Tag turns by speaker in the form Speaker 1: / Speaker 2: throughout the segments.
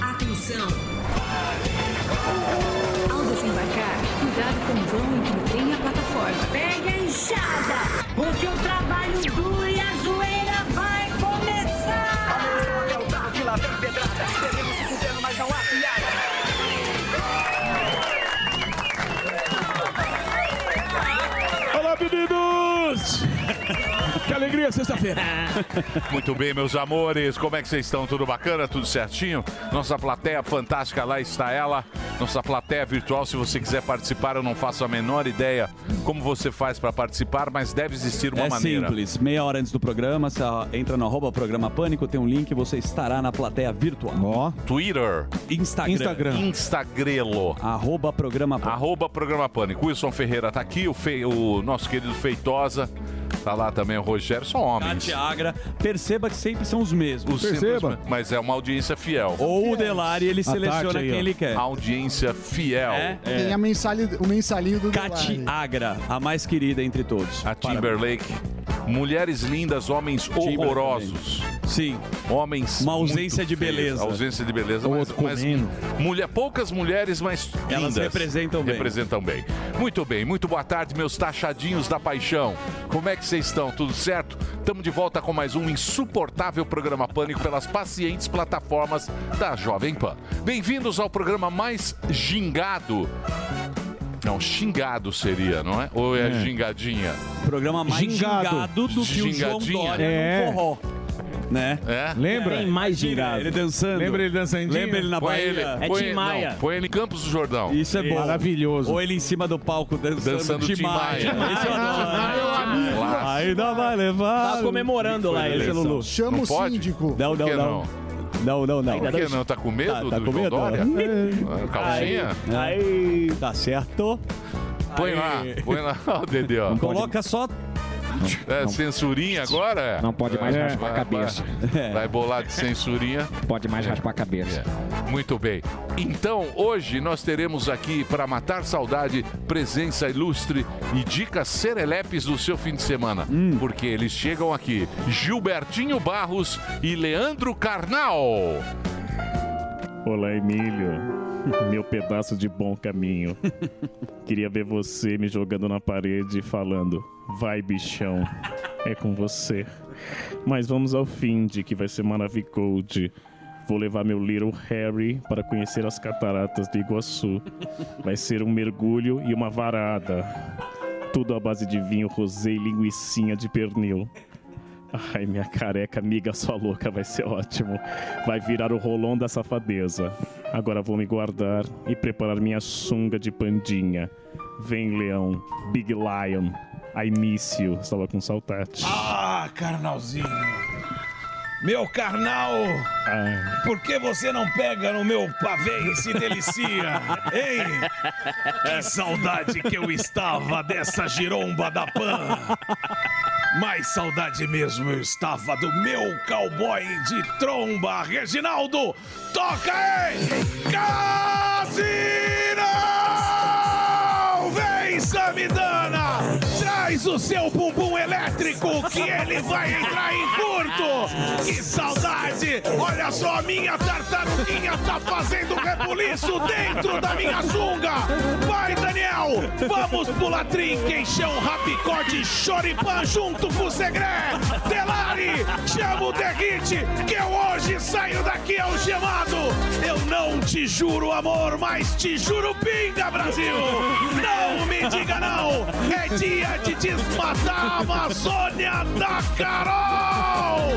Speaker 1: Atenção! Ao desembarcar, cuidado com o vão entre o trem e a plataforma.
Speaker 2: Pega a enxada, porque o trabalho duro e a zoeira vai começar.
Speaker 3: É o carro que lá vem pedrada. Devemos se fudendo, mas não há piada.
Speaker 4: Olá, meninos! Que alegria, sexta-feira.
Speaker 5: Muito bem, meus amores, como é que vocês estão? Tudo bacana? Tudo certinho? Nossa plateia fantástica, lá está ela. Nossa plateia virtual, se você quiser participar, eu não faço a menor ideia como você faz para participar, mas deve existir uma
Speaker 6: é
Speaker 5: maneira.
Speaker 6: simples, meia hora antes do programa, você entra no arroba programa Pânico, tem um link, você estará na plateia virtual.
Speaker 5: Twitter.
Speaker 6: Instagram.
Speaker 5: Instagrelo.
Speaker 6: Arroba programa Pânico.
Speaker 5: Arroba Programa Pânico. Wilson Ferreira tá aqui, o, Fe- o nosso querido Feitosa. Tá lá também o Rogério, são homens.
Speaker 6: Tati Agra. Perceba que sempre são os mesmos.
Speaker 5: Os simples- Mas é uma audiência fiel.
Speaker 6: Ou o Delari, ele
Speaker 5: A
Speaker 6: seleciona
Speaker 5: Tati aí,
Speaker 6: quem
Speaker 5: ó.
Speaker 6: ele quer. É?
Speaker 5: Audiência fiel. É.
Speaker 7: Tem a mensali, o mensalinho do
Speaker 6: Cati Agra, a mais querida entre todos.
Speaker 5: A Timberlake. Mulheres lindas, homens horrorosos.
Speaker 6: Sim.
Speaker 5: Homens.
Speaker 6: Uma ausência
Speaker 5: muito
Speaker 6: de
Speaker 5: feios.
Speaker 6: beleza.
Speaker 5: Ausência de beleza, mas, mas mulher, poucas mulheres, mas
Speaker 6: Elas
Speaker 5: lindas.
Speaker 6: representam bem.
Speaker 5: Representam bem. Muito bem, muito boa tarde, meus taxadinhos da paixão. Como é que vocês estão? Tudo certo? Estamos de volta com mais um insuportável programa Pânico pelas pacientes plataformas da Jovem Pan. Bem-vindos ao programa mais gingado. Não, xingado seria, não é? Ou é,
Speaker 6: É.
Speaker 5: gingadinha?
Speaker 6: Programa mais gingado,
Speaker 5: Gingado.
Speaker 6: do que o João
Speaker 5: Gingadinha.
Speaker 6: Dória
Speaker 5: É.
Speaker 6: no forró. Né?
Speaker 5: Lembra?
Speaker 6: Tem mais gingado. Ele dançando.
Speaker 5: Lembra ele É
Speaker 6: dançando. Lembra ele na
Speaker 5: Põe
Speaker 6: Bahia.
Speaker 5: ele-
Speaker 8: é
Speaker 5: põe ele- não, põe ele em Campos do Jordão.
Speaker 6: Isso é bom.
Speaker 5: Maravilhoso.
Speaker 6: Ou ele em cima do palco dançando,
Speaker 5: Dançando
Speaker 6: Tim
Speaker 5: Tim
Speaker 6: Maia.
Speaker 5: Maia.
Speaker 6: Esse eu adoro.
Speaker 5: Clássico.
Speaker 6: Ainda vai levar.
Speaker 9: Tá comemorando lá, ele, Lulu.
Speaker 7: Chama
Speaker 5: Não
Speaker 7: o
Speaker 5: pode?
Speaker 7: síndico.
Speaker 6: é Não, não,
Speaker 5: Por que
Speaker 6: não. Não, não, não.
Speaker 5: Por que não? Tá com medo
Speaker 6: tá, tá com
Speaker 5: do João
Speaker 6: medo?
Speaker 5: Dória?
Speaker 6: É.
Speaker 5: Ah, Calcinha?
Speaker 6: Aí. Tá certo.
Speaker 5: Põe lá,
Speaker 6: Aí.
Speaker 5: põe lá, ó, Dedê, ó.
Speaker 6: Coloca só.
Speaker 5: É, censurinha agora?
Speaker 8: Não pode mais
Speaker 5: É,
Speaker 8: raspar a
Speaker 5: vai-
Speaker 8: cabeça.
Speaker 5: Vai, vai bolar de censurinha. É.
Speaker 8: Pode mais raspar a cabeça.
Speaker 10: É.
Speaker 5: Muito bem. Então, hoje nós teremos aqui, para matar saudade, presença ilustre e dicas serelepes do seu fim de semana.
Speaker 8: Hum.
Speaker 5: Porque eles chegam aqui, Gilbertinho Barros e Leandro Carnal.
Speaker 10: Olá, Emílio. Meu pedaço de bom caminho. Queria ver você me jogando na parede e falando: vai, bichão, é com você. Mas vamos ao fim de que vai ser maravigold. Vou levar meu Little Harry para conhecer as cataratas do Iguaçu. Vai ser um mergulho e uma varada. Tudo à base de vinho, rosé e linguiçinha de pernil. Ai, minha careca amiga sua louca vai ser ótimo. Vai virar o rolão da safadeza. Agora vou me guardar e preparar minha sunga de pandinha. Vem, leão. Big Lion. I miss you. Estava com saudade.
Speaker 4: Ah, carnalzinho. Meu carnal, por que você não pega no meu pavê e se delicia? Hein? Que saudade que eu estava dessa giromba da Pan. Mais saudade mesmo eu estava do meu cowboy de tromba. Reginaldo, toca em Casino! Vem, Samidana! Traz o seu bumbum elétrico que ele vai entrar em curto! Que saudade! Olha só, a minha tartaruguinha tá fazendo rebuliço dentro da minha sunga! Vai, Daniel! Vamos pular trinca, enchão, rapicote, choripan junto com o Segré! Delari, chama o Derrite, que eu hoje saio daqui algemado! Eu não te juro amor, mas te juro pinga, Brasil! Não me diga não! É dia de desmatar a Amazônia da Carol!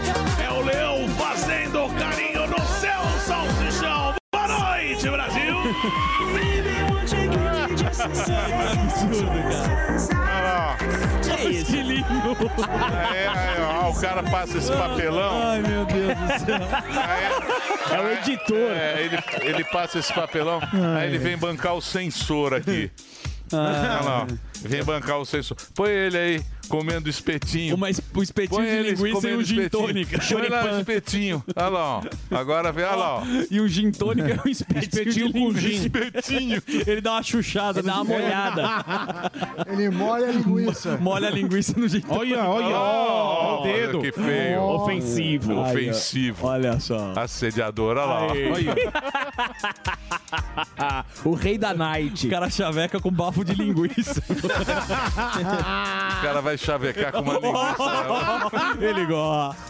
Speaker 4: É o leão fazendo carinho no seu salsichão! Boa noite, Brasil!
Speaker 5: Que lindo! Ah, o cara passa esse papelão.
Speaker 2: Ai, meu Deus do céu.
Speaker 5: É o editor. é, ele, ele passa esse papelão, aí ele vem bancar o sensor aqui.
Speaker 2: Ah,
Speaker 5: Olha lá, ó.
Speaker 2: né?
Speaker 5: vem bancar o sensor. Põe ele aí, comendo espetinho. Uma,
Speaker 2: o espetinho
Speaker 5: Põe
Speaker 2: de
Speaker 5: ele
Speaker 2: linguiça e
Speaker 5: comendo
Speaker 2: um gin
Speaker 5: espetinho.
Speaker 2: tônica.
Speaker 5: Põe lá o
Speaker 2: Choripan.
Speaker 5: espetinho. Olha lá, ó. Agora vem, olha lá, ó.
Speaker 2: E o gin tônica é um espetinho,
Speaker 5: Espetinho
Speaker 2: de
Speaker 5: com
Speaker 2: linguiça.
Speaker 5: gin. Espetinho.
Speaker 2: Ele dá uma chuchada. Ele dá uma molhada.
Speaker 7: Ele molha a linguiça.
Speaker 2: Molha a linguiça no gin
Speaker 6: Olha, olha,
Speaker 5: ó, o dedo. que feio.
Speaker 6: Ofensivo.
Speaker 2: Ai,
Speaker 5: Ofensivo.
Speaker 2: Olha só.
Speaker 5: Assediador, olha lá. ó.
Speaker 11: o rei da night.
Speaker 2: Ah, O cara chaveca com bafo de linguiça.
Speaker 5: O cara vai chavecar com uma linguiça. né?
Speaker 2: Ele gosta.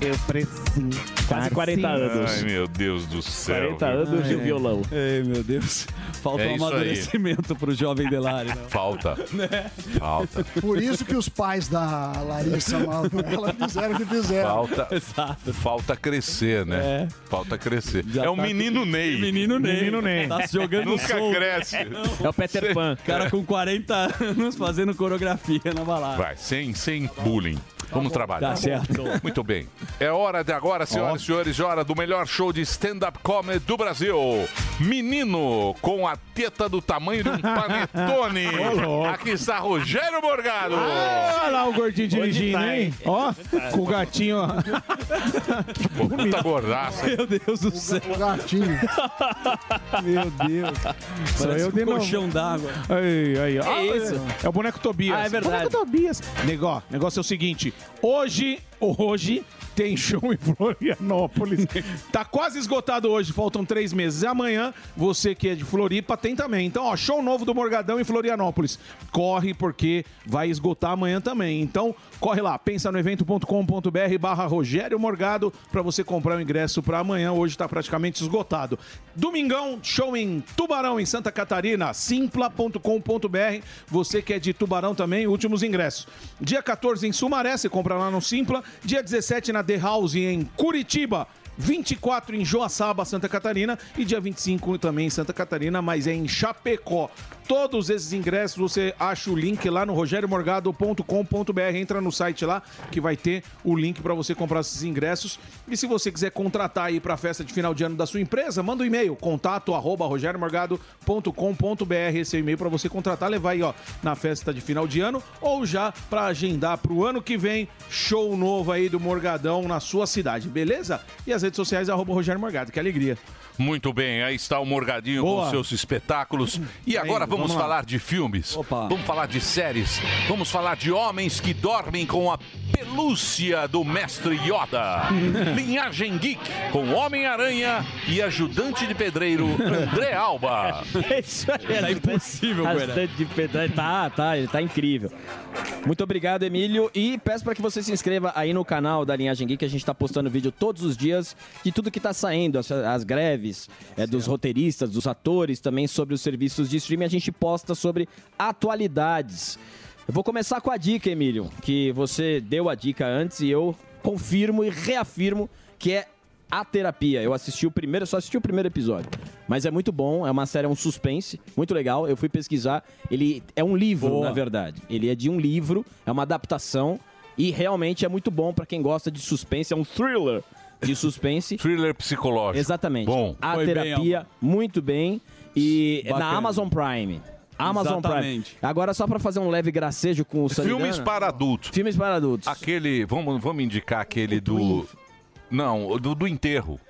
Speaker 11: Eu preciso.
Speaker 4: Quase 40 anos.
Speaker 5: Ai, meu Deus do céu.
Speaker 4: 40
Speaker 5: viu?
Speaker 4: anos de
Speaker 2: Ai.
Speaker 4: violão.
Speaker 2: Ei, meu Deus. Falta
Speaker 5: É
Speaker 2: um
Speaker 5: isso aí.
Speaker 2: amadurecimento pro jovem Delari. né?
Speaker 5: Falta. Falta.
Speaker 7: Por isso que os pais da Larissa Manoela fizeram o que fizeram.
Speaker 5: Falta, falta crescer, né? Falta crescer.
Speaker 2: É. Já
Speaker 5: é o
Speaker 2: tá
Speaker 5: menino Ney.
Speaker 2: Menino Ney.
Speaker 6: Menino Ney.
Speaker 2: Tá se jogando
Speaker 5: Nunca
Speaker 2: solto.
Speaker 5: cresce.
Speaker 11: É o Peter Pan.
Speaker 2: Cara com 40 anos fazendo coreografia na balada.
Speaker 5: Vai, sem, sem bullying. Vamos trabalhar.
Speaker 2: Tá certo.
Speaker 5: Muito bem. É hora de agora, senhoras e senhores, hora do melhor show de stand-up comedy do Brasil. Menino com a teta do tamanho de um panetone. Aqui está Rogério Morgado.
Speaker 2: Ah!
Speaker 12: Olha lá o gordinho dirigindo,
Speaker 4: tá,
Speaker 12: hein?
Speaker 4: hein?
Speaker 12: Ó, com o gatinho, ó.
Speaker 5: Pô, Puta gordaça.
Speaker 2: Meu Deus do céu.
Speaker 7: O gatinho.
Speaker 12: Meu Deus. Sou
Speaker 2: Parece
Speaker 12: eu de
Speaker 2: um
Speaker 12: novo.
Speaker 2: colchão d'água.
Speaker 12: Aí, aí, ó.
Speaker 11: Que
Speaker 12: Ah,
Speaker 11: isso?
Speaker 12: É o boneco Tobias.
Speaker 11: Ah, é verdade.
Speaker 12: Boneco Tobias. Negó, negócio é o seguinte. Hoje, hoje tem show em Florianópolis. tá quase esgotado hoje, faltam três meses. E amanhã, você que é de Floripa, tem também. Então, ó, show novo do Morgadão em Florianópolis. Corre, porque vai esgotar amanhã também. Então, corre lá, pensa no evento.com.br barra Rogério Morgado pra você comprar o ingresso pra amanhã. Hoje tá praticamente esgotado. Domingão, show em Tubarão, em Santa Catarina, simpla.com.br. Você que é de Tubarão também, últimos ingressos. Dia 14 em Sumaré, você compra lá no Simpla. Dia 17 na The House em Curitiba. 24 em Joaçaba, Santa Catarina e dia 25 também em Santa Catarina, mas é em Chapecó. Todos esses ingressos você acha o link lá no rogeriomorgado.com.br, entra no site lá que vai ter o link para você comprar esses ingressos. E se você quiser contratar aí para a festa de final de ano da sua empresa, manda um e-mail, contato arroba rogeriomorgado.com.br, esse é o e-mail para você contratar, levar aí ó, na festa de final de ano ou já para agendar para o ano que vem, show novo aí do Morgadão na sua cidade, beleza? E as redes sociais arroba Rogério Morgado, que alegria.
Speaker 5: Muito bem, aí está o Morgadinho
Speaker 12: Boa.
Speaker 5: com seus espetáculos. E agora vamos,
Speaker 12: vamos lá.
Speaker 5: falar de filmes,
Speaker 2: Opa.
Speaker 5: vamos falar de séries, vamos falar de homens que dormem com a pelúcia do mestre Yoda. Linhagem Geek com Homem-Aranha e ajudante de pedreiro André Alba.
Speaker 11: É Isso aí,
Speaker 2: Tá impossível, Guerra.
Speaker 11: Bastante de pedra- Tá, tá, ele tá incrível. Muito obrigado, Emílio. E peço para que você se inscreva aí no canal da Linhagem Geek. A gente tá postando vídeo todos os dias de tudo que tá saindo, as, as greves é, dos roteiristas, dos atores, também sobre os serviços de streaming. A gente posta sobre atualidades. Eu vou começar com a dica, Emílio, que você deu a dica antes e eu confirmo e reafirmo que é a Terapia. Eu assisti o primeiro, só assisti o primeiro episódio. Mas é muito bom, é uma série, é um suspense, muito legal. Eu fui pesquisar. Ele é um livro, na verdade. Ele é de um livro, é uma adaptação. E realmente é muito bom pra quem gosta de suspense. É um thriller de suspense.
Speaker 5: Thriller psicológico.
Speaker 11: Exatamente.
Speaker 5: Bom.
Speaker 11: a
Speaker 2: Foi bem,
Speaker 11: terapia, muito bem. E
Speaker 2: Bacana.
Speaker 11: na Amazon Prime. Amazon
Speaker 2: Exatamente.
Speaker 11: Prime. Agora, só pra fazer um leve gracejo com o Salidana,
Speaker 5: Filmes para adultos.
Speaker 11: Filmes para adultos.
Speaker 5: Aquele, vamos, vamos indicar aquele do... Não, do, do enterro.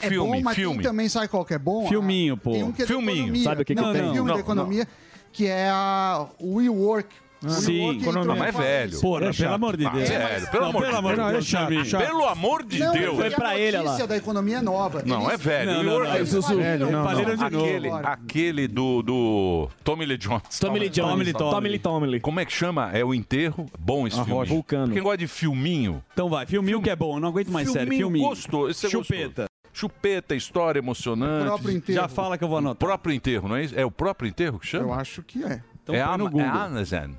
Speaker 7: É
Speaker 5: filme,
Speaker 7: bom, mas
Speaker 5: filme.
Speaker 7: Tem também sabe qual que é bom?
Speaker 2: Filminho,
Speaker 7: Ah,
Speaker 2: pô.
Speaker 7: Tem um que é de
Speaker 5: Filminho.
Speaker 7: economia.
Speaker 11: Sabe o que que
Speaker 7: não,
Speaker 2: eu
Speaker 7: tem
Speaker 2: tenho?
Speaker 7: filme
Speaker 5: Não,
Speaker 7: de economia que é a WeWork.
Speaker 2: Sim.
Speaker 5: Não, mas é velho.
Speaker 2: Porra,
Speaker 12: É chato.
Speaker 2: pelo amor de
Speaker 5: Ah,
Speaker 2: Deus.
Speaker 5: sério, pelo
Speaker 2: Não,
Speaker 5: amor de Deus.
Speaker 12: Não, é chato,
Speaker 2: Samir.
Speaker 12: chato.
Speaker 5: Pelo amor de Deus.
Speaker 11: Foi pra ele,
Speaker 7: A
Speaker 11: olha
Speaker 7: notícia
Speaker 11: lá.
Speaker 7: da economia é nova.
Speaker 5: Não, é
Speaker 7: Eles-
Speaker 5: velho.
Speaker 2: Não,
Speaker 5: E
Speaker 2: não,
Speaker 5: outra-
Speaker 2: não, Zuzu,
Speaker 7: Faliram, não,
Speaker 2: faliram de novo.
Speaker 5: Aquele, aquele do, do Tommy Lee Jones.
Speaker 11: Tommy Lee Jones.
Speaker 2: Tommy Lee Tommy.
Speaker 11: Tommy Lee Tommy.
Speaker 5: Como é que chama? É o enterro. Bom esse filme.
Speaker 11: rocha. Vulcano.
Speaker 5: Quem gosta de filminho.
Speaker 2: Então vai, filminho que é bom, eu não aguento mais sério. Filminho.
Speaker 5: Gostou, esse é
Speaker 2: Chupeta.
Speaker 5: gostoso. Chupeta, história
Speaker 7: O
Speaker 5: emocionante.
Speaker 7: próprio enterro.
Speaker 2: Já fala que eu vou
Speaker 5: O
Speaker 2: anotar.
Speaker 5: próprio enterro, não é isso? É o próprio enterro que
Speaker 7: Eu
Speaker 5: chama?
Speaker 7: acho que é.
Speaker 2: Então
Speaker 5: é,
Speaker 2: põe
Speaker 5: a,
Speaker 2: no Google.
Speaker 5: é Amazon.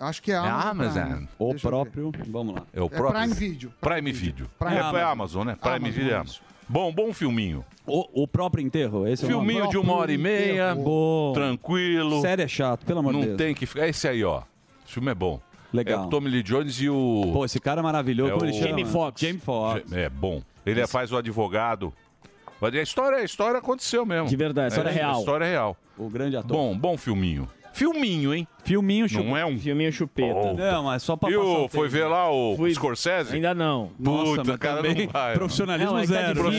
Speaker 7: Acho que é a
Speaker 5: É a
Speaker 7: Amazon.
Speaker 5: Amazon.
Speaker 2: O
Speaker 7: Deixa eu
Speaker 2: próprio. Vamos lá.
Speaker 5: É o
Speaker 7: É
Speaker 5: próprio.
Speaker 7: Prime Video.
Speaker 5: Prime Video.
Speaker 7: Prime
Speaker 5: é,
Speaker 2: Amazon.
Speaker 5: é Amazon, né? Prime
Speaker 7: Amazon,
Speaker 5: Video é Amazon.
Speaker 7: isso.
Speaker 5: Bom, bom filminho.
Speaker 2: O, o próprio enterro, esse é
Speaker 5: filminho de uma hora e meia.
Speaker 2: o nome. Boa.
Speaker 5: Tranquilo.
Speaker 2: Sério é chato, pelo amor de
Speaker 5: Não
Speaker 2: Deus.
Speaker 5: tem que ficar. É esse aí, ó. Esse filme é bom. Legal. É o Tommy Lee Jones e o.
Speaker 6: Pô, esse cara é maravilhoso.
Speaker 5: É
Speaker 6: Como ele
Speaker 5: o-
Speaker 6: chama?
Speaker 5: Jamie Foxx.
Speaker 6: Jamie Foxx.
Speaker 5: É bom. Ele é- faz o advogado. Mas a história, a história aconteceu mesmo.
Speaker 6: De verdade, a história é real.
Speaker 5: A história é real.
Speaker 6: O grande ator.
Speaker 5: Bom, bom filminho. Filminho, hein?
Speaker 6: Filminho
Speaker 5: chupeta. Não é um...
Speaker 9: Filminho chupeta.
Speaker 6: Não, mas só pra
Speaker 5: E
Speaker 6: passar o
Speaker 5: o,
Speaker 6: tempo.
Speaker 5: foi ver lá o
Speaker 9: Fui-
Speaker 5: Scorsese?
Speaker 9: Ainda não.
Speaker 5: Puta,
Speaker 9: Nossa, mas
Speaker 5: o cara
Speaker 9: também-
Speaker 5: não vai.
Speaker 9: profissionalismo Não, é que tá zero. difícil.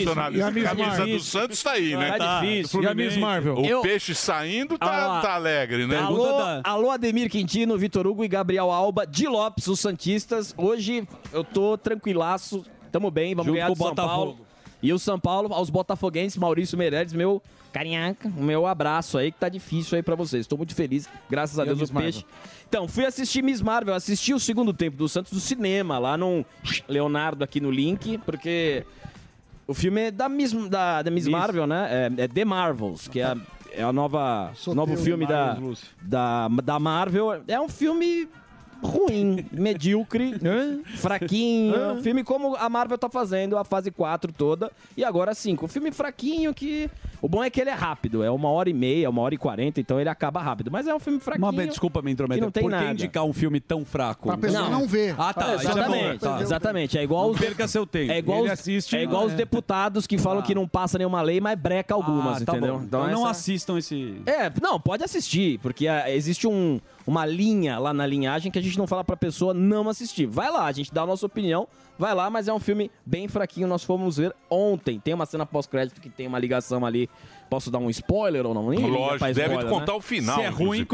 Speaker 9: E
Speaker 5: Profissionalismo.
Speaker 9: a Miss
Speaker 5: Camisa
Speaker 9: Marvel?
Speaker 5: do Santos tá aí, né?
Speaker 9: Tá Tá. difícil. E a Miss Marvel?
Speaker 5: O
Speaker 11: Eu-
Speaker 5: peixe saindo tá,
Speaker 11: Ah lá.
Speaker 5: tá alegre, né?
Speaker 11: Alô, alô, Ademir Quintino, Vitor Hugo e Gabriel Alba, de Lopes, os Santistas. Hoje eu tô tranquilaço, tamo bem, vamos
Speaker 6: Junto
Speaker 11: ganhar
Speaker 6: com
Speaker 11: do
Speaker 6: o
Speaker 11: São Paulo.
Speaker 6: Botafogo.
Speaker 11: E o São Paulo, aos botafoguenses, Maurício Meirelles, meu carinhaca, o meu abraço aí, que tá difícil aí pra vocês. Tô muito feliz, graças a
Speaker 4: E a
Speaker 11: Deus,
Speaker 4: Miss
Speaker 11: o peixe. Então, fui assistir Miss Marvel, assisti o segundo tempo do Santos no cinema, lá no Leonardo aqui no link, porque o filme é da Miss, da, da Miss Marvel, né? É, é The Marvels, que é a, é a nova novo
Speaker 13: teu,
Speaker 11: filme da,
Speaker 13: Marvel,
Speaker 11: da, da Marvel. É um filme ruim, medíocre, né? fraquinho. É um filme como a Marvel tá fazendo a fase 4 toda e agora a 5. Um filme fraquinho que... O bom é que ele é rápido. É uma hora e meia, uma hora e quarenta, então ele acaba rápido. Mas é um filme fraquinho.
Speaker 6: Mas, desculpa me intrometer.
Speaker 11: que não tem
Speaker 6: Por que
Speaker 11: nada.
Speaker 6: indicar um filme tão fraco?
Speaker 11: A pessoa não vê.
Speaker 6: Ah, tá.
Speaker 11: Ah,
Speaker 6: isso é bom.
Speaker 11: exatamente,
Speaker 6: Tá.
Speaker 11: exatamente. É igual
Speaker 6: Não
Speaker 11: os-
Speaker 6: perca seu tempo.
Speaker 11: É igual,
Speaker 6: Ele
Speaker 11: os,
Speaker 6: assiste,
Speaker 11: é igual
Speaker 6: ah,
Speaker 11: os
Speaker 6: é.
Speaker 11: deputados que falam que não passa nenhuma lei, mas breca algumas,
Speaker 6: Ah, tá
Speaker 11: entendeu?
Speaker 6: bom. Então não
Speaker 11: essa-
Speaker 6: assistam esse...
Speaker 11: É, não, pode assistir, porque ah, existe um- uma linha lá na linhagem que a gente não fala pra pessoa não assistir. Vai lá, a gente dá a nossa opinião, vai lá, mas é um filme bem fraquinho, nós fomos ver ontem. Tem uma cena pós-crédito que tem uma ligação ali. Posso dar um spoiler ou não? Nem liga
Speaker 5: Lógico,
Speaker 11: pra
Speaker 5: deve
Speaker 11: spoiler, né?
Speaker 5: contar o final. inclusive.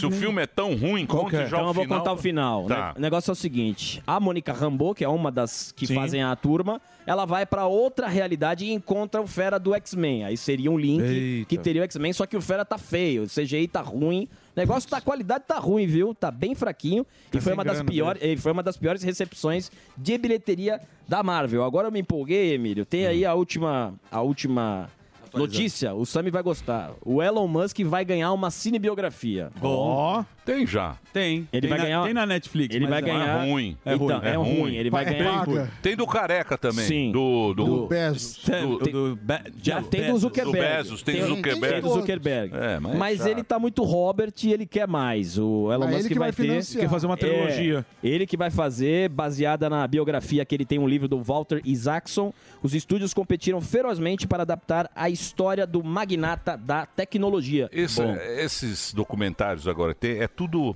Speaker 5: Se o filme é tão ruim,
Speaker 11: Qual que
Speaker 5: conta já
Speaker 11: é? Então
Speaker 5: o final.
Speaker 11: eu vou contar o final.
Speaker 5: Tá.
Speaker 11: O negócio é o seguinte: a Mônica Rambeau, que é uma das que fazem a turma, ela vai pra outra realidade e encontra o Fera do X-Men. Aí seria um link que teria o X-Men, só que o Fera tá feio, o CGI tá ruim. O negócio da qualidade tá ruim, viu? Tá bem fraquinho. e foi
Speaker 4: sem
Speaker 11: uma, das
Speaker 4: grana
Speaker 11: piores, e foi uma das piores recepções de bilheteria da Marvel. Agora eu me empolguei, Emílio. Tem aí a última. A última. Notícia, o Sami vai gostar. O Elon Musk vai ganhar uma cinebiografia.
Speaker 5: Ó. Tem já.
Speaker 6: Tem.
Speaker 11: Ele
Speaker 5: Tem
Speaker 11: vai
Speaker 5: na-
Speaker 11: ganhar.
Speaker 5: tem
Speaker 6: na Netflix.
Speaker 11: Ele vai
Speaker 5: Mas
Speaker 11: ganhar.
Speaker 5: É ruim.
Speaker 11: É ruim. Então, é, ruim. Ele vai
Speaker 5: Tem-
Speaker 11: ganhar.
Speaker 5: Tem do Careca também.
Speaker 11: Sim.
Speaker 5: Do... Do,
Speaker 11: Do
Speaker 5: Bezos. Do,
Speaker 6: do Be-
Speaker 11: Já
Speaker 5: Jeff
Speaker 11: tem do
Speaker 5: Bezos.
Speaker 11: Zuckerberg.
Speaker 5: Do Bezos, tem do Zuckerberg.
Speaker 11: Tem do Zuckerberg.
Speaker 5: É, mas
Speaker 11: mas
Speaker 5: é chato.
Speaker 11: ele tá muito Robert e ele quer mais. O Elon
Speaker 6: Mas
Speaker 11: Musk
Speaker 6: Ah, ele que
Speaker 11: vai,
Speaker 6: vai
Speaker 11: ter.
Speaker 6: financiar. Quer fazer uma trilogia.
Speaker 11: É, ele que vai fazer, baseada na biografia que ele tem, um livro do Walter Isaacson. Os estúdios competiram ferozmente para adaptar a história do magnata da tecnologia.
Speaker 5: Esse-
Speaker 11: Bom.
Speaker 5: esses documentários agora tem, é tudo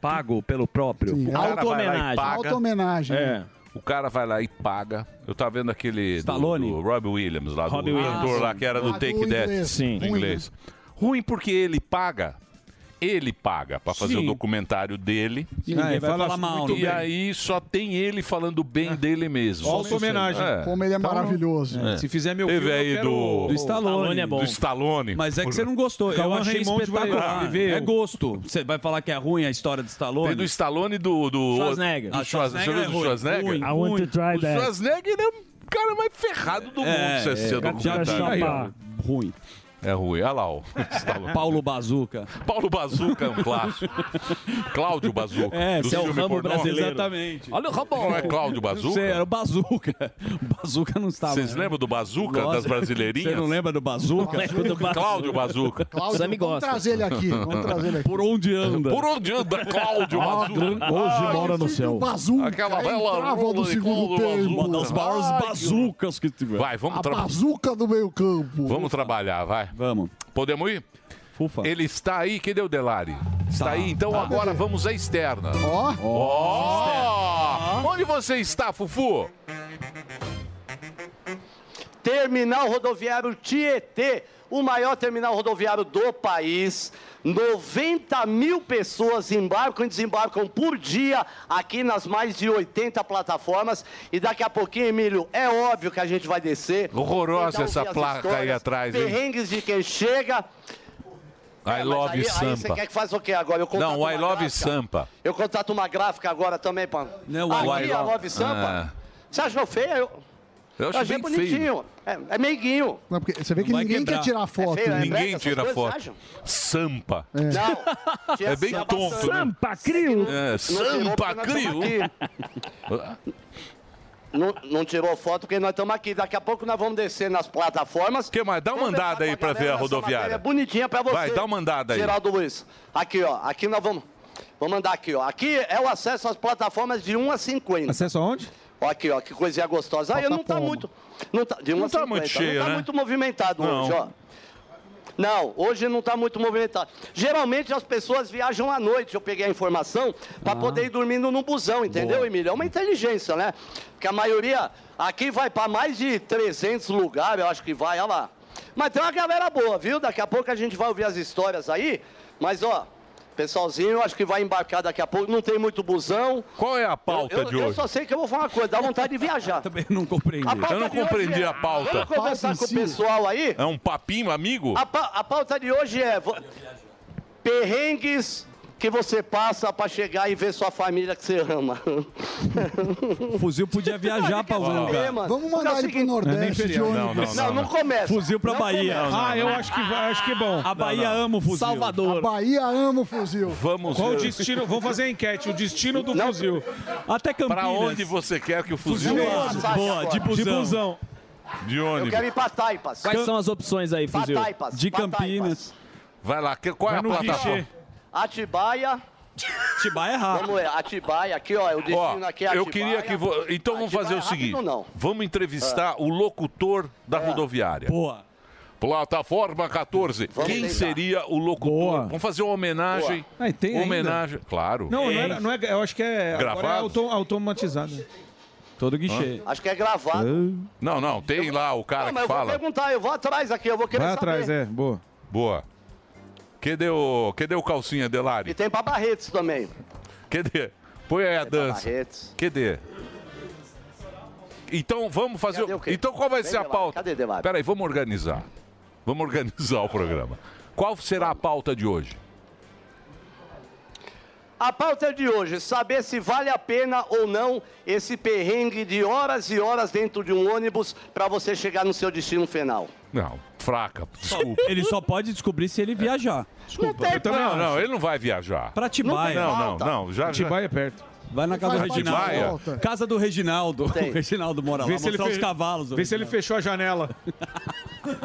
Speaker 6: pago pelo próprio.
Speaker 5: O cara vai lá e
Speaker 11: Auto-homenagem.
Speaker 5: paga.
Speaker 13: Auto-homenagem.
Speaker 11: É.
Speaker 5: O cara vai lá e paga. Eu tava vendo aquele Stallone. do, do Robbie Williams lá,
Speaker 11: Robbie
Speaker 5: do
Speaker 11: Williams.
Speaker 5: ator
Speaker 11: Ah,
Speaker 5: lá
Speaker 11: sim.
Speaker 5: que era
Speaker 11: Ah,
Speaker 5: do
Speaker 11: do
Speaker 5: Take
Speaker 11: inglês.
Speaker 5: That.
Speaker 11: Sim.
Speaker 5: do inglês. Ruim porque ele paga. Ele paga pra fazer
Speaker 6: Sim.
Speaker 5: o documentário dele.
Speaker 6: E ninguém Ah, vai fala falar mal, muito
Speaker 5: E
Speaker 6: bem.
Speaker 5: aí só tem ele falando bem dele mesmo.
Speaker 6: Só isso. Auto-homenagem.
Speaker 13: Como ele é
Speaker 6: Então,
Speaker 13: maravilhoso.
Speaker 5: É.
Speaker 6: Se fizer meu
Speaker 5: Teve
Speaker 6: filme, eu
Speaker 5: aí
Speaker 6: quero
Speaker 5: do...
Speaker 6: o- Do Stallone. Stallone é bom.
Speaker 5: Do Stallone.
Speaker 6: Mas é que você não gostou. Eu
Speaker 5: Cauã
Speaker 6: achei
Speaker 5: Raymond vai lá.
Speaker 6: espetacular.
Speaker 5: Ele veio.
Speaker 6: É gosto. Você vai falar que é ruim a história de Stallone? Ah,
Speaker 5: Tem do Stallone e do... do
Speaker 6: Schwarzenegger. é
Speaker 5: Do Schwarzenegger. Você viu do
Speaker 6: Ruim,
Speaker 5: Schwarzenegger?
Speaker 6: ruim, ruim.
Speaker 5: O Schwarzenegger é o cara mais ferrado do mundo. se esse é documentário. Aí, ó.
Speaker 6: Ruim.
Speaker 5: É ruim. Olha lá, ó. Stallone.
Speaker 6: Paulo Bazuca.
Speaker 5: Paulo Bazuca é um clássico. Cláudio Bazuca.
Speaker 6: É,
Speaker 5: do
Speaker 6: esse é o
Speaker 5: filme
Speaker 6: Rambo
Speaker 5: pornô.
Speaker 6: brasileiro. Exatamente.
Speaker 5: Olha o Rambo. Não é Cláudio Bazuca?
Speaker 6: Não sei, era o Bazuca. O Bazuca não estava.
Speaker 5: Vocês lembram do Bazuca, das brasileirinhas?
Speaker 6: Você não lembra do Bazuca?
Speaker 5: Não lembro do Bazuca. Cláudio Bazuca. Cláudio,
Speaker 6: Sammy
Speaker 5: vamos
Speaker 6: gosta.
Speaker 5: trazer ele aqui, vamos trazer ele aqui.
Speaker 6: Por onde anda?
Speaker 5: Por onde anda Cláudio Bazuca? Ai, filho do
Speaker 13: Bazuca.
Speaker 5: Aquela
Speaker 13: Aí
Speaker 5: bela
Speaker 13: entrava
Speaker 5: rola
Speaker 13: do
Speaker 5: de
Speaker 13: segundo
Speaker 5: Cláudio
Speaker 13: tempo.
Speaker 5: Bazuca.
Speaker 6: As maiores
Speaker 13: Ai,
Speaker 6: bazucas que tiver.
Speaker 5: Vai, vamos
Speaker 13: A
Speaker 5: trabalhar.
Speaker 13: bazuca do meio campo.
Speaker 5: Vamos trabalhar, vai.
Speaker 6: Vamos.
Speaker 5: Podemos ir?
Speaker 6: Fufa.
Speaker 5: Ele está aí, cadê o Delari? Está aí, então
Speaker 12: tá.
Speaker 5: agora vamos à externa.
Speaker 13: Ó.
Speaker 5: Ó. Onde você está, Fufu?
Speaker 14: Terminal rodoviário Tietê, o maior terminal rodoviário do país. 90 mil pessoas embarcam e desembarcam por dia aqui nas mais de 80 plataformas. E daqui a pouquinho, Emílio, é óbvio que a gente vai descer.
Speaker 5: Horrorosa
Speaker 14: Tentar
Speaker 5: essa
Speaker 14: ouvir as
Speaker 5: placa aí
Speaker 14: histórias,
Speaker 5: atrás, hein?
Speaker 14: Perrengues de quem chega.
Speaker 5: I love
Speaker 14: É, aí,
Speaker 5: Sampa.
Speaker 14: aí você quer que faça o quê agora? Eu contrato
Speaker 5: Não, I
Speaker 14: uma
Speaker 5: love
Speaker 14: gráfica.
Speaker 5: Sampa.
Speaker 14: Eu contrato uma gráfica agora também, pá.
Speaker 5: Não,
Speaker 14: Aqui,
Speaker 5: I love-
Speaker 14: a Love
Speaker 5: Ah.
Speaker 14: Sampa. Você achou feia? Eu,
Speaker 5: Eu acho bem
Speaker 14: bonitinho. É, é meiguinho.
Speaker 13: Não, porque você vê que ninguém quer tirar foto.
Speaker 14: É feio, é
Speaker 13: né?
Speaker 14: brega
Speaker 5: Ninguém
Speaker 14: essas
Speaker 5: tira
Speaker 14: coisas,
Speaker 5: foto.
Speaker 14: acham?
Speaker 5: Sampa.
Speaker 14: Não.
Speaker 5: É bem tonto, né? Sampa
Speaker 14: Crio.
Speaker 5: É, Sampa Crio. É.
Speaker 14: Não, não tirou foto porque nós estamos aqui. Daqui a pouco nós vamos descer nas plataformas.
Speaker 5: Que mais? Dá uma andada aí pra ver a rodoviária.
Speaker 14: É bonitinha pra você.
Speaker 5: Vai, dá uma andada aí.
Speaker 14: Geraldo Luiz. Aqui, ó. Aqui nós vamos. Vou mandar aqui, ó. Aqui é o acesso às plataformas de 1 a 50.
Speaker 4: Acesso aonde?
Speaker 14: Ó aqui, ó, que coisinha gostosa. Aí não tá
Speaker 4: Plataforma.
Speaker 14: muito. Não tá, de 1
Speaker 4: Não
Speaker 14: a
Speaker 4: tá
Speaker 14: 50.
Speaker 4: muito cheio,
Speaker 14: não tá
Speaker 4: né?
Speaker 14: muito movimentado
Speaker 4: Não.
Speaker 14: hoje, ó. Não, hoje não está muito movimentado. Geralmente as pessoas viajam à noite, eu peguei a informação, para poder ir dormindo num busão, entendeu, Emílio? É uma inteligência, né? Porque a maioria aqui vai para mais de 300 lugares, eu acho que vai, olha lá. Mas tem uma galera boa, viu? Daqui a pouco a gente vai ouvir as histórias aí. Mas, ó, pessoalzinho, eu acho que vai embarcar daqui a pouco. Não tem muito busão.
Speaker 5: Qual é a pauta
Speaker 14: eu, eu,
Speaker 5: de
Speaker 14: Eu
Speaker 5: hoje?
Speaker 14: só sei que eu vou falar uma coisa, dá vontade de viajar. também
Speaker 6: não compreendi.
Speaker 5: Eu não compreendi a pauta.
Speaker 14: é Vamos conversar com o pessoal aí? Ah,
Speaker 5: É um papinho, amigo?
Speaker 14: A, pa- a pauta de hoje é vo- perrengues que você passa pra chegar e ver sua família que você ama.
Speaker 4: O fuzil podia viajar
Speaker 14: é
Speaker 4: pra algum lugar.
Speaker 14: Vamos
Speaker 13: mandar ele pro Nordeste
Speaker 4: nem feriado.
Speaker 13: de
Speaker 4: Não,
Speaker 13: ônibus.
Speaker 4: não, não, Não, não começa. Fuzil pra Bahia.
Speaker 9: ah, eu acho que, vai- acho que é bom.
Speaker 4: A Bahia ama o fuzil.
Speaker 13: A Bahia ama o fuzil.
Speaker 5: Vamos
Speaker 9: Qual o
Speaker 5: ver.
Speaker 9: destino? Vamos fazer a enquete. O destino do fuzil.
Speaker 4: Até
Speaker 5: Pra onde você quer que o fuzil...
Speaker 14: é
Speaker 9: Fuzil
Speaker 5: vá?
Speaker 9: Boa, boa, de busão. De busão.
Speaker 5: De
Speaker 14: Eu
Speaker 5: ônibus.
Speaker 14: quero ir pra Taipas.
Speaker 11: Quais são as opções aí, Fuzil?
Speaker 14: Pataipas, Pataipas.
Speaker 5: Vai lá, que- qual é a plataforma?
Speaker 14: Atibaia.
Speaker 6: Atibaia é rápido.
Speaker 14: Vamos ver, Atibaia. Aqui, ó, o destino
Speaker 5: Ó,
Speaker 14: aqui é Atibaia. é
Speaker 5: eu queria que... vo- Então vamos fazer o seguinte. Vamos entrevistar
Speaker 14: Ah.
Speaker 5: o locutor da rodoviária.
Speaker 6: Boa.
Speaker 5: Plataforma 14.
Speaker 6: Vamos
Speaker 5: Quem
Speaker 6: tentar.
Speaker 5: seria o locutor?
Speaker 9: Boa.
Speaker 5: Vamos fazer um uma homenagem.
Speaker 9: Ah, e tem ainda?
Speaker 5: homenagem. Claro.
Speaker 9: Não, não, era, não é. Eu acho que é. Agora é
Speaker 5: Gravado?
Speaker 9: auto, automatizado.
Speaker 6: Todo
Speaker 5: guichê.
Speaker 14: Acho que é gravado.
Speaker 5: Não, não, tem lá o cara
Speaker 14: Não,
Speaker 5: que
Speaker 14: mas eu vou
Speaker 5: fala.
Speaker 14: perguntar, eu vou atrás aqui, eu vou querer saber.
Speaker 5: é, boa. Boa. Cadê o, cadê o calcinha, Delari?
Speaker 14: E tem pra Barretos também.
Speaker 5: Cadê? Põe aí a dança. Cadê? Então vamos fazer.
Speaker 14: Cadê o quê?
Speaker 5: Então qual vai
Speaker 14: Vem,
Speaker 5: ser a
Speaker 14: Delari,
Speaker 5: pauta?
Speaker 14: cadê, Delari?
Speaker 5: Peraí, vamos organizar. Vamos organizar o programa. Qual será a pauta de hoje?
Speaker 14: A pauta de hoje, saber se vale a pena ou não esse perrengue de horas e horas dentro de um ônibus para você chegar no seu destino final.
Speaker 5: Não, fraca, desculpa.
Speaker 6: Ele só pode descobrir
Speaker 5: É.
Speaker 6: se ele viajar.
Speaker 14: Desculpa.
Speaker 6: Não tem
Speaker 5: Então, não,
Speaker 6: pra-
Speaker 5: não, ele não vai viajar.
Speaker 6: Pra Atibaia.
Speaker 5: Não, não, não. Já,
Speaker 6: Atibaia
Speaker 9: é perto.
Speaker 6: Vai na casa do
Speaker 9: Faz parte da
Speaker 6: Reginaldo.
Speaker 9: volta.
Speaker 6: Casa do Reginaldo.
Speaker 9: Tem.
Speaker 6: O Reginaldo mora lá. Mostrar os
Speaker 9: fe-
Speaker 6: cavalos.
Speaker 9: Vê se ele fechou a janela.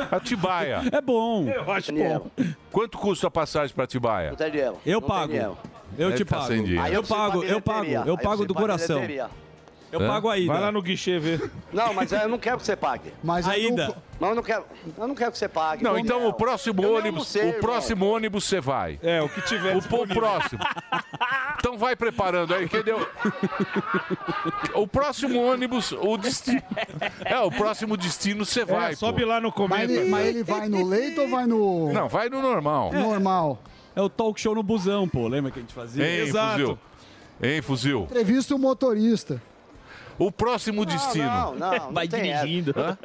Speaker 5: Atibaia.
Speaker 6: É bom.
Speaker 9: Eu acho
Speaker 14: bom.
Speaker 5: Quanto custa a passagem para Atibaia?
Speaker 14: Não tem dinheiro.
Speaker 6: Eu
Speaker 14: Não
Speaker 6: pago.
Speaker 14: tem dinheiro.
Speaker 6: Eu
Speaker 5: Deve
Speaker 6: te
Speaker 5: tá
Speaker 6: pago.
Speaker 5: sem dinheiro.
Speaker 14: Aí
Speaker 6: eu
Speaker 14: eu preciso
Speaker 6: pago,
Speaker 14: pra
Speaker 6: eu pago,
Speaker 14: bilheteria.
Speaker 6: eu
Speaker 14: Aí
Speaker 6: pago
Speaker 14: você
Speaker 6: do
Speaker 14: paga
Speaker 6: coração.
Speaker 14: bilheteria.
Speaker 6: Eu
Speaker 14: Hã?
Speaker 6: pago a ida.
Speaker 9: Vai lá no guichê ver.
Speaker 14: Não, mas eu não quero que você pague.
Speaker 13: Mas
Speaker 6: A eu não- ida.
Speaker 14: Mas eu não quero, eu não quero que você pague.
Speaker 5: Não, então o próximo
Speaker 14: Eu nem
Speaker 5: ônibus,
Speaker 14: almocei,
Speaker 5: o
Speaker 14: irmão.
Speaker 5: próximo ônibus você vai.
Speaker 9: É, o que tiver.
Speaker 5: O, po- próximo. Então vai preparando aí, entendeu? O próximo ônibus, o destino. É, o próximo destino
Speaker 6: É,
Speaker 5: você vai. É, pô.
Speaker 13: Mas ele, mas ele vai no leito ou vai no.
Speaker 5: Não, vai no normal.
Speaker 13: Normal.
Speaker 6: É o talk show no busão, pô. Lembra que a gente fazia?
Speaker 5: Hein, fuzil? Hein, fuzil?
Speaker 13: Entrevista o motorista.
Speaker 5: O próximo destino.
Speaker 13: não, não, não Vai tem dirigindo.
Speaker 5: Hã?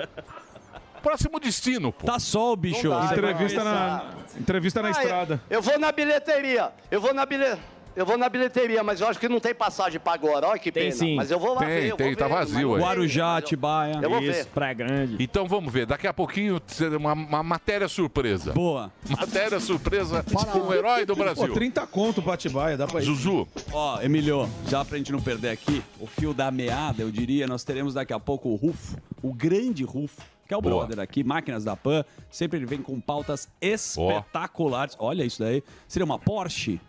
Speaker 5: Próximo destino, pô.
Speaker 6: Tá sol, bicho.
Speaker 14: dá,
Speaker 9: entrevista,
Speaker 14: não.
Speaker 9: na, entrevista na
Speaker 14: Ah, eu-
Speaker 9: estrada.
Speaker 14: Eu vou na bilheteria. Eu vou na bilhe... Eu vou na bilheteria, mas eu acho que não tem passagem pra agora. Olha que pena. Mas eu vou lá
Speaker 5: Tem,
Speaker 14: ver. eu vou
Speaker 5: tem, tá
Speaker 14: ver, mas eu
Speaker 5: vazio
Speaker 14: vou
Speaker 5: aí.
Speaker 14: ver.
Speaker 6: Atibaia.
Speaker 14: Eu vou ver.
Speaker 5: Praia Grande. Então vamos ver. Daqui a pouquinho será uma, uma matéria surpresa.
Speaker 6: Boa.
Speaker 5: Matéria surpresa com o herói do Brasil.
Speaker 9: Pô, 30 conto pro Atibaia, dá pra ir.
Speaker 5: Zuzu.
Speaker 6: Ó, Emilio, já pra gente não perder aqui, o fio da meada, eu diria, nós teremos daqui a pouco o Rufo, o grande Rufo, que é o
Speaker 5: Boa.
Speaker 6: brother aqui, Máquinas da Pan. Sempre ele vem com pautas espetaculares. Olha isso daí. Seria uma Porsche?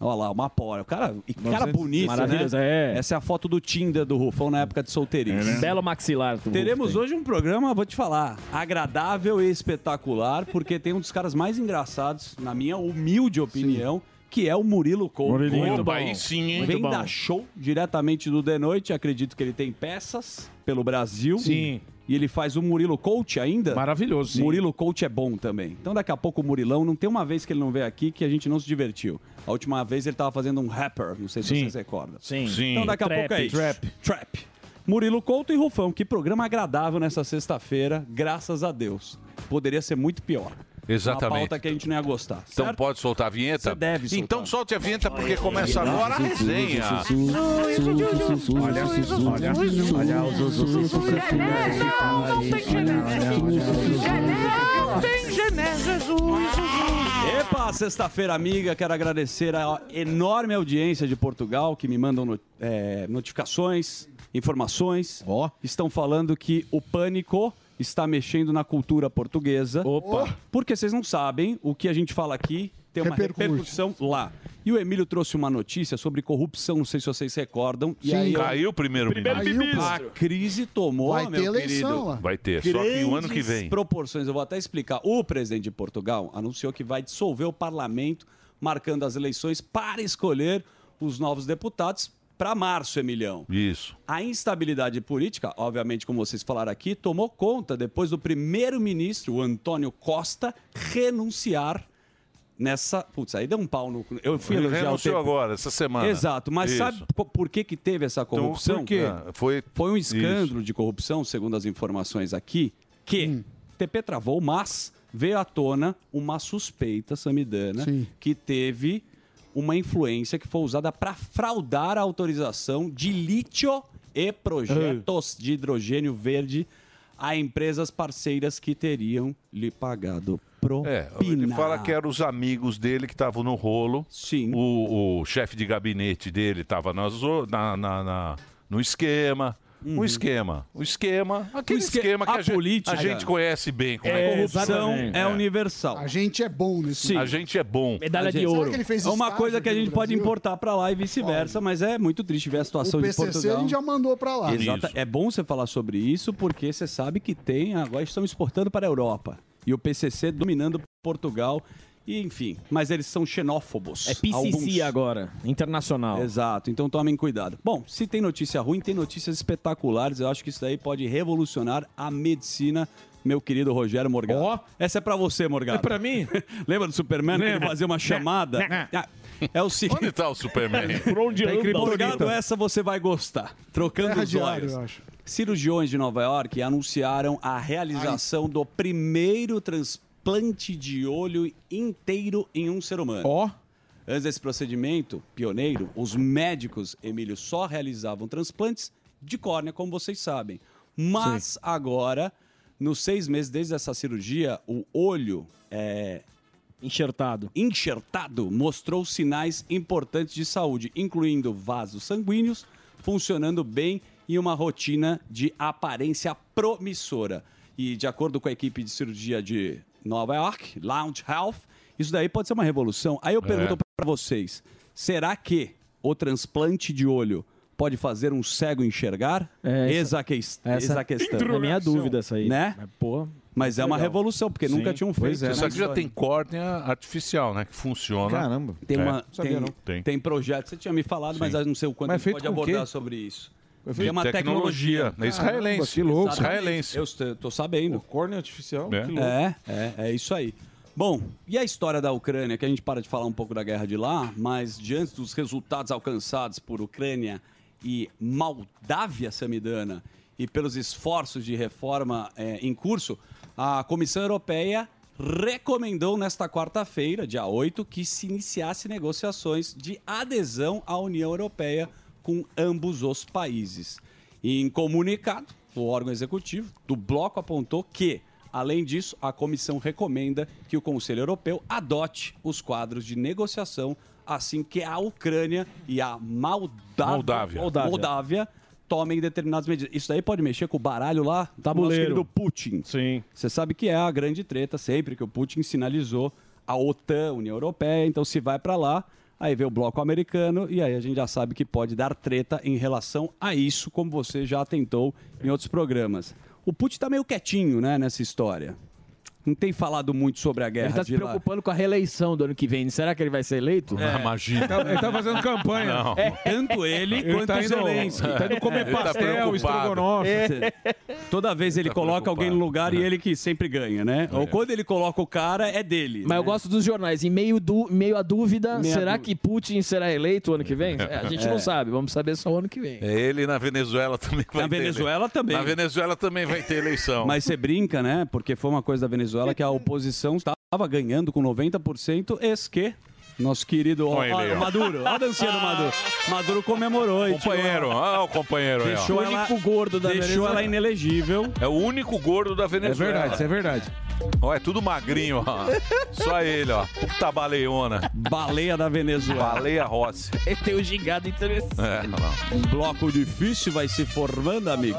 Speaker 6: Olha lá, uma Porsche. O Cara, e que cara
Speaker 11: 900.
Speaker 6: bonito,
Speaker 11: Maravilhoso,
Speaker 6: né? É. Essa é a foto do Tinder do Rufão na época de solteirinho.
Speaker 11: É, né? Belo maxilar do Rufo
Speaker 6: Teremos
Speaker 11: tem.
Speaker 6: hoje um programa, vou te falar, agradável e espetacular, porque tem um dos caras mais engraçados, na minha humilde opinião, que é o Murilo Couto.
Speaker 5: Murilinho. Muito Opa, bom. aí sim, hein?
Speaker 6: Vem
Speaker 5: Muito
Speaker 6: da
Speaker 5: bom.
Speaker 6: show diretamente do The Noite. Acredito que ele tem peças pelo Brasil. Sim. E ele faz o Murilo Coach ainda. Maravilhoso, sim. Murilo Coach é bom também. Então daqui a pouco o Murilão, não tem uma vez que ele não veio aqui que a gente não se divertiu. A última vez ele tava fazendo um rapper, não sei se vocês recordam.
Speaker 4: Sim.
Speaker 5: Sim.
Speaker 6: Então daqui a
Speaker 4: Trap.
Speaker 6: pouco é isso.
Speaker 4: Trap.
Speaker 6: Trap. Murilo Couto e Rufão, que programa agradável nessa sexta-feira, graças a Deus. Poderia ser muito pior. É
Speaker 5: Exatamente.
Speaker 6: Uma pauta que a gente não ia gostar.
Speaker 5: Então pode soltar a vinheta?
Speaker 6: deve soltar.
Speaker 5: Então solte a vinheta porque começa agora a resenha.
Speaker 6: Epa, sexta-feira, amiga. Quero agradecer a enorme audiência de Portugal que me mandam no- é, notificações, informações. Estão falando que o pânico está mexendo na cultura portuguesa. Opa! Porque vocês não sabem o que a gente fala aqui ter uma repercussão lá. E o Emílio trouxe uma notícia sobre corrupção, não sei se vocês recordam. E
Speaker 5: Sim.
Speaker 6: aí,
Speaker 5: Caiu o primeiro Primeiro ministro.
Speaker 6: A
Speaker 5: ministro.
Speaker 6: crise tomou,
Speaker 5: Vai ter
Speaker 6: meu
Speaker 5: eleição
Speaker 6: querido.
Speaker 5: lá. Vai ter, só que o ano que
Speaker 6: Grandes
Speaker 5: vem.
Speaker 6: proporções, eu vou até explicar. O presidente de Portugal anunciou que vai dissolver o parlamento, marcando as eleições para escolher os novos deputados para março, Emilhão.
Speaker 5: Isso.
Speaker 6: A instabilidade política, obviamente, como vocês falaram aqui, tomou conta depois do primeiro-ministro, o Antônio Costa, renunciar nessa. Putz, aí deu um pau no. Eu fui
Speaker 5: Ele
Speaker 6: elogiar o
Speaker 5: renunciou
Speaker 6: tempo.
Speaker 5: agora, essa semana.
Speaker 6: Exato, mas
Speaker 5: Isso. Então,
Speaker 6: sabe po- por que, que teve essa corrupção?
Speaker 5: por quê? Ah,
Speaker 6: foi... foi um escândalo de corrupção, segundo as informações aqui, que TP travou, mas veio à tona uma suspeita samidana
Speaker 13: Sim.
Speaker 6: que teve uma influência que foi usada para fraudar a autorização de lítio e projetos de hidrogênio verde a empresas parceiras que teriam lhe pagado propina.
Speaker 5: É, ele fala que eram os amigos dele que estavam no rolo.
Speaker 6: Sim.
Speaker 5: O, o chefe de gabinete dele estava nas o- na, na- na- no esquema. Um esquema. O esquema. Aquele
Speaker 6: esque-
Speaker 5: esquema que
Speaker 6: a
Speaker 5: a, gente-
Speaker 6: Uhum. política-
Speaker 5: a gente conhece bem. Como é, um
Speaker 6: É,
Speaker 5: que
Speaker 6: corrupção
Speaker 5: exatamente.
Speaker 6: é, universal.
Speaker 13: A gente é bom nesse
Speaker 5: A gente é bom.
Speaker 13: Medalha de ouro. Será que ele fez
Speaker 6: é uma
Speaker 13: estágio
Speaker 6: coisa que a
Speaker 13: aqui
Speaker 6: gente
Speaker 13: no
Speaker 6: pode
Speaker 13: Brasil?
Speaker 6: importar para lá e vice-versa, mas é muito triste ver a situação
Speaker 13: O
Speaker 6: de
Speaker 13: PCC a
Speaker 6: Portugal.
Speaker 13: gente já mandou pra lá.
Speaker 6: Exata- É bom você falar sobre isso porque você sabe que tem agora estão exportando para a Europa e o PCC dominando Portugal e enfim, mas eles são xenófobos.
Speaker 11: É PCC agora, internacional.
Speaker 6: Exato, então tomem cuidado. Bom, se tem notícia ruim, tem notícias espetaculares. Eu acho que isso daí pode revolucionar a medicina. Meu querido Rogério Morgado. Essa é pra você, Morgado. É pra mim? Lembra do Superman? Lembra.
Speaker 5: Lembra.
Speaker 6: fazer uma
Speaker 5: Né,
Speaker 6: chamada?
Speaker 5: né.
Speaker 6: Ah, É o seguinte.
Speaker 5: Onde tá o Superman?
Speaker 6: Por onde
Speaker 5: Tá em
Speaker 6: anda,
Speaker 5: Kryptonita.
Speaker 6: Morgado, essa você vai gostar. Trocando
Speaker 5: Terra
Speaker 6: os
Speaker 5: de Ar,
Speaker 6: olhos.
Speaker 5: É eu acho.
Speaker 6: Cirurgiões de Nova York anunciaram a realização do primeiro transplante de olho inteiro em um ser humano. Ó. Antes desse procedimento pioneiro, os médicos, Emílio, só realizavam transplantes de córnea, como vocês sabem. Mas agora, nos seis meses desde essa cirurgia, o olho é,
Speaker 11: Enxertado.
Speaker 6: Enxertado mostrou sinais importantes de saúde, incluindo vasos sanguíneos funcionando bem e uma rotina de aparência promissora. E de acordo com a equipe de cirurgia de Nova York, Lounge Health, isso daí pode ser uma revolução.
Speaker 11: É.
Speaker 6: Aí eu pergunto pra vocês, será que o transplante de olho pode fazer um cego enxergar?
Speaker 11: É,
Speaker 6: essa,
Speaker 11: essa- Essa
Speaker 6: essa a questão.
Speaker 11: É minha dúvida essa aí.
Speaker 6: Né?
Speaker 11: Mas, pô,
Speaker 6: Mas é uma
Speaker 11: legal.
Speaker 6: revolução, porque nunca tinham feito. né?
Speaker 5: é. Só que já tem córnea artificial, né? Que funciona.
Speaker 6: Caramba. Tem,
Speaker 5: É.
Speaker 6: uma, tem,
Speaker 5: Tem.
Speaker 6: tem. projeto. Você tinha me falado, mas eu não sei o quanto
Speaker 5: Mas
Speaker 6: a gente
Speaker 5: feito
Speaker 6: pode
Speaker 5: com o
Speaker 6: abordar
Speaker 5: quê?
Speaker 6: sobre isso.
Speaker 5: Foi
Speaker 6: Tem
Speaker 5: feito-
Speaker 6: uma
Speaker 5: Tecnologia.
Speaker 6: tecnologia.
Speaker 5: É israelense.
Speaker 6: Caramba,
Speaker 5: Louco.
Speaker 6: Exatamente.
Speaker 5: Israelense.
Speaker 6: Eu estou- tô sabendo.
Speaker 9: Corne artificial?
Speaker 6: É.
Speaker 9: que louco.
Speaker 6: É, é, é isso aí. Bom, e a história da Ucrânia, que a gente para de falar um pouco da guerra de lá, mas diante dos resultados alcançados por Ucrânia e Moldávia Samidana e pelos esforços de reforma eh, em curso, a Comissão Europeia recomendou nesta quarta-feira, dia 8, que se iniciasse negociações de adesão à União Europeia com ambos os países. Em comunicado, o órgão executivo do bloco apontou que, além disso, a comissão recomenda que o Conselho Europeu adote os quadros de negociação assim que a Ucrânia e a Moldávia,
Speaker 5: Moldávia.
Speaker 6: Moldávia. tomem determinadas medidas. Isso daí pode mexer com o baralho lá
Speaker 11: Tabuleiro.
Speaker 6: do Putin. Sim. tá Você sabe que é a grande treta sempre que o Putin sinalizou a OTAN, União Europeia, então se vai para lá, aí vê o bloco americano e aí a gente já sabe que pode dar treta em relação a isso, como você já atentou em outros programas. O Putin tá meio quietinho, né, nessa história. Não tem falado muito sobre a guerra
Speaker 4: Ele tá
Speaker 6: de
Speaker 4: se
Speaker 6: lá.
Speaker 4: preocupando com a reeleição do ano que vem. Será que ele vai ser eleito?
Speaker 5: Ah, imagina. Ele tá- ele tá fazendo campanha. Não. É.
Speaker 6: Tanto ele,
Speaker 4: Ele
Speaker 6: quanto
Speaker 4: tá
Speaker 6: o
Speaker 4: indo-
Speaker 6: Zelensky. É.
Speaker 4: tá indo comer Ele tá pastel, preocupado.
Speaker 9: estrogonofe.
Speaker 6: Toda vez ele coloca alguém no lugar e ele que sempre ganha, né? Ou quando ele coloca o cara, é dele.
Speaker 4: Mas eu gosto dos jornais. Em meio, do, meio à dúvida,
Speaker 6: Meia
Speaker 4: será
Speaker 6: dúvida.
Speaker 4: que Putin será eleito o ano que vem? É, a gente
Speaker 5: É.
Speaker 4: não sabe. Vamos saber só o ano que vem.
Speaker 5: É ele na Venezuela também que vai
Speaker 6: Na
Speaker 5: ter
Speaker 6: Venezuela
Speaker 5: ele-
Speaker 6: também.
Speaker 5: Na Venezuela também vai ter eleição.
Speaker 6: Mas você brinca, né? Porque foi uma coisa da Venezuela que a oposição estava ganhando com 90%, eis que nosso querido ó,
Speaker 5: Olha ele,
Speaker 6: ó,
Speaker 5: ó.
Speaker 6: Maduro, olha a dancinha do Maduro. Maduro comemorou. e tirou
Speaker 5: Companheiro,
Speaker 6: ela-
Speaker 5: ah, o companheiro aí, ó.
Speaker 6: Deixou ela, Deixou ela inelegível.
Speaker 5: É o único gordo da Venezuela.
Speaker 6: verdade, isso é
Speaker 5: verdade. Ó, é tudo magrinho, ó. Só ele, ó. Puta baleona.
Speaker 6: Baleia da Venezuela.
Speaker 5: Baleia Rossi.
Speaker 11: É,
Speaker 4: Tem um gigado interessante.
Speaker 5: É, não.
Speaker 6: Um bloco difícil vai se formando, amigo.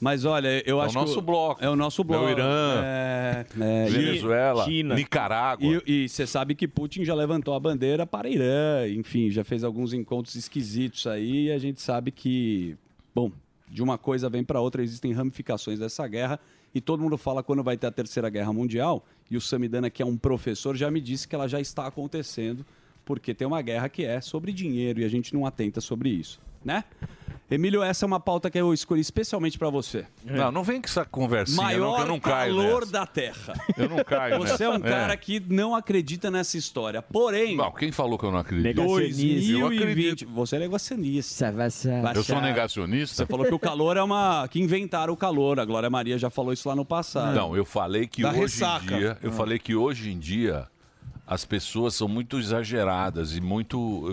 Speaker 6: Mas olha, eu
Speaker 5: É o
Speaker 6: acho que.
Speaker 5: nosso bloco.
Speaker 6: É o nosso
Speaker 5: É o
Speaker 6: bloco.
Speaker 5: Irã,
Speaker 6: É, é,
Speaker 5: Venezuela,
Speaker 6: China.
Speaker 5: Nicarágua.
Speaker 6: E você sabe que Putin já levantou a bandeira para Irã, enfim, já fez alguns encontros esquisitos aí e a gente sabe que, bom, de uma coisa vem para outra, existem ramificações dessa guerra e todo mundo fala quando vai ter a Terceira Guerra Mundial e o Samidana, que é um professor, já me disse que ela já está acontecendo porque tem uma guerra que é sobre dinheiro e a gente não atenta sobre isso, né? Emílio, essa é uma pauta que eu escolhi especialmente para você.
Speaker 5: Não, não vem com essa conversinha,
Speaker 6: Maior
Speaker 5: não, que Assim, eu não caio
Speaker 6: calor
Speaker 5: nessa.
Speaker 6: da Terra.
Speaker 5: Eu não caio
Speaker 6: Você
Speaker 5: nessa.
Speaker 6: é um cara
Speaker 5: É.
Speaker 6: que não acredita nessa história. Porém,
Speaker 5: Não, quem falou que eu não acredito? Eu acredito.
Speaker 6: 2020. Você é negacionista.
Speaker 5: Eu sou negacionista?
Speaker 6: Você falou que o calor é uma. que inventaram o calor. A Glória Maria já falou isso lá no passado.
Speaker 5: Não, eu falei que
Speaker 6: Da
Speaker 5: hoje
Speaker 6: ressaca.
Speaker 5: em dia, eu
Speaker 6: Ah.
Speaker 5: falei que hoje em dia as pessoas são muito exageradas e muito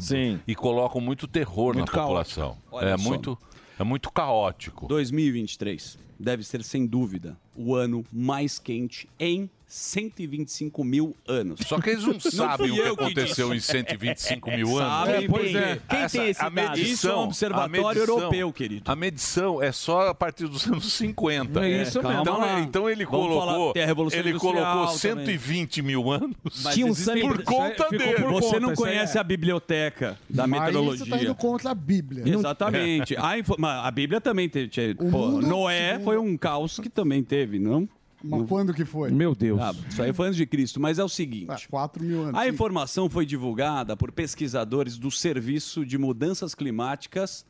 Speaker 5: e colocam muito terror
Speaker 6: Muito
Speaker 5: na
Speaker 6: caótico.
Speaker 5: população.
Speaker 6: Olha
Speaker 5: é
Speaker 6: só.
Speaker 5: muito é muito caótico.
Speaker 6: 2023 deve ser, sem dúvida, o ano mais quente em 125 mil anos.
Speaker 5: Só que eles não sabem o que aconteceu em 125 mil anos.
Speaker 6: Sabem, porque Quem
Speaker 5: Essa-
Speaker 6: tem esse
Speaker 5: a medição,
Speaker 6: Isso é um observatório
Speaker 5: a medição-
Speaker 6: europeu, querido.
Speaker 5: A medição é só a partir dos anos 50.
Speaker 6: É isso mesmo.
Speaker 5: então,
Speaker 6: Calma lá.
Speaker 5: então ele
Speaker 6: Vamos
Speaker 5: colocou,
Speaker 6: falar- tem a Revolução
Speaker 5: ele
Speaker 6: Industrial
Speaker 5: colocou
Speaker 6: também.
Speaker 5: 120 mil anos
Speaker 6: Mas
Speaker 5: por
Speaker 6: existem-
Speaker 5: conta dele.
Speaker 6: Você não conhece a biblioteca da
Speaker 13: Mas
Speaker 6: meteorologia.
Speaker 13: você tá indo contra a Bíblia.
Speaker 6: Exatamente. A, info- mas a Bíblia também teve. teve- pô,
Speaker 13: É. mundo-
Speaker 6: Noé foi um caos que também teve, não?
Speaker 13: Mas quando que foi?
Speaker 6: Meu Deus. isso aí foi antes de Cristo, mas é o seguinte.
Speaker 13: 4 Tá, mil anos.
Speaker 6: A informação foi divulgada por pesquisadores do Serviço de Mudanças Climáticas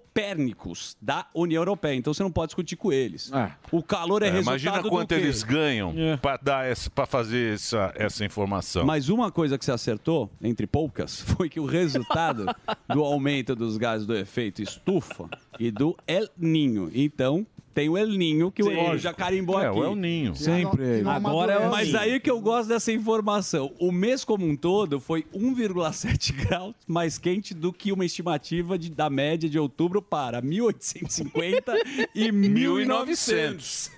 Speaker 6: Copérnicos da União Europeia. Então você não pode discutir com eles. O calor é,
Speaker 5: É,
Speaker 6: resultado
Speaker 5: imagina
Speaker 6: do
Speaker 5: quanto
Speaker 6: quê? É.
Speaker 5: eles ganham então. pra dar essa, para fazer essa, essa informação.
Speaker 6: Mas uma coisa que você acertou, entre poucas, foi que o resultado do aumento dos gases do efeito estufa e do El Ninho. Então, tem o El Ninho que o Emílio já carimbou
Speaker 5: É,
Speaker 6: aqui.
Speaker 5: o El Ninho.
Speaker 6: Sempre.
Speaker 5: Agora é o El
Speaker 6: Mas
Speaker 5: Ninho.
Speaker 6: aí que eu gosto dessa informação. O mês como um todo foi 1,7 graus mais quente do que uma estimativa de- da média de outubro para 1850 e 1900.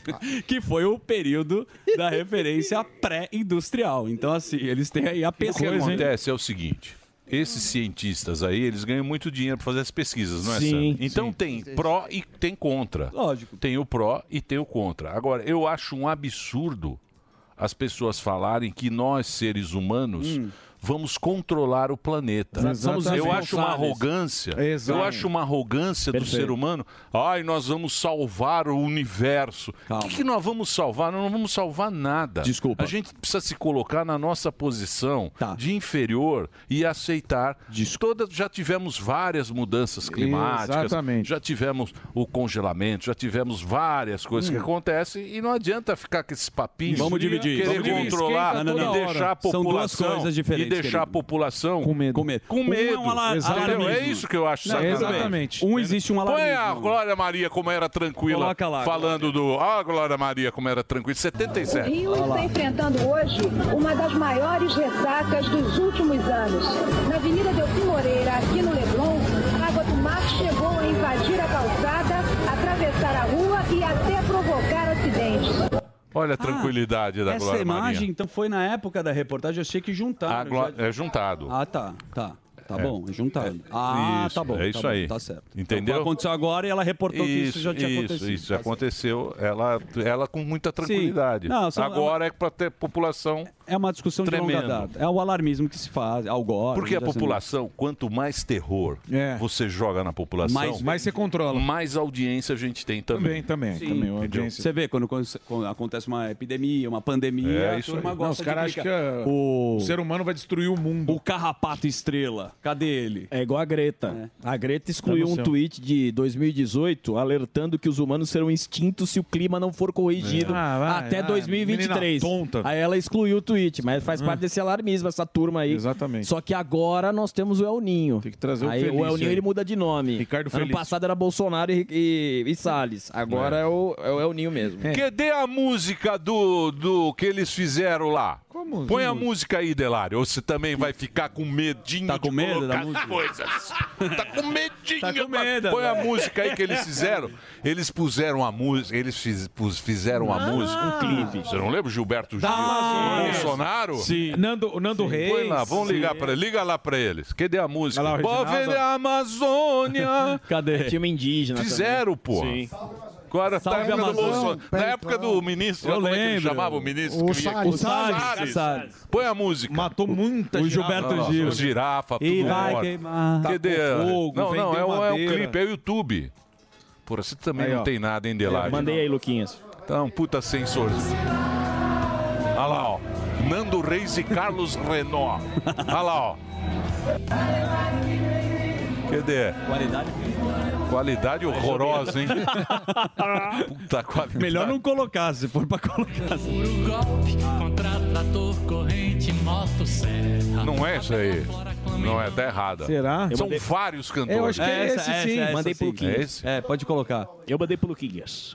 Speaker 6: que foi o período da referência pré-industrial. Então, assim, eles têm aí a
Speaker 5: O que
Speaker 6: pesquisa.
Speaker 5: acontece é o seguinte. Esses cientistas aí, eles ganham muito dinheiro para fazer as pesquisas, não é,
Speaker 6: Sim,
Speaker 5: Sandro? Então tem pró e tem contra.
Speaker 6: Lógico.
Speaker 5: Tem o pró e tem o contra. Agora, eu acho um absurdo as pessoas falarem que nós, seres humanos,
Speaker 6: Hum.
Speaker 5: vamos controlar o planeta.
Speaker 4: Exato, somos
Speaker 5: eu acho uma
Speaker 4: responsáveis.
Speaker 5: arrogância.
Speaker 4: Exato.
Speaker 5: Eu acho uma arrogância do
Speaker 4: Perfeito.
Speaker 5: ser humano. Ai, nós vamos salvar o universo. O que, que nós vamos salvar? Nós não vamos salvar nada. Desculpa. A gente precisa se colocar na nossa posição
Speaker 6: Tá.
Speaker 5: de inferior e aceitar. Todas, já tivemos várias mudanças climáticas.
Speaker 4: Exatamente.
Speaker 5: Já tivemos o congelamento, já tivemos várias coisas que acontecem e não adianta ficar com esse papinho.
Speaker 6: Hum. Vamos
Speaker 5: de
Speaker 6: dividir.
Speaker 5: Querer
Speaker 6: Vamos dividir.
Speaker 5: controlar
Speaker 6: Esquenta toda
Speaker 5: e
Speaker 6: hora.
Speaker 5: deixar a
Speaker 6: São duas
Speaker 5: população.
Speaker 6: coisas diferentes,
Speaker 5: E deixar a
Speaker 6: querido.
Speaker 5: população com medo. Com medo.
Speaker 6: Um é um ala-
Speaker 5: Entendeu?
Speaker 6: alarmismo.
Speaker 5: É isso que eu acho
Speaker 6: Não,
Speaker 5: sacanagem.
Speaker 6: exatamente. Um existe um alarmismo.
Speaker 5: Põe a Glória Maria como era tranquila.
Speaker 6: Coloca lá,
Speaker 5: falando do. Ah, Glória Maria como era tranquila.
Speaker 15: O
Speaker 5: 77.
Speaker 15: Rio está enfrentando hoje uma das maiores ressacas dos últimos anos. Na Avenida Delfim Moreira, aqui no Leblon, a água do mar chegou a invadir a calçada, atravessar a rua e até provocar acidentes.
Speaker 5: Olha a tranquilidade da
Speaker 6: Essa
Speaker 5: Glória
Speaker 6: imagem,
Speaker 5: Maria.
Speaker 6: então, foi na época da reportagem. Eu achei que juntaram.
Speaker 5: A Gló- É juntado.
Speaker 6: Ah, tá. Tá. Tá
Speaker 5: É.
Speaker 6: bom, é juntado. Ah,
Speaker 5: Isso,
Speaker 6: tá bom.
Speaker 5: É isso
Speaker 6: tá bom,
Speaker 5: aí.
Speaker 6: tá certo.
Speaker 5: Entendeu?
Speaker 6: Então, aconteceu agora e ela reportou que isso já tinha
Speaker 5: isso,
Speaker 6: acontecido.
Speaker 5: Isso, aconteceu. Ela, ela com muita tranquilidade.
Speaker 6: Não, são-
Speaker 5: agora é para ter população.
Speaker 6: É uma discussão de longa
Speaker 5: Tremendo.
Speaker 6: data. É o alarmismo que se faz, algora.
Speaker 5: Porque a população, quanto mais terror você joga na população,
Speaker 6: É. Mais- mais você
Speaker 5: controla. Mais audiência a gente tem também.
Speaker 6: Sim, entendeu? Você vê quando, quando acontece uma epidemia, uma pandemia,
Speaker 5: É
Speaker 6: a
Speaker 5: isso
Speaker 6: turma
Speaker 5: aí.
Speaker 6: gosta
Speaker 5: Não, os
Speaker 6: de
Speaker 5: caras acham
Speaker 6: clicar.
Speaker 5: que é-
Speaker 6: o...
Speaker 5: o ser
Speaker 6: humano vai destruir o mundo. O carrapato estrela. Cadê ele?
Speaker 11: É igual a Greta. A Greta
Speaker 6: Tá
Speaker 11: excluiu
Speaker 6: no
Speaker 11: um
Speaker 6: céu.
Speaker 11: tweet de 2018 alertando que os humanos serão extintos se o clima não for corrigido
Speaker 4: É. Ah, vai,
Speaker 11: até
Speaker 4: vai.
Speaker 11: 2023.
Speaker 4: Menina tonta. Ah.
Speaker 11: Aí ela excluiu o tweet, mas faz parte desse alarmismo, essa turma aí. Exatamente. Só que agora nós temos o El Ninho. Tem que trazer
Speaker 4: o
Speaker 11: aí,
Speaker 4: Felício
Speaker 11: O El Ninho
Speaker 4: aí.
Speaker 11: ele muda de nome.
Speaker 4: Ricardo
Speaker 11: ano
Speaker 4: Felício.
Speaker 11: passado era Bolsonaro e, e, e Salles. Agora é. o, é o El Ninho mesmo.
Speaker 5: Cadê a música do, do que eles fizeram lá? Põe a música aí, Delário. Ou você também vai ficar com medinho tá com de medo
Speaker 4: da
Speaker 5: colocar
Speaker 4: música?
Speaker 5: as coisas. Tá com né? medinho.
Speaker 4: Tá com medo,
Speaker 5: Põe a
Speaker 4: velho.
Speaker 5: música aí que eles fizeram. Eles puseram a música. Eles fiz- pus- fizeram a música. Um clipe. Você não lembra? Gilberto Gil.
Speaker 4: Ah, sim.
Speaker 5: Bolsonaro?
Speaker 4: Sim.
Speaker 5: Nando, Nando
Speaker 4: Reis.
Speaker 5: Põe lá, vamos
Speaker 4: Sim.
Speaker 5: ligar pra eles. Liga lá pra eles. Cadê a música?
Speaker 4: Vai lá,
Speaker 5: Pô,
Speaker 4: Reginaldo.
Speaker 5: vender a Amazônia.
Speaker 4: Cadê?
Speaker 11: É, tinha uma indígena
Speaker 5: Fizeram, pô.
Speaker 4: Sim.
Speaker 5: Agora tá
Speaker 12: Salve,
Speaker 5: época do
Speaker 12: Amazon,
Speaker 5: Bolsonaro. Na
Speaker 12: Pentão.
Speaker 5: época do ministro,
Speaker 12: Eu
Speaker 5: como é que ele
Speaker 12: lembro.
Speaker 5: chamava o ministro?
Speaker 12: O
Speaker 5: que vinha aqui?
Speaker 12: Salles. O Salles.
Speaker 5: Põe a música. Matou muita Tá
Speaker 12: O girafa. Gilberto Gil.
Speaker 5: Gil. Girafa, tudo
Speaker 12: E vai
Speaker 5: morto.
Speaker 12: queimar.
Speaker 5: Cadê?
Speaker 12: Tacou fogo,
Speaker 5: não, não, é
Speaker 12: vendeu
Speaker 5: um, é um
Speaker 12: madeira.
Speaker 5: clipe, é o YouTube. Porra, você também
Speaker 12: Aí,
Speaker 5: não
Speaker 12: ó.
Speaker 5: tem nada, hein, Delari?
Speaker 11: Mandei aí, Luquinhas.
Speaker 5: Então, puta sensor. Olha lá, ó. Nando Reis e Carlos Renault. Olha lá, ó. Cadê?
Speaker 6: Qualidade.
Speaker 5: Qualidade horrorosa, hein? Puta qualidade.
Speaker 6: Melhor não colocar, se for pra colocar.
Speaker 2: golpe contra trator, corrente, moto, serra.
Speaker 5: Não é isso aí. Não é, tá errada.
Speaker 2: Será?
Speaker 5: São
Speaker 2: Eu mandei-
Speaker 5: vários cantores.
Speaker 2: Eu acho que é
Speaker 6: Essa, essa, essa,
Speaker 5: Mandei pro
Speaker 6: sim.
Speaker 5: Luquinhas.
Speaker 6: É, pode colocar.
Speaker 11: Eu mandei pro Luquinhas.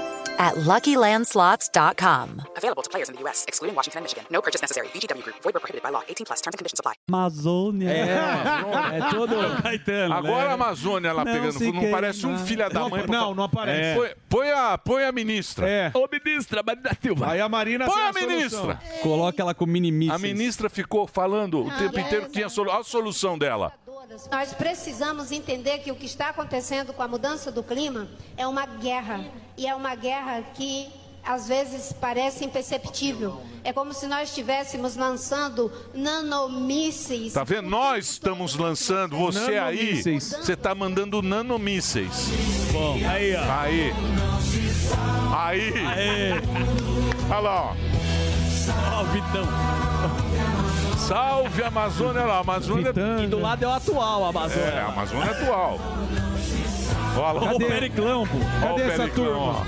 Speaker 16: at LuckyLandSlots.com.
Speaker 17: Available to players in the U.S., excluding Washington and Michigan. No purchase necessary. VGW Group. Void where prohibited by law. 18 plus. Terms and conditions apply.
Speaker 6: Amazônia.
Speaker 17: É,
Speaker 6: é todo.
Speaker 5: Agora a Amazônia lá
Speaker 6: Não
Speaker 5: pegando
Speaker 6: se
Speaker 5: fogo. Não
Speaker 6: queima.
Speaker 5: parece um filha da
Speaker 6: Não,
Speaker 5: mãe.
Speaker 6: não,
Speaker 5: pra-
Speaker 6: não aparece.
Speaker 5: É. Põe, põe a, põe a ministra.
Speaker 9: É.
Speaker 5: Ô, ministra, Marina Silva.
Speaker 9: Aí a Marina
Speaker 5: Põe
Speaker 9: tem
Speaker 5: a,
Speaker 9: a solução.
Speaker 5: ministra.
Speaker 6: Coloca ela com mini
Speaker 5: A ministra ficou falando o tempo inteiro que tinha solu... Olha a solução dela.
Speaker 18: Nós precisamos entender que o que está acontecendo com a mudança do clima é uma guerra. E é uma guerra que às vezes parece imperceptível. É como se nós estivéssemos lançando nanomísseis.
Speaker 5: Tá vendo? Nós estamos lançando, você aí,
Speaker 18: Nanomísseis.
Speaker 5: você tá mandando nanomísseis.
Speaker 18: Bom,
Speaker 5: aí, ó. Aí. Aí. Olha lá, ó. Salve, Vitão. Salve, Amazônia. Olha lá, Amazônia.
Speaker 11: E do lado é o atual, a Amazônia.
Speaker 5: É, a Amazônia é atual. Olha lá.
Speaker 11: Cadê?
Speaker 5: Ó,
Speaker 11: Ô, Periclão, pô.
Speaker 5: ó,
Speaker 11: Cadê
Speaker 5: o
Speaker 11: essa
Speaker 5: Periclão,
Speaker 11: turma?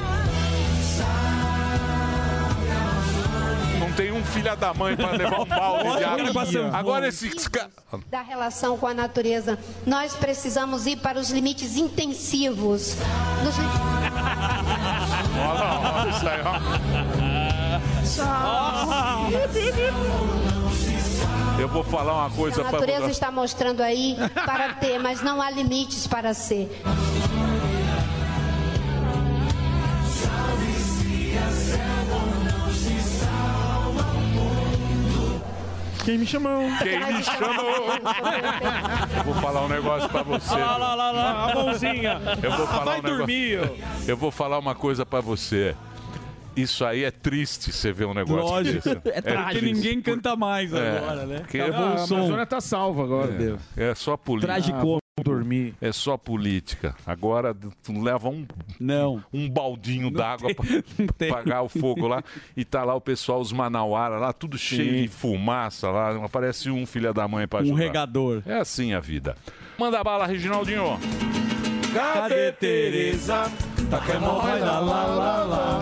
Speaker 5: ó. Não tem um filha da mãe pra levar um balde de
Speaker 18: Olha pra
Speaker 5: água.
Speaker 18: sanfona.
Speaker 5: Agora esses caras...
Speaker 18: da relação com a natureza. Nós precisamos ir para os limites intensivos. Nos
Speaker 5: Olha lá, ó, isso aí, ó. Eu vou falar uma coisa
Speaker 18: A
Speaker 5: pra
Speaker 18: natureza está mostrando aí para ter, mas não há limites para ser.
Speaker 4: Quem me chamou?
Speaker 5: Quem me chamou? Eu vou falar um negócio pra você.
Speaker 4: Olha lá, olha lá, a mãozinha. Ah,
Speaker 5: Eu vou falar
Speaker 4: Vai
Speaker 5: um negócio-
Speaker 4: dormir, ó.
Speaker 5: Eu vou falar uma coisa pra você. Isso aí é triste você ver um negócio
Speaker 6: Lógico.
Speaker 5: desse.
Speaker 6: É porque
Speaker 5: triste.
Speaker 6: ninguém canta mais
Speaker 5: É,
Speaker 6: agora, né?
Speaker 5: porque-
Speaker 6: Acabou
Speaker 9: Ah,
Speaker 6: o
Speaker 9: a
Speaker 6: som.
Speaker 9: Amazônia tá salva agora.
Speaker 5: É, é só política.
Speaker 9: Tragicômico.
Speaker 5: dormir. É só política. Agora tu leva um
Speaker 6: não
Speaker 5: um baldinho d'água para apagar o fogo lá e tá lá o pessoal os manauara lá tudo cheio de fumaça lá, aparece um filha da mãe para
Speaker 6: Um
Speaker 5: ajudar.
Speaker 6: regador.
Speaker 5: É assim a vida. Manda bala, Reginaldinho.
Speaker 4: Cadê Tereza? Tá com hemorroida, lá, lá, lá.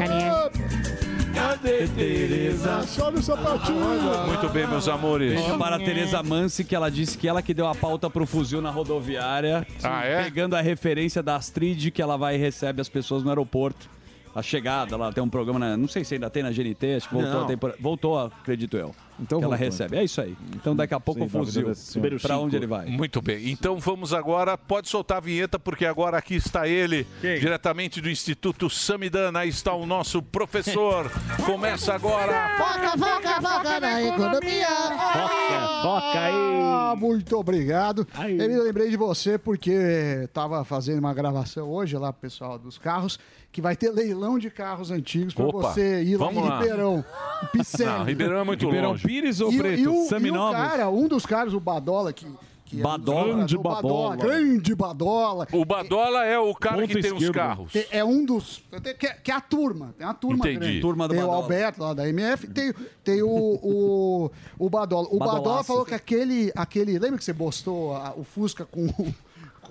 Speaker 4: Cadê Tereza? Sobe o sapatinho.
Speaker 5: Muito bem, meus amores.
Speaker 6: Beijo para a Tereza Mansi, que ela disse que ela que deu a pauta pro fuzil na rodoviária.
Speaker 5: Ah, é?
Speaker 6: Pegando a referência da Astrid, que ela vai e recebe as pessoas no aeroporto. A chegada, ela tem um programa, na- não sei se ainda tem na GNT, acho que voltou
Speaker 9: Não.
Speaker 6: a temporada. Voltou, acredito eu. Então que ela
Speaker 9: voltou,
Speaker 6: recebe. É isso aí. Então daqui a pouco o fuzil. Pra onde ele vai?
Speaker 5: Muito bem. Então vamos agora. Pode soltar a vinheta, porque agora aqui está ele, diretamente do Instituto Samidana. Aí está o nosso professor. Começa agora.
Speaker 7: Foca, foca, foca na economia. Foca, foca aí. Ah, Muito obrigado. Eu lembrei de você porque estava fazendo uma gravação hoje lá pro pessoal dos carros, que vai ter leilão de carros antigos para
Speaker 4: Opa,
Speaker 7: você ir lá em
Speaker 4: vamos lá.
Speaker 7: Ribeirão. Picelli.
Speaker 4: Não, Ribeirão é muito
Speaker 7: Ribeirão
Speaker 4: longe.
Speaker 7: Pires ou Preto? E o, e o cara, um dos caras, o Badola, que... que é um dos
Speaker 5: Badola?
Speaker 7: caras,
Speaker 5: Grande
Speaker 7: o
Speaker 5: Badola.
Speaker 7: Grande Badola.
Speaker 5: O Badola é o cara
Speaker 7: Ponto
Speaker 5: que tem os
Speaker 7: esquerdo.
Speaker 5: carros.
Speaker 7: É, é um dos. Que, é- que é a turma. Tem uma turma
Speaker 5: Entendi.
Speaker 7: grande.
Speaker 5: Turma do
Speaker 7: tem o
Speaker 5: Badola.
Speaker 7: Alberto lá da MF, tem, tem o, o, o Badola. O
Speaker 5: Badolaço.
Speaker 7: Badola falou que aquele. aquele lembra que você postou a- o Fusca com. com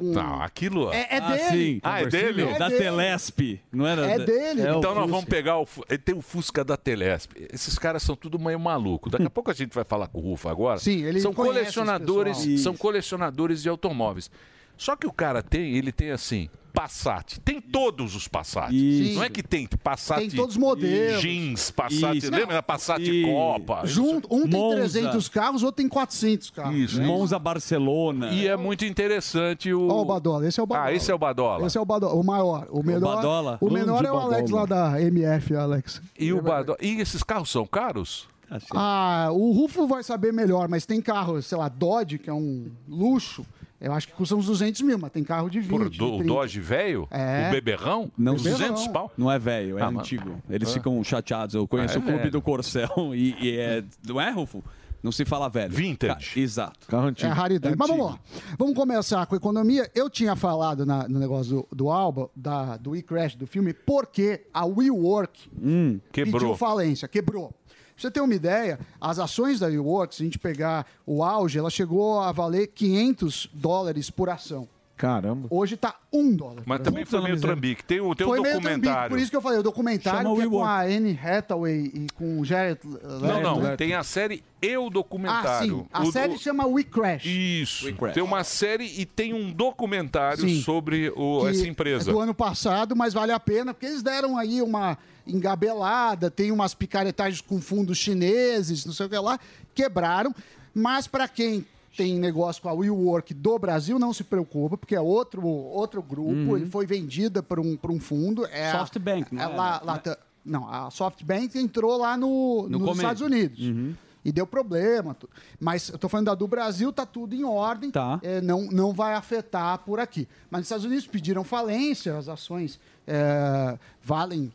Speaker 5: Não, aquilo.
Speaker 7: É- é
Speaker 5: ah,
Speaker 7: dele.
Speaker 5: sim. Ah, é dele?
Speaker 7: É
Speaker 6: da
Speaker 7: dele.
Speaker 6: Telesp, não era?
Speaker 7: É
Speaker 6: da-
Speaker 7: dele.
Speaker 6: o
Speaker 5: então nós
Speaker 6: Fusca.
Speaker 5: vamos pegar o. Fu- Tem o Fusca da Telesp. Esses caras são tudo meio maluco. Daqui a pouco a gente vai falar com o Rufa agora.
Speaker 7: Hum. Sim, ele
Speaker 5: são
Speaker 7: conhece esse
Speaker 5: colecionadores,
Speaker 7: pessoal.
Speaker 5: são colecionadores de automóveis. Só que o cara tem, ele tem assim, Passat. Tem todos os Passat.
Speaker 7: Isso.
Speaker 5: Não é que tem Passat.
Speaker 7: Tem todos os modelos.
Speaker 5: Jeans, Passat.
Speaker 7: Isso.
Speaker 5: Lembra da Passat Copa?
Speaker 7: Junto, um tem
Speaker 5: Monza.
Speaker 7: 300 carros, outro tem 400 carros. né?
Speaker 5: Isso.
Speaker 6: Né? Monza Barcelona.
Speaker 5: E é muito interessante o.
Speaker 7: Ó, o Badola, esse é o Badola.
Speaker 5: Ah, esse é o Badola.
Speaker 7: Esse é o Badola, o maior. O melhor.
Speaker 5: Badola?
Speaker 7: O menor
Speaker 5: Grande
Speaker 7: é o Alex lá
Speaker 5: Badola.
Speaker 7: da MF, Alex. É
Speaker 5: E o Badola. E esses carros são caros?
Speaker 7: Ah, o Rufo vai saber melhor, mas tem carro, sei lá, Dodge, que é um luxo, eu acho que custa uns 200 mil, mas tem carro de 20,
Speaker 5: Por
Speaker 7: de
Speaker 5: do, o
Speaker 7: 30.
Speaker 5: Dodge velho?
Speaker 7: É.
Speaker 5: O beberrão?
Speaker 6: Não,
Speaker 5: 200 pau?
Speaker 6: Não é velho, é
Speaker 5: Ah, mas-
Speaker 6: antigo. Eles
Speaker 5: Ah.
Speaker 6: ficam chateados. Eu conheço
Speaker 5: Ah, é
Speaker 6: o clube
Speaker 5: velho.
Speaker 6: do Corcel e, e é. Não é, Rufo? Não se fala velho. Vintage. exato. Carro
Speaker 7: É a raridade. Mas vamos lá. Vamos começar com economia. Eu tinha falado na- no negócio do, do Alba, da, do e-crash do filme, porque a WeWork
Speaker 5: Hum, Quebrou.
Speaker 7: pediu falência, quebrou. Pra você ter uma ideia, as ações da WeWork, se a gente pegar o auge, ela chegou a valer 500 dólares por ação.
Speaker 4: Caramba.
Speaker 7: Hoje tá um dólar.
Speaker 5: Mas também foi meio trambique. Tem, o- tem um
Speaker 7: Foi meio trambique,
Speaker 5: documentário.
Speaker 7: por isso que eu falei, o documentário
Speaker 5: Chama
Speaker 7: que é com
Speaker 5: WeWork.
Speaker 7: a Anne Hathaway e com o Jared
Speaker 5: Não,
Speaker 7: Leto,
Speaker 5: não.
Speaker 7: né?
Speaker 5: Tem a série e o
Speaker 7: Ah,
Speaker 5: documentário.
Speaker 7: sim. A
Speaker 5: O-
Speaker 7: série
Speaker 5: o-
Speaker 7: chama We Crash.
Speaker 5: Isso.
Speaker 7: Crash.
Speaker 5: Tem uma série e tem um documentário
Speaker 7: Sim.
Speaker 5: sobre o-
Speaker 7: que
Speaker 5: essa empresa.
Speaker 7: é do ano passado, mas vale a pena, porque eles deram aí uma engabelada, tem umas picaretagens com fundos chineses, não sei o que lá, quebraram. Mas para quem tem negócio com a WeWork do Brasil, não se preocupa, porque é outro, outro grupo,
Speaker 6: Uhum.
Speaker 7: ele foi vendida para um, por um fundo. É a-
Speaker 6: SoftBank, não
Speaker 7: é
Speaker 6: é?
Speaker 7: lá- lá- Não, a SoftBank entrou lá no,
Speaker 6: No
Speaker 7: nos
Speaker 6: começo. Uhum.
Speaker 7: Estados Unidos. E deu problema. tu- Mas eu tô falando da do Brasil, tá tudo em ordem. É, não, não vai afetar por aqui. Mas nos Estados Unidos pediram falência, as ações é, valem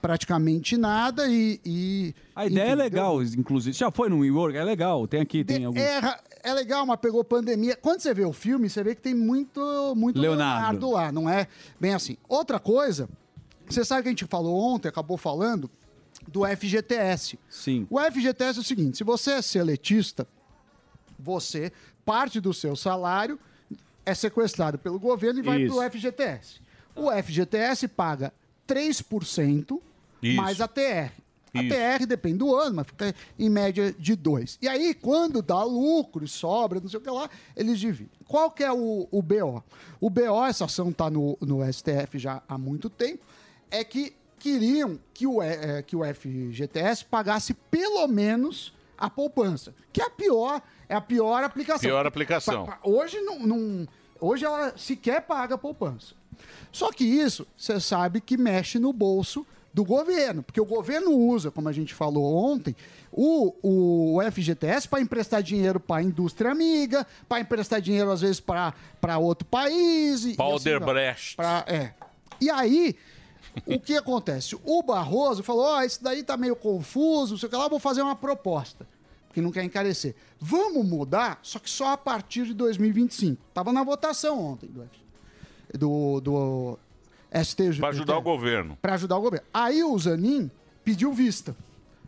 Speaker 7: praticamente nada e. e-
Speaker 6: A ideia é
Speaker 7: enfim,
Speaker 6: legal, inclusive. Já foi no WeWork? É legal. Tem aqui, tem algum.
Speaker 7: deu- É, é legal, mas pegou pandemia. Quando você vê o filme, você vê que tem muito, muito
Speaker 6: Leonardo.
Speaker 7: Leonardo lá, não é bem assim. Outra coisa, você sabe que a gente falou ontem, acabou falando, do FGTS.
Speaker 6: Sim.
Speaker 7: O FGTS é o seguinte: se você é seletista, você, parte do seu salário é sequestrado pelo governo e vai
Speaker 4: Isso.
Speaker 7: para o FGTS. O FGTS paga 3%
Speaker 4: Isso.
Speaker 7: mais a TR. A
Speaker 4: Isso.
Speaker 7: TR depende do ano, mas fica em média de 2. E aí, quando dá lucro, sobra, não sei o que lá, eles dividem. Qual que é o, o BO? O BO, essa ação está no, no STF já há muito tempo, é que queriam que o, eh, que o FGTS pagasse pelo menos a poupança, que é a pior, é a pior aplicação.
Speaker 5: Pior aplicação.
Speaker 7: Pa- pa- Hoje não, não- hoje ela sequer paga a poupança. Só que isso, você sabe que mexe no bolso do governo, porque o governo usa, como a gente falou ontem, o, o FGTS para emprestar dinheiro para a indústria amiga, para emprestar dinheiro às vezes para outro país. e- e
Speaker 5: Paul
Speaker 7: assim vai.
Speaker 5: Derbrecht.
Speaker 7: Pra- é. E aí, o que acontece? O Barroso falou: ó, isso daí tá meio confuso, não sei o que lá, vou fazer uma proposta. Porque não quer encarecer. Vamos mudar, só que só a partir de 2025. Tava na votação ontem do, do, do STJ.
Speaker 5: Para ajudar o governo.
Speaker 7: Pra ajudar o governo. Aí o Zanin pediu vista.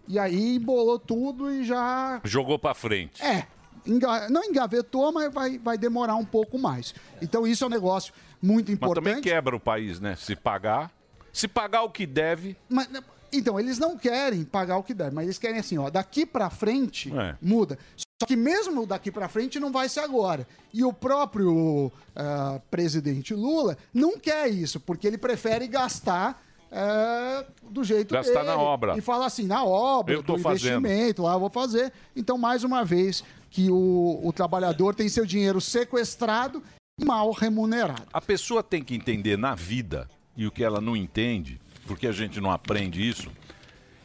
Speaker 7: E aí embolou tudo e já
Speaker 5: Jogou para frente.
Speaker 7: é. enga- Não engavetou, mas vai, vai demorar um pouco mais. Então, isso é um negócio muito
Speaker 5: Mas
Speaker 7: importante.
Speaker 5: também quebra o país, né? Se pagar. Se pagar o que deve.
Speaker 7: Mas, né, então, eles não querem pagar o que deve, mas eles querem assim, ó, daqui pra frente
Speaker 5: É.
Speaker 7: muda. Só que mesmo daqui pra frente não vai ser agora. E o próprio ah, presidente Lula não quer isso, porque ele prefere gastar ah, do jeito
Speaker 5: Gastar
Speaker 7: dele.
Speaker 5: na obra.
Speaker 7: E fala assim, na obra,
Speaker 5: Eu tô
Speaker 7: do
Speaker 5: fazendo.
Speaker 7: investimento, lá eu vou fazer. Então, mais uma vez, que o, o trabalhador tem seu dinheiro sequestrado e mal remunerado.
Speaker 5: A pessoa tem que entender na vida, e o que ela não entende, porque a gente não aprende isso,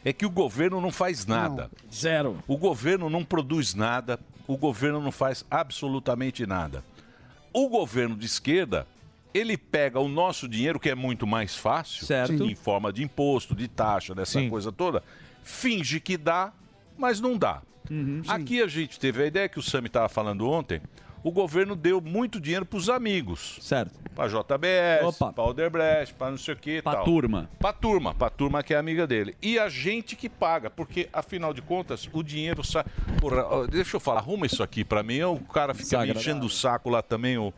Speaker 5: é que o governo não faz nada.
Speaker 11: Zero.
Speaker 5: O governo não produz nada, o governo não faz absolutamente nada. O governo de esquerda, ele pega o nosso dinheiro, que é muito mais fácil,
Speaker 6: Certo.
Speaker 5: em forma de imposto, de taxa, dessa coisa toda, finge que dá, mas não dá.
Speaker 6: Uhum.
Speaker 5: Aqui a gente teve a ideia que o Sami estava falando ontem. O governo deu muito dinheiro para os amigos.
Speaker 6: Certo.
Speaker 5: Para JBS, para Alderbrecht, para não sei o que.
Speaker 6: Pra turma.
Speaker 5: Para turma, para turma que é amiga dele. E a gente que paga, porque afinal de contas o dinheiro sai. Porra, ó, deixa eu falar, arruma isso aqui para mim. O cara fica me
Speaker 6: Desagradável.
Speaker 5: enchendo o saco lá também. O...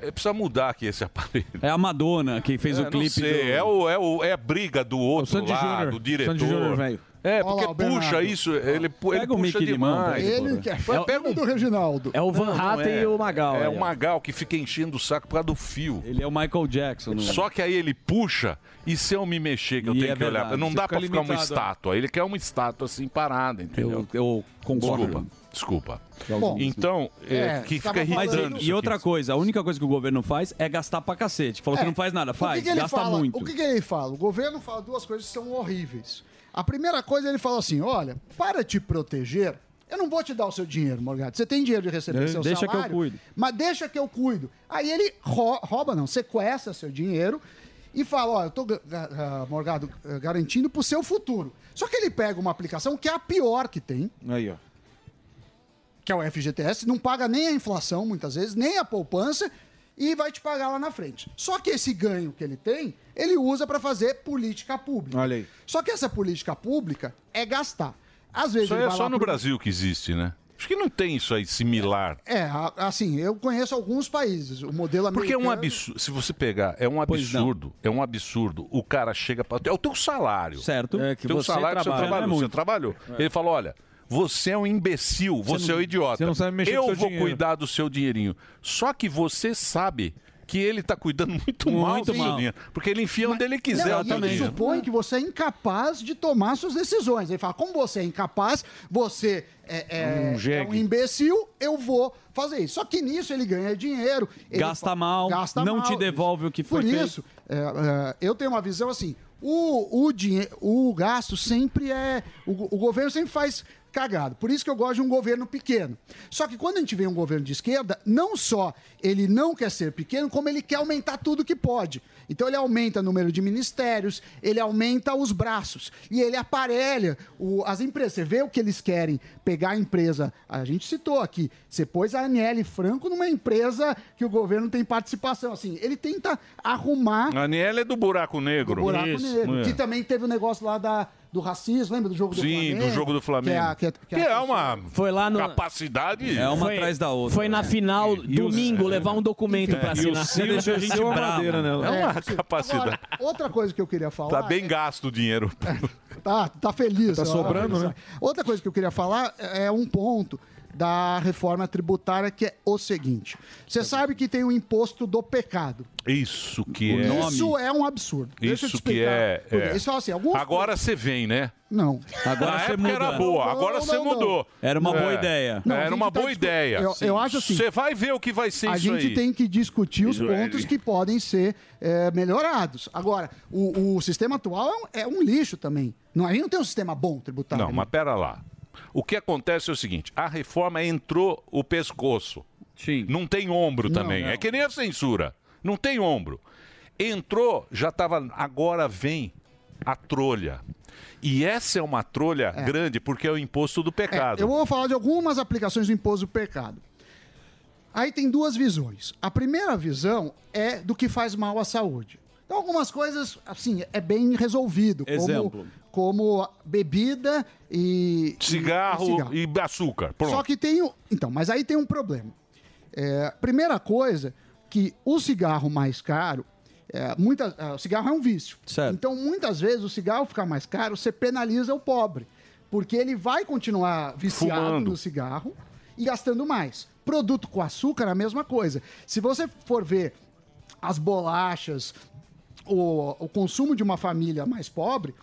Speaker 5: É, precisa mudar aqui esse aparelho.
Speaker 6: É a Madonna quem fez
Speaker 5: É,
Speaker 6: o
Speaker 5: não
Speaker 6: clipe.
Speaker 5: sei,
Speaker 6: do-
Speaker 5: é, o, é, o, é a briga do outro
Speaker 6: Sandy
Speaker 5: lá,
Speaker 6: Júnior.
Speaker 5: do diretor.
Speaker 6: Sandy Júnior, velho.
Speaker 5: É,
Speaker 7: Olha
Speaker 5: porque
Speaker 7: lá, o
Speaker 5: puxa
Speaker 7: Bernardo.
Speaker 5: isso, ele, pu- ele
Speaker 7: Pega o
Speaker 5: puxa
Speaker 7: Mickey de mão pra
Speaker 5: demais.
Speaker 7: ele, que é fã pega do Reginaldo.
Speaker 11: É o
Speaker 5: Não,
Speaker 11: Van
Speaker 5: não
Speaker 11: Hatten
Speaker 5: é.
Speaker 11: e o Magal.
Speaker 5: É
Speaker 11: aí,
Speaker 5: o
Speaker 11: ó.
Speaker 5: Magal que fica enchendo o saco por causa do fio.
Speaker 6: Ele é o Michael Jackson. não é?
Speaker 5: Só que aí ele puxa e se eu me mexer que eu
Speaker 6: E
Speaker 5: tenho
Speaker 6: é
Speaker 5: que olhar.
Speaker 6: verdade,
Speaker 5: Não
Speaker 6: você
Speaker 5: dá
Speaker 6: fica
Speaker 5: pra ficar uma
Speaker 6: limitado, ó.
Speaker 5: estátua. Ele quer uma estátua assim parada, entendeu?
Speaker 6: Eu, concordo.
Speaker 5: Desculpa. Desculpa.
Speaker 6: Bom,
Speaker 5: então, é, que fica irritando.
Speaker 6: Mas, e- e outra coisa, a única coisa que o governo faz é gastar pra cacete. Falou
Speaker 7: É.
Speaker 6: que não faz nada,
Speaker 7: O
Speaker 6: faz,
Speaker 7: que que ele
Speaker 6: gasta
Speaker 7: fala?
Speaker 6: muito.
Speaker 7: O que, que ele fala? O governo fala duas coisas que são horríveis. A primeira coisa, ele fala assim: olha, para te proteger, eu não vou te dar o seu dinheiro, Morgado. Você tem dinheiro de receber
Speaker 6: É,
Speaker 7: seu
Speaker 6: deixa que eu
Speaker 7: salário.
Speaker 6: cuido.
Speaker 7: Mas deixa que eu cuido. Aí ele rou- rouba, não, sequestra seu dinheiro e fala: ó, eu tô, ga- ga- ah, Morgado, ah, garantindo pro seu futuro. Só que ele pega uma aplicação que é a pior que tem,
Speaker 9: Aí, ó.
Speaker 7: que é o FGTS, não paga nem a inflação, muitas vezes, nem a poupança, e vai te pagar lá na frente. Só que esse ganho que ele tem, ele usa para fazer política pública.
Speaker 9: Olha aí.
Speaker 7: Só que essa política pública é gastar. Às vezes
Speaker 5: Isso aí
Speaker 7: ele
Speaker 5: é
Speaker 7: vai
Speaker 5: só
Speaker 7: lá
Speaker 5: no
Speaker 7: pro-
Speaker 5: Brasil que existe, né? Acho que não tem isso aí similar.
Speaker 7: É, a- assim, eu conheço alguns países. O modelo
Speaker 5: Porque é um
Speaker 7: americano-
Speaker 5: absurdo. Se você pegar, é um absurdo. É um absurdo. O cara chega para. É o teu salário.
Speaker 6: Certo.
Speaker 5: É
Speaker 6: que
Speaker 5: teu
Speaker 6: você
Speaker 5: salário que
Speaker 11: né?
Speaker 6: trabalha,
Speaker 5: você
Speaker 6: não
Speaker 5: trabalhou.
Speaker 6: é
Speaker 5: Você
Speaker 6: muito.
Speaker 5: trabalhou.
Speaker 6: É.
Speaker 5: Ele fala: olha. Você é um imbecil, você,
Speaker 6: não-
Speaker 5: é um idiota.
Speaker 6: você não sabe mexer com
Speaker 5: Eu
Speaker 6: seu
Speaker 5: vou
Speaker 6: dinheiro."
Speaker 5: cuidar do seu dinheirinho. Só que você sabe que ele tá cuidando muito, mal do
Speaker 7: mal.
Speaker 5: seu dinheiro. Porque ele enfia onde ele quiser
Speaker 7: Não,
Speaker 5: o
Speaker 7: e
Speaker 5: teu
Speaker 7: ele
Speaker 5: dinheiro.
Speaker 7: supõe que você é incapaz de tomar suas decisões. Ele fala, como você é incapaz, você é, é-
Speaker 6: Um jegue.
Speaker 7: é um imbecil, eu vou fazer isso. Só que nisso ele ganha dinheiro. ele
Speaker 6: Gasta
Speaker 7: fa-
Speaker 6: mal,
Speaker 7: gasta
Speaker 6: não
Speaker 7: mal,
Speaker 6: te devolve o que foi
Speaker 7: Por
Speaker 6: feito.
Speaker 7: isso, é, é, eu tenho uma visão assim, o, o, dinhe- o gasto sempre é... O, go- o governo sempre faz cagado. Por isso que eu gosto de um governo pequeno. Só que quando a gente vê um governo de esquerda, não só ele não quer ser pequeno, como ele quer aumentar tudo que pode. Então ele aumenta o número de ministérios, ele aumenta os braços e ele aparelha o- as empresas. Você vê o que eles querem pegar a empresa. A gente citou aqui, você pôs a Aniele Franco numa empresa que o governo tem participação. Assim, ele tenta arrumar
Speaker 5: A Aniela é do buraco negro.
Speaker 7: o buraco negro.
Speaker 5: É.
Speaker 7: Que também teve o negócio lá da, do racismo, lembra do jogo do
Speaker 5: Sim,
Speaker 7: Flamengo?
Speaker 5: do jogo do Flamengo.
Speaker 7: Que é a- que é- que é a-
Speaker 5: uma
Speaker 11: Foi lá no- É
Speaker 5: capacidade.
Speaker 6: É
Speaker 11: Foi- Foi na
Speaker 6: né?
Speaker 11: final, domingo, levar um documento pra assinar.
Speaker 5: É uma capacidade.
Speaker 7: Outra coisa que eu queria falar.
Speaker 5: tá bem gasto o dinheiro.
Speaker 7: Tá, tá feliz.
Speaker 5: Tá
Speaker 7: ó,
Speaker 5: sobrando,
Speaker 7: ó,
Speaker 5: né?
Speaker 7: Outra coisa que eu queria falar é um ponto da reforma tributária que é o seguinte.
Speaker 5: Tá
Speaker 7: Você sabe que tem o imposto do pecado.
Speaker 5: Isso que é.
Speaker 7: Isso é um absurdo. Deixa eu te
Speaker 5: Isso que
Speaker 7: explicar
Speaker 5: é.
Speaker 7: por quê.
Speaker 5: é.
Speaker 7: Isso é assim, alguns
Speaker 5: Agora você vem, né?
Speaker 7: Não.
Speaker 5: Na época era boa, agora você mudou.
Speaker 6: Era uma boa
Speaker 5: É.
Speaker 6: ideia.
Speaker 7: Não, a
Speaker 5: era
Speaker 7: gente
Speaker 5: uma
Speaker 7: tá
Speaker 5: boa
Speaker 7: discu-
Speaker 5: ideia.
Speaker 7: Eu- eu acho assim,
Speaker 5: Você vai ver o que vai ser
Speaker 7: a
Speaker 5: isso
Speaker 7: gente
Speaker 5: aí.
Speaker 7: tem que discutir os
Speaker 5: Isso é-
Speaker 7: pontos que podem ser é, melhorados. Agora, o, o sistema atual é um, é um lixo também. Não, a gente não tem um sistema bom tributário.
Speaker 5: Não, mas pera lá. O que acontece é o seguinte: a reforma entrou o pescoço.
Speaker 6: Sim.
Speaker 5: Não tem ombro
Speaker 6: Não,
Speaker 5: também.
Speaker 6: não.
Speaker 5: É que nem a censura. Não tem ombro. Entrou, já estava. Agora vem a trolha. E essa é uma trolha grande porque é o imposto do pecado.
Speaker 7: É, Eu vou falar de algumas aplicações do imposto do pecado. Aí tem duas visões. A primeira visão é do que faz mal à saúde. Então, algumas coisas, assim, é bem resolvido. como-
Speaker 5: Exemplo.
Speaker 7: Como, bebida e. e-
Speaker 5: Cigarro,
Speaker 7: e
Speaker 5: e açúcar. Pronto.
Speaker 7: Só que tem o. Então, mas aí tem um problema. É, primeira coisa, que o cigarro mais caro. É, muita- ah, o cigarro é um vício. Então, muitas vezes, o cigarro ficar mais caro, você penaliza o pobre. Porque ele vai continuar viciado
Speaker 5: Fumando.
Speaker 7: no cigarro e gastando mais. Produto com açúcar é a mesma coisa. Se você for ver as bolachas, o, o consumo de uma família mais pobre,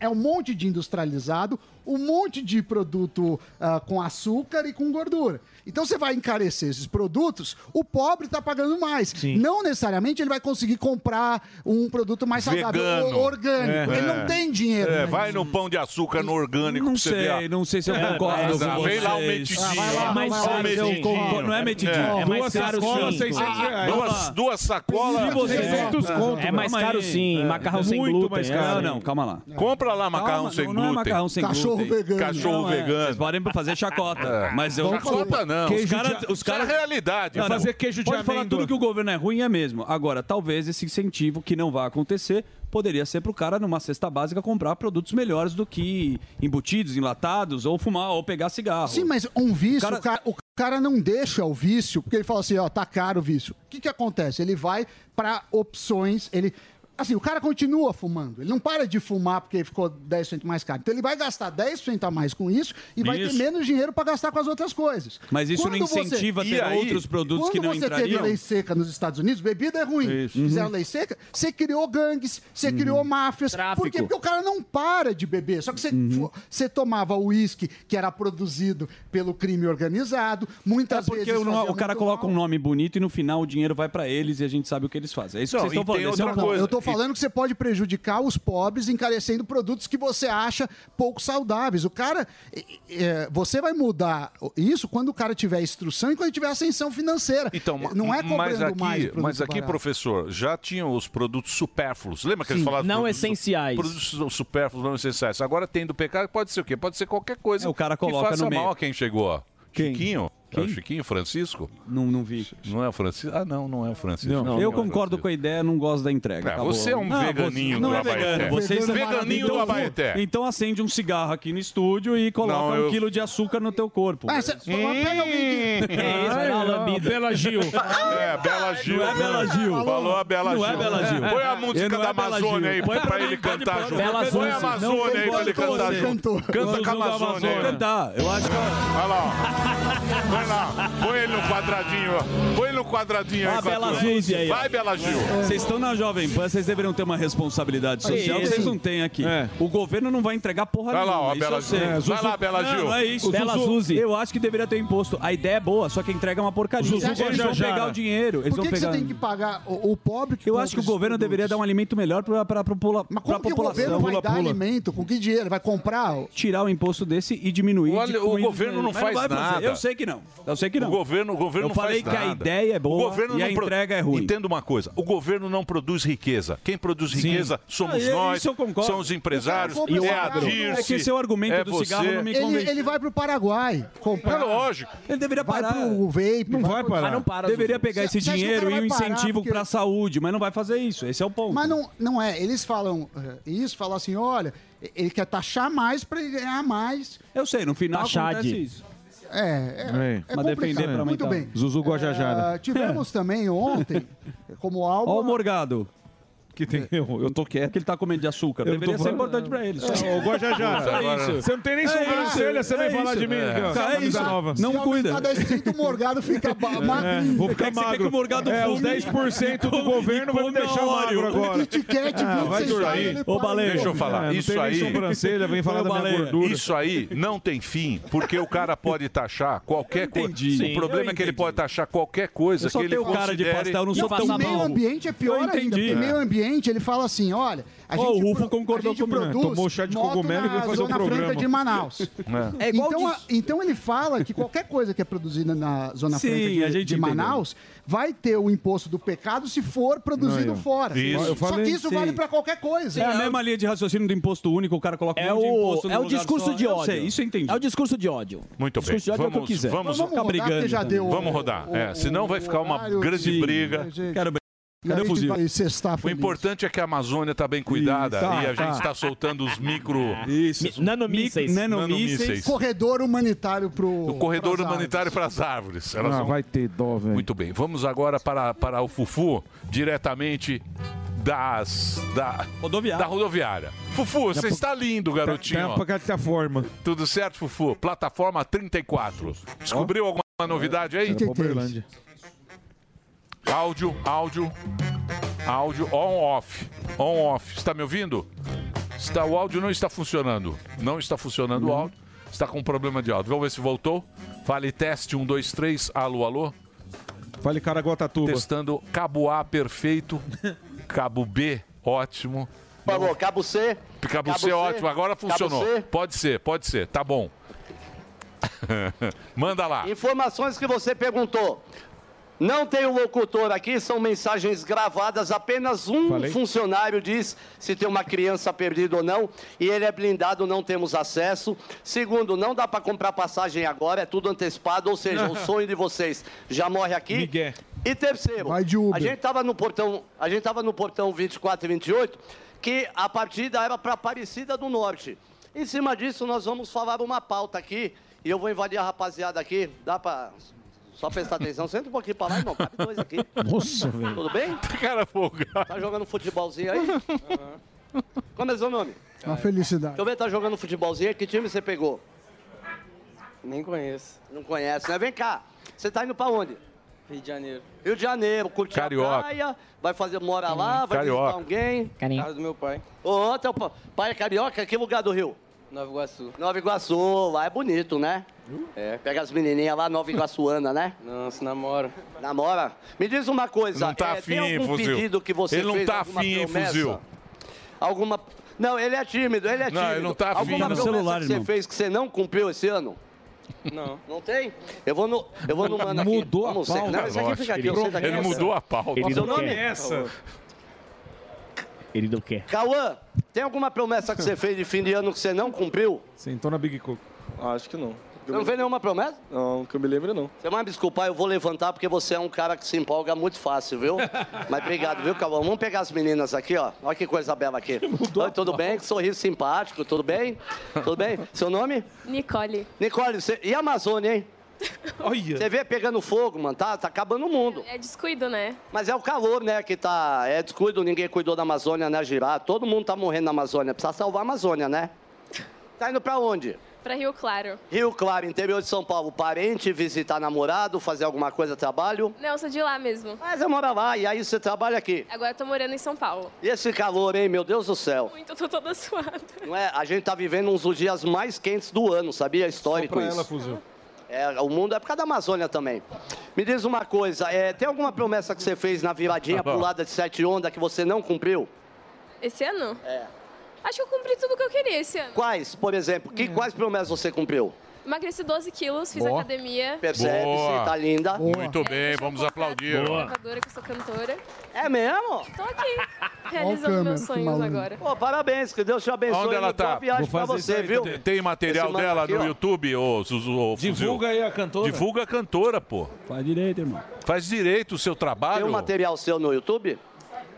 Speaker 7: é um monte de industrializado, um monte de produto ah, com açúcar e com gordura. Então você vai encarecer esses produtos, o pobre está pagando mais. Não necessariamente ele vai conseguir comprar um produto mais saudável,
Speaker 5: Vegano.
Speaker 7: ou orgânico.
Speaker 5: É.
Speaker 7: Ele não tem dinheiro.
Speaker 5: É,
Speaker 7: né?
Speaker 5: vai no pão de açúcar, no orgânico,
Speaker 6: Não
Speaker 5: pra você ver.
Speaker 6: sei, não sei se eu concordo com
Speaker 5: exato. Vem lá o
Speaker 6: vocês.
Speaker 5: metidinho. É
Speaker 6: Ah, vai lá,
Speaker 5: ó.
Speaker 6: vai lá,
Speaker 5: Olha o
Speaker 6: mas eu
Speaker 5: metidinho.
Speaker 6: concordo, não é metidinho. É mais
Speaker 5: Duas
Speaker 6: caro,
Speaker 5: sacolas,
Speaker 6: sim.
Speaker 5: 600
Speaker 6: Ah,
Speaker 5: reais.
Speaker 6: vamos
Speaker 5: Duas,
Speaker 6: lá.
Speaker 5: duas sacolas,
Speaker 6: Se você-
Speaker 5: 600
Speaker 6: É
Speaker 5: conto.
Speaker 6: mais
Speaker 5: Calma
Speaker 6: caro,
Speaker 5: aí.
Speaker 6: sim, macarrão sem
Speaker 5: Muito
Speaker 6: glúten,
Speaker 5: mais
Speaker 6: é.
Speaker 5: caro.
Speaker 6: Não, não, calma lá.
Speaker 5: Compra lá macarrão
Speaker 6: Calma,
Speaker 5: sem
Speaker 6: não,
Speaker 5: glúten.
Speaker 6: Não é macarrão sem glúten.
Speaker 5: Cachorro
Speaker 6: Não, é.
Speaker 5: vegano.
Speaker 6: Vocês podem fazer chacota.
Speaker 5: É.
Speaker 6: Mas eu
Speaker 5: Chacota não.
Speaker 6: Os
Speaker 5: Queijo
Speaker 6: caras.
Speaker 5: de-
Speaker 6: Os cara...
Speaker 5: Isso é realidade.
Speaker 6: Não, não.
Speaker 5: Fazer queijo de
Speaker 6: Pode falar
Speaker 5: amêndoa.
Speaker 6: tudo que o governo é ruim, é mesmo. Agora, talvez esse incentivo que não vai acontecer poderia ser pro cara, numa cesta básica, comprar produtos melhores do que embutidos, enlatados, ou fumar, ou pegar cigarro.
Speaker 7: Sim, mas um vício, o cara... O, cara, não deixa o vício, porque ele fala assim, ó, tá caro o vício. O que que acontece? Ele vai pra opções, ele... Assim, o cara continua fumando. Ele não para de fumar porque ficou 10% mais caro. Então ele vai gastar 10% a mais com isso e vai ter
Speaker 6: Isso.
Speaker 7: menos dinheiro para gastar com as outras coisas.
Speaker 6: Mas isso não
Speaker 7: Quando você-
Speaker 6: incentiva a ter E aí? outros produtos
Speaker 7: Quando
Speaker 6: que não
Speaker 7: você
Speaker 6: entrariam?
Speaker 7: teve lei seca nos Estados Unidos, bebida é ruim.
Speaker 6: Isso.
Speaker 7: Fizeram
Speaker 6: Uhum.
Speaker 7: lei seca, você criou gangues, você criou máfias. Por quê? Porque o cara não para de beber. Só que você, você tomava o uísque que era produzido pelo crime organizado, muitas
Speaker 6: Porque
Speaker 7: vezes.
Speaker 6: o, no-
Speaker 7: fazia
Speaker 6: o cara
Speaker 7: muito
Speaker 6: coloca um nome bonito e no final o dinheiro vai pra eles e a gente sabe o que eles fazem. É isso que vocês estão falando. esse é um
Speaker 7: Não,
Speaker 6: ponto.
Speaker 7: Eu tô falando que você pode prejudicar os pobres encarecendo produtos que você acha pouco saudáveis. O cara. eh, eh, você vai mudar isso quando o cara tiver instrução e quando tiver ascensão financeira. Então, não é comprando
Speaker 5: mas aqui,
Speaker 7: mais produto
Speaker 5: mas aqui
Speaker 7: barato.
Speaker 5: professor, já tinham os produtos supérfluos. Lembra que eles
Speaker 11: Sim,
Speaker 5: falaram?
Speaker 11: não
Speaker 5: produtos-
Speaker 11: essenciais.
Speaker 5: Produtos supérfluos não essenciais. Agora tem do pecado, pode ser o quê? Pode ser qualquer coisa.
Speaker 6: É, o cara coloca
Speaker 5: que faça
Speaker 6: no meio.
Speaker 5: mal a quem chegou. ó. Chiquinho? É o Chiquinho Francisco?
Speaker 6: Não, não vi.
Speaker 5: Não é o Francisco? Ah, não, não é o Francisco.
Speaker 6: Não,
Speaker 5: Não,
Speaker 6: eu
Speaker 5: não é o
Speaker 6: concordo com a ideia, não gosto da entrega.
Speaker 5: É,
Speaker 6: acabou.
Speaker 5: você é um
Speaker 6: Não, você-
Speaker 5: veganinho do
Speaker 6: Não é
Speaker 5: Abaeté. Um
Speaker 6: vegano. Vocês são
Speaker 5: Veganinho
Speaker 6: maravilhosos.
Speaker 5: do
Speaker 6: Então-
Speaker 5: Abaeté.
Speaker 6: Então acende um cigarro aqui no estúdio e coloca
Speaker 5: Não, eu- Hum.
Speaker 6: um quilo de açúcar no teu corpo.
Speaker 7: Ah, cê- pega alguém que-
Speaker 6: É isso, vai dar uma lambida.
Speaker 5: Bela Gil. É, Bela Gil.
Speaker 6: Não é Bela Gil.
Speaker 5: Falou a Bela Gil.
Speaker 6: Não é Bela Gil.
Speaker 5: Põe a
Speaker 6: Eu
Speaker 5: música
Speaker 6: não é
Speaker 5: da
Speaker 6: Bela
Speaker 5: Amazônia
Speaker 6: Gil.
Speaker 5: aí
Speaker 6: Põe
Speaker 5: pra,
Speaker 6: pra mim,
Speaker 5: ele
Speaker 6: pode
Speaker 5: cantar
Speaker 6: pôr.
Speaker 5: junto.
Speaker 6: Bela
Speaker 5: Põe a
Speaker 6: Zunzi. Não,
Speaker 5: Amazônia aí pra
Speaker 6: concordo
Speaker 5: ele
Speaker 6: com
Speaker 5: cantar
Speaker 6: você.
Speaker 5: junto. Canta
Speaker 6: Cantor
Speaker 5: com
Speaker 6: da
Speaker 5: a Amazônia aí.
Speaker 6: Amazônia. Cantar, eu acho que-
Speaker 5: Olha lá, ó. Põe lá. Põe ele no quadradinho. ó. Põe ele no quadradinho aí.
Speaker 6: Ah,
Speaker 5: com a
Speaker 6: Bela
Speaker 5: turma.
Speaker 6: Zunzi aí. ó.
Speaker 5: Vai, Bela Gil.
Speaker 6: Vocês estão na Jovem Pan, vocês deveriam ter uma responsabilidade social
Speaker 5: Aí,
Speaker 6: que vocês
Speaker 5: sim. É.
Speaker 6: não têm aqui. O governo não vai entregar porra
Speaker 5: Vai lá,
Speaker 6: nenhuma.
Speaker 5: ó,
Speaker 6: isso
Speaker 5: Bela
Speaker 6: eu sei.
Speaker 5: Gil. Vai
Speaker 6: Zuzu-
Speaker 5: lá, Bela
Speaker 6: Não,
Speaker 5: Gil.
Speaker 6: Não, é isso.
Speaker 11: Bela Zuzi.
Speaker 6: Eu acho que deveria ter imposto. A ideia é boa, só que a entrega é uma porcaria.
Speaker 7: Zuzu
Speaker 6: eles vão
Speaker 7: Guajajara.
Speaker 6: pegar o dinheiro. Eles
Speaker 7: Por que,
Speaker 6: vão
Speaker 7: que
Speaker 6: pegar...
Speaker 7: você tem que pagar o, o pobre que
Speaker 6: Eu acho que o governo deveria dar um alimento melhor para a população. Mas
Speaker 7: Como que o governo vai dar alimento? Com que dinheiro? Ele Vai comprar?
Speaker 6: Tirar o imposto desse e diminuir.
Speaker 5: Olha,
Speaker 6: de-
Speaker 5: o
Speaker 6: com-
Speaker 5: governo não
Speaker 6: Mas
Speaker 5: faz
Speaker 6: vai fazer.
Speaker 5: nada.
Speaker 6: Eu sei que não. Eu sei que não.
Speaker 5: O governo, o governo
Speaker 6: Eu
Speaker 5: não
Speaker 6: falei
Speaker 5: faz
Speaker 6: que a
Speaker 5: nada.
Speaker 6: ideia é boa
Speaker 5: O governo
Speaker 6: e a
Speaker 5: não pro-
Speaker 6: entrega é ruim.
Speaker 5: Entenda uma coisa: o governo não produz riqueza. Quem produz riqueza somos
Speaker 6: Ah,
Speaker 5: nós,
Speaker 6: isso eu concordo.
Speaker 5: são os empresários,
Speaker 7: O cara compra
Speaker 5: é a
Speaker 7: cigarro.
Speaker 5: Dirce.
Speaker 6: É que esse é o argumento
Speaker 5: é
Speaker 6: do
Speaker 5: você.
Speaker 6: cigarro, não me
Speaker 7: Ele, ele vai pro Paraguai comprar.
Speaker 5: É lógico.
Speaker 6: Ele deveria
Speaker 7: vai
Speaker 6: parar.
Speaker 7: Pro vape,
Speaker 6: Não
Speaker 7: vai pro-
Speaker 5: Ah,
Speaker 6: Deveria pegar esse
Speaker 7: Você acha que o
Speaker 6: dinheiro
Speaker 7: cara
Speaker 6: e o
Speaker 7: vai parar
Speaker 6: incentivo
Speaker 7: porque-
Speaker 6: para a saúde, mas não vai fazer isso. Esse é o ponto.
Speaker 7: Mas não, não é. Eles falam eh, isso, falam assim: olha, ele quer taxar mais pra ele ganhar mais.
Speaker 6: Eu sei, no final
Speaker 7: Taxade.
Speaker 6: acontece isso.
Speaker 7: É, é, é
Speaker 6: Mas defender
Speaker 7: complicado.
Speaker 6: pra tá
Speaker 7: Muito
Speaker 6: aumentar.
Speaker 7: bem.
Speaker 6: Zuzu
Speaker 9: né?
Speaker 6: Guajajara.
Speaker 11: É,
Speaker 7: Eh, tivemos também ontem, como algo.
Speaker 6: Ó o Morgado.
Speaker 9: Que tem
Speaker 11: É.
Speaker 9: eu, eu tô quieto.
Speaker 6: Que ele tá comendo de açúcar.
Speaker 9: Eu
Speaker 6: Deveria
Speaker 9: tô
Speaker 6: ser
Speaker 9: falando-
Speaker 6: importante pra ele.
Speaker 9: É, ô, Guajajara.
Speaker 6: Só isso. é
Speaker 9: Você não tem nem sobrancelha, você vem falar de mim, cara.
Speaker 6: Cara, é
Speaker 9: Camisa
Speaker 6: isso.
Speaker 9: nova.
Speaker 6: Não
Speaker 9: Se
Speaker 6: cuida.
Speaker 9: aumentar
Speaker 7: é o Morgado fica ba- magrinho.
Speaker 9: vou ficar
Speaker 6: Quer que você
Speaker 9: magro.
Speaker 6: quer que o Morgado
Speaker 9: é, os
Speaker 6: fume?
Speaker 9: 10% do governo vai me
Speaker 6: come
Speaker 9: deixar
Speaker 6: Oreo.
Speaker 9: magro agora.
Speaker 6: Kit Kat,
Speaker 9: Ah, vai
Speaker 6: 26 reais,
Speaker 9: dormir.
Speaker 6: ele Ô, paga. Baleia.
Speaker 5: Deixa eu
Speaker 9: É,
Speaker 5: falar.
Speaker 9: não
Speaker 5: isso
Speaker 9: tem nem
Speaker 5: aí.
Speaker 9: sobrancelha, vem falar da minha gordura.
Speaker 5: Isso aí não tem fim, porque o cara pode taxar qualquer coisa.
Speaker 6: Sim,
Speaker 5: O
Speaker 6: eu
Speaker 5: problema é que ele pode taxar qualquer coisa
Speaker 6: Eu sou
Speaker 5: que ele
Speaker 6: teu
Speaker 5: considere...
Speaker 6: cara de pastel, eu não sou
Speaker 7: Não,
Speaker 6: tão
Speaker 7: o meio
Speaker 6: mal.
Speaker 7: ambiente é pior
Speaker 6: Eu
Speaker 7: ainda.
Speaker 6: entendi.
Speaker 7: porque O
Speaker 6: É.
Speaker 7: meio ambiente, ele fala assim, olha... A
Speaker 6: Ó,
Speaker 7: gente
Speaker 6: o Rufo
Speaker 7: pro-
Speaker 6: concordou
Speaker 7: a gente
Speaker 6: comigo. né?
Speaker 7: produz
Speaker 9: Tomou chá de
Speaker 7: moto
Speaker 9: cogumelo e veio
Speaker 7: na
Speaker 9: fazer um
Speaker 7: Zona
Speaker 9: programa.
Speaker 7: Franca de Manaus.
Speaker 9: É.
Speaker 6: É igual
Speaker 7: então,
Speaker 6: disso.
Speaker 7: a- então ele fala que qualquer coisa que é produzida na Zona
Speaker 6: Sim,
Speaker 7: Franca de,
Speaker 6: a gente
Speaker 7: de
Speaker 6: entendeu.
Speaker 7: Manaus vai ter o imposto do pecado se for produzido
Speaker 6: Não, eu-
Speaker 7: fora.
Speaker 6: Isso. Eu
Speaker 7: Só
Speaker 6: falei,
Speaker 7: que isso
Speaker 6: sim.
Speaker 7: vale pra qualquer coisa.
Speaker 6: É a mesma linha de raciocínio do imposto único, o cara coloca
Speaker 11: É
Speaker 6: um monte de
Speaker 11: o-
Speaker 6: imposto no
Speaker 11: é o
Speaker 6: lugar
Speaker 11: discurso
Speaker 6: só.
Speaker 11: de
Speaker 6: Eu
Speaker 11: ódio.
Speaker 6: sei, isso eu entendi.
Speaker 11: É o discurso de ódio.
Speaker 5: Muito bem.
Speaker 11: Discurso de ódio é o que eu
Speaker 5: Vamos,
Speaker 7: Então
Speaker 11: quiser.
Speaker 5: vamos, então.
Speaker 11: Vamos rodar, porque já deu
Speaker 5: Vamos rodar. é, senão vai ficar uma grande briga.
Speaker 6: Quero bem.
Speaker 7: E a gente vai cestar
Speaker 5: O
Speaker 7: tá feliz.
Speaker 5: importante é que a Amazônia está bem cuidada
Speaker 7: Isso, tá,
Speaker 5: e a gente
Speaker 7: tá.
Speaker 5: está soltando os micro.
Speaker 11: Isso. Nanomísseis.
Speaker 5: Nanomísseis.
Speaker 7: Corredor humanitário pro...
Speaker 5: O corredor
Speaker 7: pras áreas.
Speaker 5: humanitário para as árvores. Elas
Speaker 9: Ah,
Speaker 5: vão-
Speaker 9: vai ter dó, velho.
Speaker 5: Muito bem. Vamos agora para, para o Fufu, diretamente das, da, rodoviária. da rodoviária. Fufu, você está lindo, garotinho.
Speaker 9: Tá
Speaker 12: é
Speaker 9: pra cá da forma.
Speaker 5: Tudo certo, Fufu? Plataforma 34. Descobriu alguma novidade aí?
Speaker 12: é
Speaker 9: Era pra Uberlândia.
Speaker 5: Áudio, áudio, áudio, on, off, on, off. Está me ouvindo? Está, o áudio não está funcionando. Não está funcionando o áudio. Está com um problema de áudio. Vamos ver se voltou. Fale teste, 1, 2, 3, alô, alô.
Speaker 9: Fale Caraguatatuba.
Speaker 5: Testando cabo A perfeito, cabo B ótimo.
Speaker 14: Falou, cabo C.
Speaker 5: Cabo, C, é ótimo, agora
Speaker 14: Cabo
Speaker 5: funcionou.
Speaker 14: C.
Speaker 5: Pode ser, pode ser, tá bom. Manda lá.
Speaker 14: Informações que você perguntou. Não tem um locutor aqui, são mensagens gravadas. Apenas um
Speaker 9: Falei.
Speaker 14: funcionário diz se tem uma criança perdida ou não. E ele é blindado, não temos acesso. Segundo, não dá para comprar passagem agora, é tudo antecipado. Ou seja, o sonho de vocês já morre aqui. E terceiro, a gente estava no portão, a gente tava no portão 24 e 28, que a partida era para Aparecida do Norte. Em cima disso, nós vamos falar uma pauta aqui e eu vou invadir a rapaziada aqui. Dá para Só prestar atenção, senta um pouquinho pra lá, irmão. Cabe dois aqui.
Speaker 10: Nossa, velho.
Speaker 14: Tudo bem?
Speaker 5: Cara folgado.
Speaker 14: Tá jogando futebolzinho aí? Como é seu nome?
Speaker 7: Uma felicidade.
Speaker 14: Deixa eu ver, tá jogando futebolzinho. Que time você pegou?
Speaker 19: Nem conheço.
Speaker 14: Não conhece, né? Vem cá. Você tá indo pra onde?
Speaker 19: Rio de Janeiro.
Speaker 14: Rio de Janeiro, curtir
Speaker 19: Carioca.
Speaker 14: a praia, vai fazer, mora lá, vai
Speaker 19: Carioca.
Speaker 14: visitar alguém.
Speaker 19: Carinho. Casa do meu pai.
Speaker 14: Ô, teu pa- pai é carioca, que lugar do Rio?
Speaker 19: Nova Iguaçu.
Speaker 14: Nova Iguaçu, lá é bonito, né? É. Pega as menininhas lá, Nova Iguaçuana, né?
Speaker 19: Não, se namora.
Speaker 14: Namora? Me diz uma coisa.
Speaker 19: Não tá
Speaker 14: é, tem
Speaker 19: afim, hein,
Speaker 14: algum
Speaker 19: fuzil?
Speaker 14: pedido que você
Speaker 19: Ele não
Speaker 14: fez,
Speaker 19: tá
Speaker 14: alguma
Speaker 19: afim, hein,
Speaker 14: promessa?
Speaker 19: fuzil?
Speaker 14: Alguma... Não, ele é tímido, ele é
Speaker 19: Não,
Speaker 14: tímido.
Speaker 19: ele não tá afim,
Speaker 14: Alguma
Speaker 19: não.
Speaker 14: promessa
Speaker 19: Celular,
Speaker 14: que você
Speaker 19: irmão.
Speaker 14: fez que você não cumpriu esse ano?
Speaker 19: Não.
Speaker 14: Não tem? Eu vou no, eu vou no mano aqui.
Speaker 19: Mudou a
Speaker 14: Vamos, você-
Speaker 19: pauta.
Speaker 14: Não, esse aqui fica aqui,
Speaker 10: Ele-
Speaker 14: você tá aqui.
Speaker 10: ele mudou a pauta. Ele
Speaker 14: Seu
Speaker 10: não
Speaker 14: nome
Speaker 10: quer.
Speaker 14: é essa?
Speaker 10: Ele não quer.
Speaker 14: Cauã, tem alguma promessa que você fez de fim de ano que você não cumpriu?
Speaker 9: Sentou na Big Cook.
Speaker 19: Acho que não.
Speaker 14: Você não fez nenhuma promessa?
Speaker 19: Não, que eu me lembro, não.
Speaker 14: Você vai me desculpar, eu vou levantar porque você é um cara que se empolga muito fácil, viu? Mas obrigado, viu, Cauã? Vamos pegar as meninas aqui, ó. Olha que coisa bela aqui. Oi, tudo bem? Que sorriso simpático, tudo bem? Tudo bem? Seu nome?
Speaker 20: Nicole.
Speaker 14: Nicole, você... e a Amazônia, hein? Você vê pegando fogo, mano, tá, tá acabando o mundo.
Speaker 20: É descuido, né?
Speaker 14: Mas é o calor, né, que tá... É descuido, ninguém cuidou da Amazônia, né, girar. Todo mundo tá morrendo na Amazônia, precisa salvar a Amazônia, né? Tá indo pra onde?
Speaker 20: Pra Rio Claro.
Speaker 14: Rio Claro, interior de São Paulo, parente, visitar namorado, fazer alguma coisa, trabalho.
Speaker 20: Não, eu sou de lá mesmo.
Speaker 14: Mas eu moro lá e aí você trabalha aqui.
Speaker 20: Agora eu tô morando em São Paulo.
Speaker 14: E esse calor, hein, meu Deus do céu.
Speaker 20: Muito, eu tô toda suada.
Speaker 14: Não é? A gente tá vivendo uns dos dias mais quentes do ano, sabia? Histórico
Speaker 9: Pra
Speaker 14: isso.
Speaker 9: ela, fuzil.
Speaker 14: É, o mundo é por causa da Amazônia também. Me diz uma coisa, é, tem alguma promessa que você fez na viradinha
Speaker 20: Ah, bom.
Speaker 14: pulada de sete onda que você não cumpriu?
Speaker 20: Esse ano? É. Acho que eu cumpri tudo que eu queria esse ano.
Speaker 14: Quais, por exemplo? Que, Quais promessas você cumpriu?
Speaker 20: Emagreci 12 quilos, fiz
Speaker 14: Boa.
Speaker 20: academia.
Speaker 14: Percebe,
Speaker 5: Boa.
Speaker 14: você tá linda.
Speaker 5: Muito bem, vamos aplaudir.
Speaker 20: Sou gravadora, que eu sou cantora.
Speaker 14: É mesmo?
Speaker 20: Tô aqui, realizando meus sonhos agora.
Speaker 14: Pô, parabéns, que Deus te abençoe.
Speaker 5: Onde ela
Speaker 14: Boa
Speaker 5: tá?
Speaker 14: viagem pra você, viu?
Speaker 5: Tem- Tem material
Speaker 14: Esse mano
Speaker 5: dela
Speaker 14: aqui,
Speaker 5: no
Speaker 14: ó.
Speaker 5: YouTube, ô Zuzu? ô, Fuzil?
Speaker 14: Divulga aí a cantora.
Speaker 5: Divulga a cantora, pô.
Speaker 6: Faz direito, irmão.
Speaker 5: Faz direito o seu
Speaker 14: Tem
Speaker 5: trabalho.
Speaker 14: um material seu no YouTube?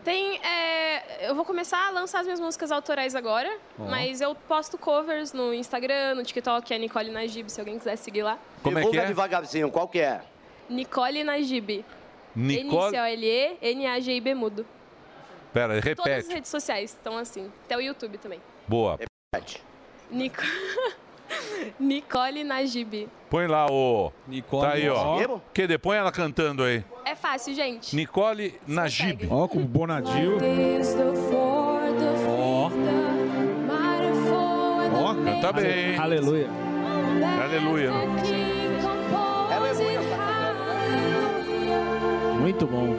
Speaker 20: Tem, é, eu vou começar a lançar as minhas músicas autorais agora,
Speaker 14: Ó.
Speaker 20: mas eu posto covers no Instagram, no TikTok, é Nicole Najib, se alguém quiser seguir lá.
Speaker 14: Como Divulga é que é? devagarzinho, qual que é?
Speaker 20: Nicole Najib.
Speaker 5: Nicole-
Speaker 20: Inicial L-E, N-A-G-I-B mudo.
Speaker 5: Pera,
Speaker 20: Todas as
Speaker 5: repete.
Speaker 20: redes sociais estão assim, até o YouTube também.
Speaker 5: Boa.
Speaker 20: Nico... Nicole Najib.
Speaker 5: Põe lá o. Nicole. Tá aí, ó.
Speaker 20: Najib.
Speaker 5: Que põe ela cantando aí.
Speaker 20: É fácil, gente.
Speaker 5: Nicole Najib.
Speaker 9: Ó, com o Bonadil.
Speaker 20: Ó.
Speaker 5: Ó, canta bem.
Speaker 11: Aleluia.
Speaker 5: Aleluia.
Speaker 11: Muito bom.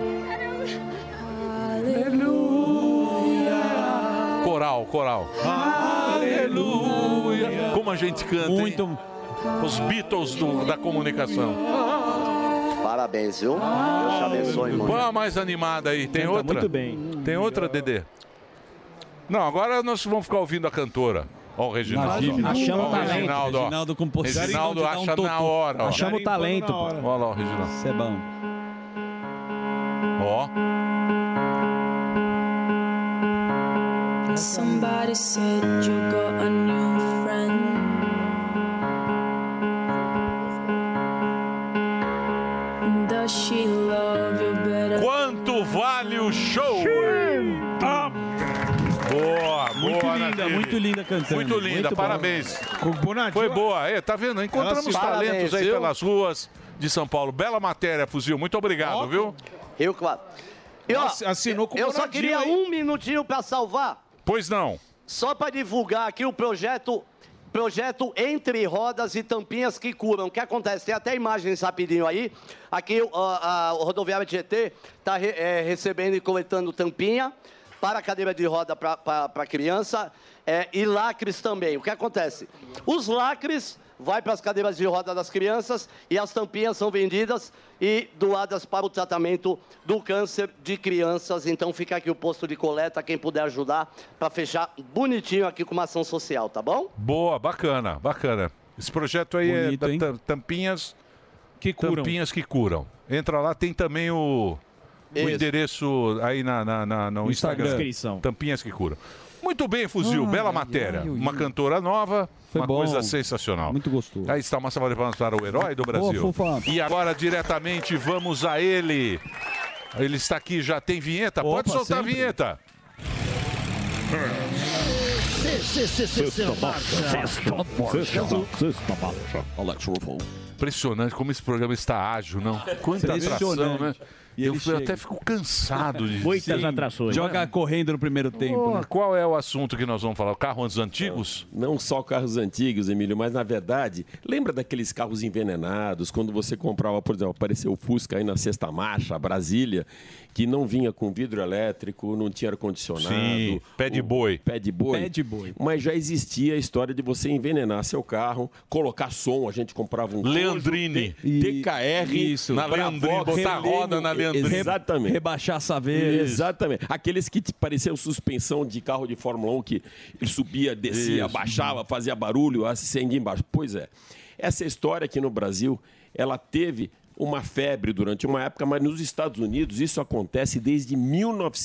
Speaker 5: Coral, coral. é Aleluia. Como a gente canta. Muito. Os Beatles do- da comunicação.
Speaker 14: Parabéns, viu? Deus te abençoe,
Speaker 5: Põe
Speaker 14: mano.
Speaker 5: a mais animada aí. Tem
Speaker 14: Canta
Speaker 5: outra?
Speaker 14: muito bem.
Speaker 5: Tem outra, Dedê? Não, agora nós vamos ficar ouvindo a cantora. Ó, o Reginaldo.
Speaker 11: Najib.
Speaker 5: ó.
Speaker 11: Achamos
Speaker 5: Ó,
Speaker 11: o talento.
Speaker 5: Reginaldo, ó.
Speaker 11: Reginaldo com
Speaker 5: Reginaldo,
Speaker 11: posição. Garibaldi dá um
Speaker 5: acha na
Speaker 11: totô.
Speaker 5: hora. ó.
Speaker 11: Achamos o talento, pô.
Speaker 5: Olha lá, o Reginaldo.
Speaker 11: Isso é bom.
Speaker 5: Ó.
Speaker 21: Somebody said you got a new friend. Does she love you better?
Speaker 5: Quanto vale o show? Boa,
Speaker 9: Muito
Speaker 5: boa,
Speaker 9: linda,
Speaker 5: Najib.
Speaker 9: muito linda cantando.
Speaker 5: Muito linda,
Speaker 9: Muito bom.
Speaker 5: parabéns.
Speaker 9: Bonadil.
Speaker 5: Foi boa, é, tá vendo? Encontramos
Speaker 9: Ela se-
Speaker 5: talentos aí
Speaker 9: Parabéns, viu?
Speaker 5: pelas ruas de São Paulo. Bela matéria, Fuzil. Muito obrigado, viu?
Speaker 14: Eu, claro. E, ó, eu só queria um minutinho pra salvar,
Speaker 5: Pois não.
Speaker 14: só pra divulgar aqui o projeto projeto Entre Rodas e Tampinhas que Curam. O que acontece? Tem até imagens rapidinho aí. Aqui ó, a, rodoviária de GT está é, recebendo e coletando tampinha para a cadeira de roda para criança é, e lacres também. O que acontece? Os lacres vai para as cadeiras de roda das crianças e as tampinhas são vendidas e doadas para o tratamento do câncer de crianças. Então fica aqui o posto de coleta, quem puder ajudar, para fechar bonitinho aqui com uma ação social, tá bom?
Speaker 5: Boa, bacana, bacana. Esse projeto aí é da- tam- tampinhas que
Speaker 14: curam.
Speaker 5: Tampinhas que curam. Entra lá, tem também o, o
Speaker 14: Isso.
Speaker 5: endereço aí na, na- na- no
Speaker 11: No
Speaker 5: Instagram.
Speaker 11: Instagram. Descrição.
Speaker 5: Tampinhas que curam. Muito bem,
Speaker 9: Ah,
Speaker 5: Fuzil. bela matéria. Uma cantora nova, uma
Speaker 6: bom.
Speaker 5: coisa sensacional. Muito
Speaker 6: gostoso.
Speaker 5: Aí está uma salva de palmas para o herói do
Speaker 6: Boa,
Speaker 5: Brasil.
Speaker 6: fofa.
Speaker 5: e agora, diretamente, vamos a ele. Ele está aqui, já tem vinheta. Pode
Speaker 1: Opa,
Speaker 5: soltar
Speaker 1: sempre.
Speaker 5: a vinheta.
Speaker 1: Sexta marcha. Sexta marcha.
Speaker 5: Sexta marcha. Alex Ruffle. Impressionante como esse programa está ágil, não? Quanta atração,
Speaker 6: É Impressionante.
Speaker 5: né?
Speaker 6: E
Speaker 5: eu
Speaker 6: ele
Speaker 5: fui- eu
Speaker 6: chega.
Speaker 5: até fico cansado de
Speaker 6: Sim. Joga correndo no primeiro tempo.
Speaker 5: Pô,
Speaker 6: né?
Speaker 5: Qual é o assunto que nós vamos falar? Carros antigos?
Speaker 22: Não só carros antigos, Emílio, mas na verdade, lembra daqueles carros envenenados, quando você comprava, por exemplo, apareceu o Fusca aí na sexta marcha, a Brasília, que não vinha com vidro elétrico, não tinha ar-condicionado.
Speaker 5: Sim, pé de
Speaker 22: O-
Speaker 5: boi.
Speaker 22: Pé de boi.
Speaker 5: Pé de boi.
Speaker 22: Mas já existia a história de você envenenar seu carro, colocar som, a gente comprava um...
Speaker 5: Leandrine.
Speaker 22: TKR.
Speaker 5: Isso. Na Leandrine, botar roda na Leandrine.
Speaker 22: Exatamente.
Speaker 6: Rebaixar saveres.
Speaker 22: Exatamente. Aqueles que te pareciam suspensão de carro de Fórmula 1, que ele subia, descia, Isso. baixava, fazia barulho, acendia embaixo. Pois é. Essa história aqui no Brasil, ela teve uma febre durante uma época, mas nos Estados Unidos isso acontece desde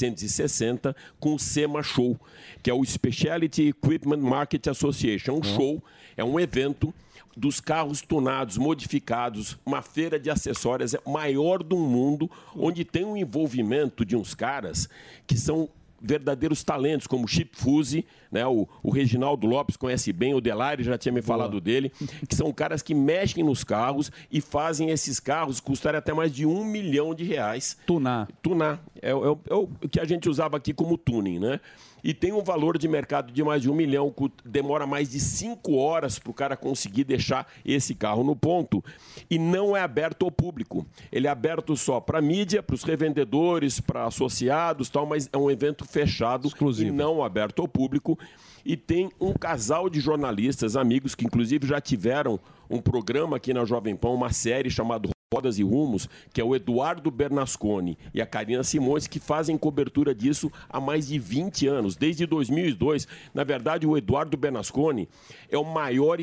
Speaker 22: 1960 com o SEMA Show, que é o Specialty Equipment Market Association.
Speaker 5: Hum.
Speaker 22: É um show, é um evento dos carros tunados, modificados, uma feira de acessórios maior do mundo, onde tem um envolvimento de uns caras que são verdadeiros talentos, como Chip Fuse, né? o, o Reginaldo Lopes conhece bem, o Delari já tinha me falado dele, que são caras que mexem nos carros e fazem esses carros custarem até mais de um milhão de reais.
Speaker 6: Tunar.
Speaker 22: Tunar. É, o- é o- é o que a gente usava aqui como tuning, né? E tem um valor de mercado de mais de um milhão, cu- demora mais de cinco horas para o cara conseguir deixar esse carro no ponto. E não é aberto ao público. Ele é aberto só para mídia, para os revendedores, para associados tal, mas é um evento fechado e não aberto ao público. E tem um casal de jornalistas, amigos, que inclusive já tiveram um programa aqui na Jovem Pan, uma série chamada Rodas e Rumos, que é o Eduardo Bernasconi e a Karina Simões, que fazem cobertura disso há mais de 20 anos, desde 2002. Na verdade, o Eduardo Bernasconi é o maior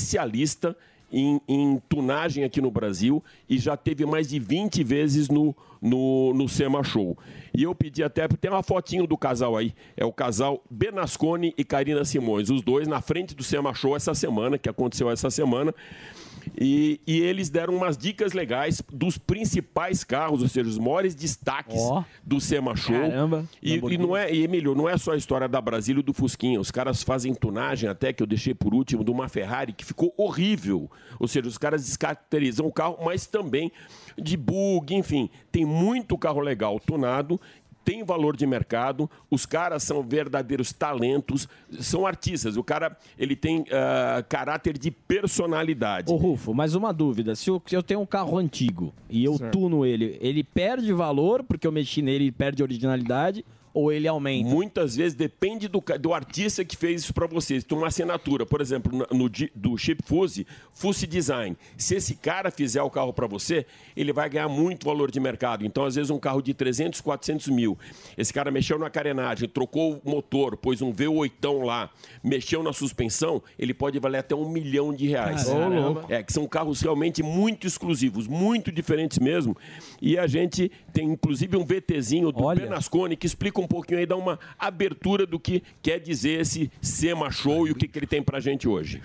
Speaker 22: especialista em, em tunagem aqui no Brasil e já teve mais de 20 vezes no, no, no SEMA Show. E eu pedi até, tem uma fotinho do casal aí, é o casal Bernasconi e Karina Simões, os dois na frente do SEMA Show essa semana, que aconteceu essa semana. E, e eles deram umas dicas legais dos principais carros, ou seja, os maiores destaques
Speaker 11: Ó.
Speaker 22: do SEMA Show.
Speaker 11: Caramba,
Speaker 22: E, e não é, e Emílio, não é só a história da Brasília e do Fusquinha. Os caras fazem tunagem até que eu deixei por último de uma Ferrari que ficou horrível. Ou seja, os caras descaracterizam o carro, mas também de bug, enfim, tem muito carro legal tunado. Tem valor de mercado, os caras são verdadeiros talentos, são artistas. O cara, ele tem ah, caráter de personalidade.
Speaker 11: Ô, Rufo, mas uma dúvida. Se eu, se eu tenho um carro antigo e eu tuno ele, ele perde valor porque eu mexi nele e perde originalidade? Ou ele aumenta?
Speaker 22: Muitas vezes depende do, ca- do artista que fez isso para você. Se tem uma assinatura, por exemplo, na- no, di- do Chip Fuse, Fuse Design. Se esse cara fizer o carro para você, ele vai ganhar muito valor de mercado. Então, às vezes, um carro de 300, 400 mil. Esse cara mexeu na carenagem, trocou o motor, pôs um V8 lá, mexeu na suspensão, ele pode valer até um milhão de reais.
Speaker 11: Caramba. Ô, louco.
Speaker 22: É, que são carros realmente muito exclusivos, muito diferentes mesmo. E a gente tem inclusive um VTzinho do Bernasconi que explica um pouquinho aí, dá uma abertura do que quer dizer esse SEMA Show e o que, que ele tem pra gente hoje.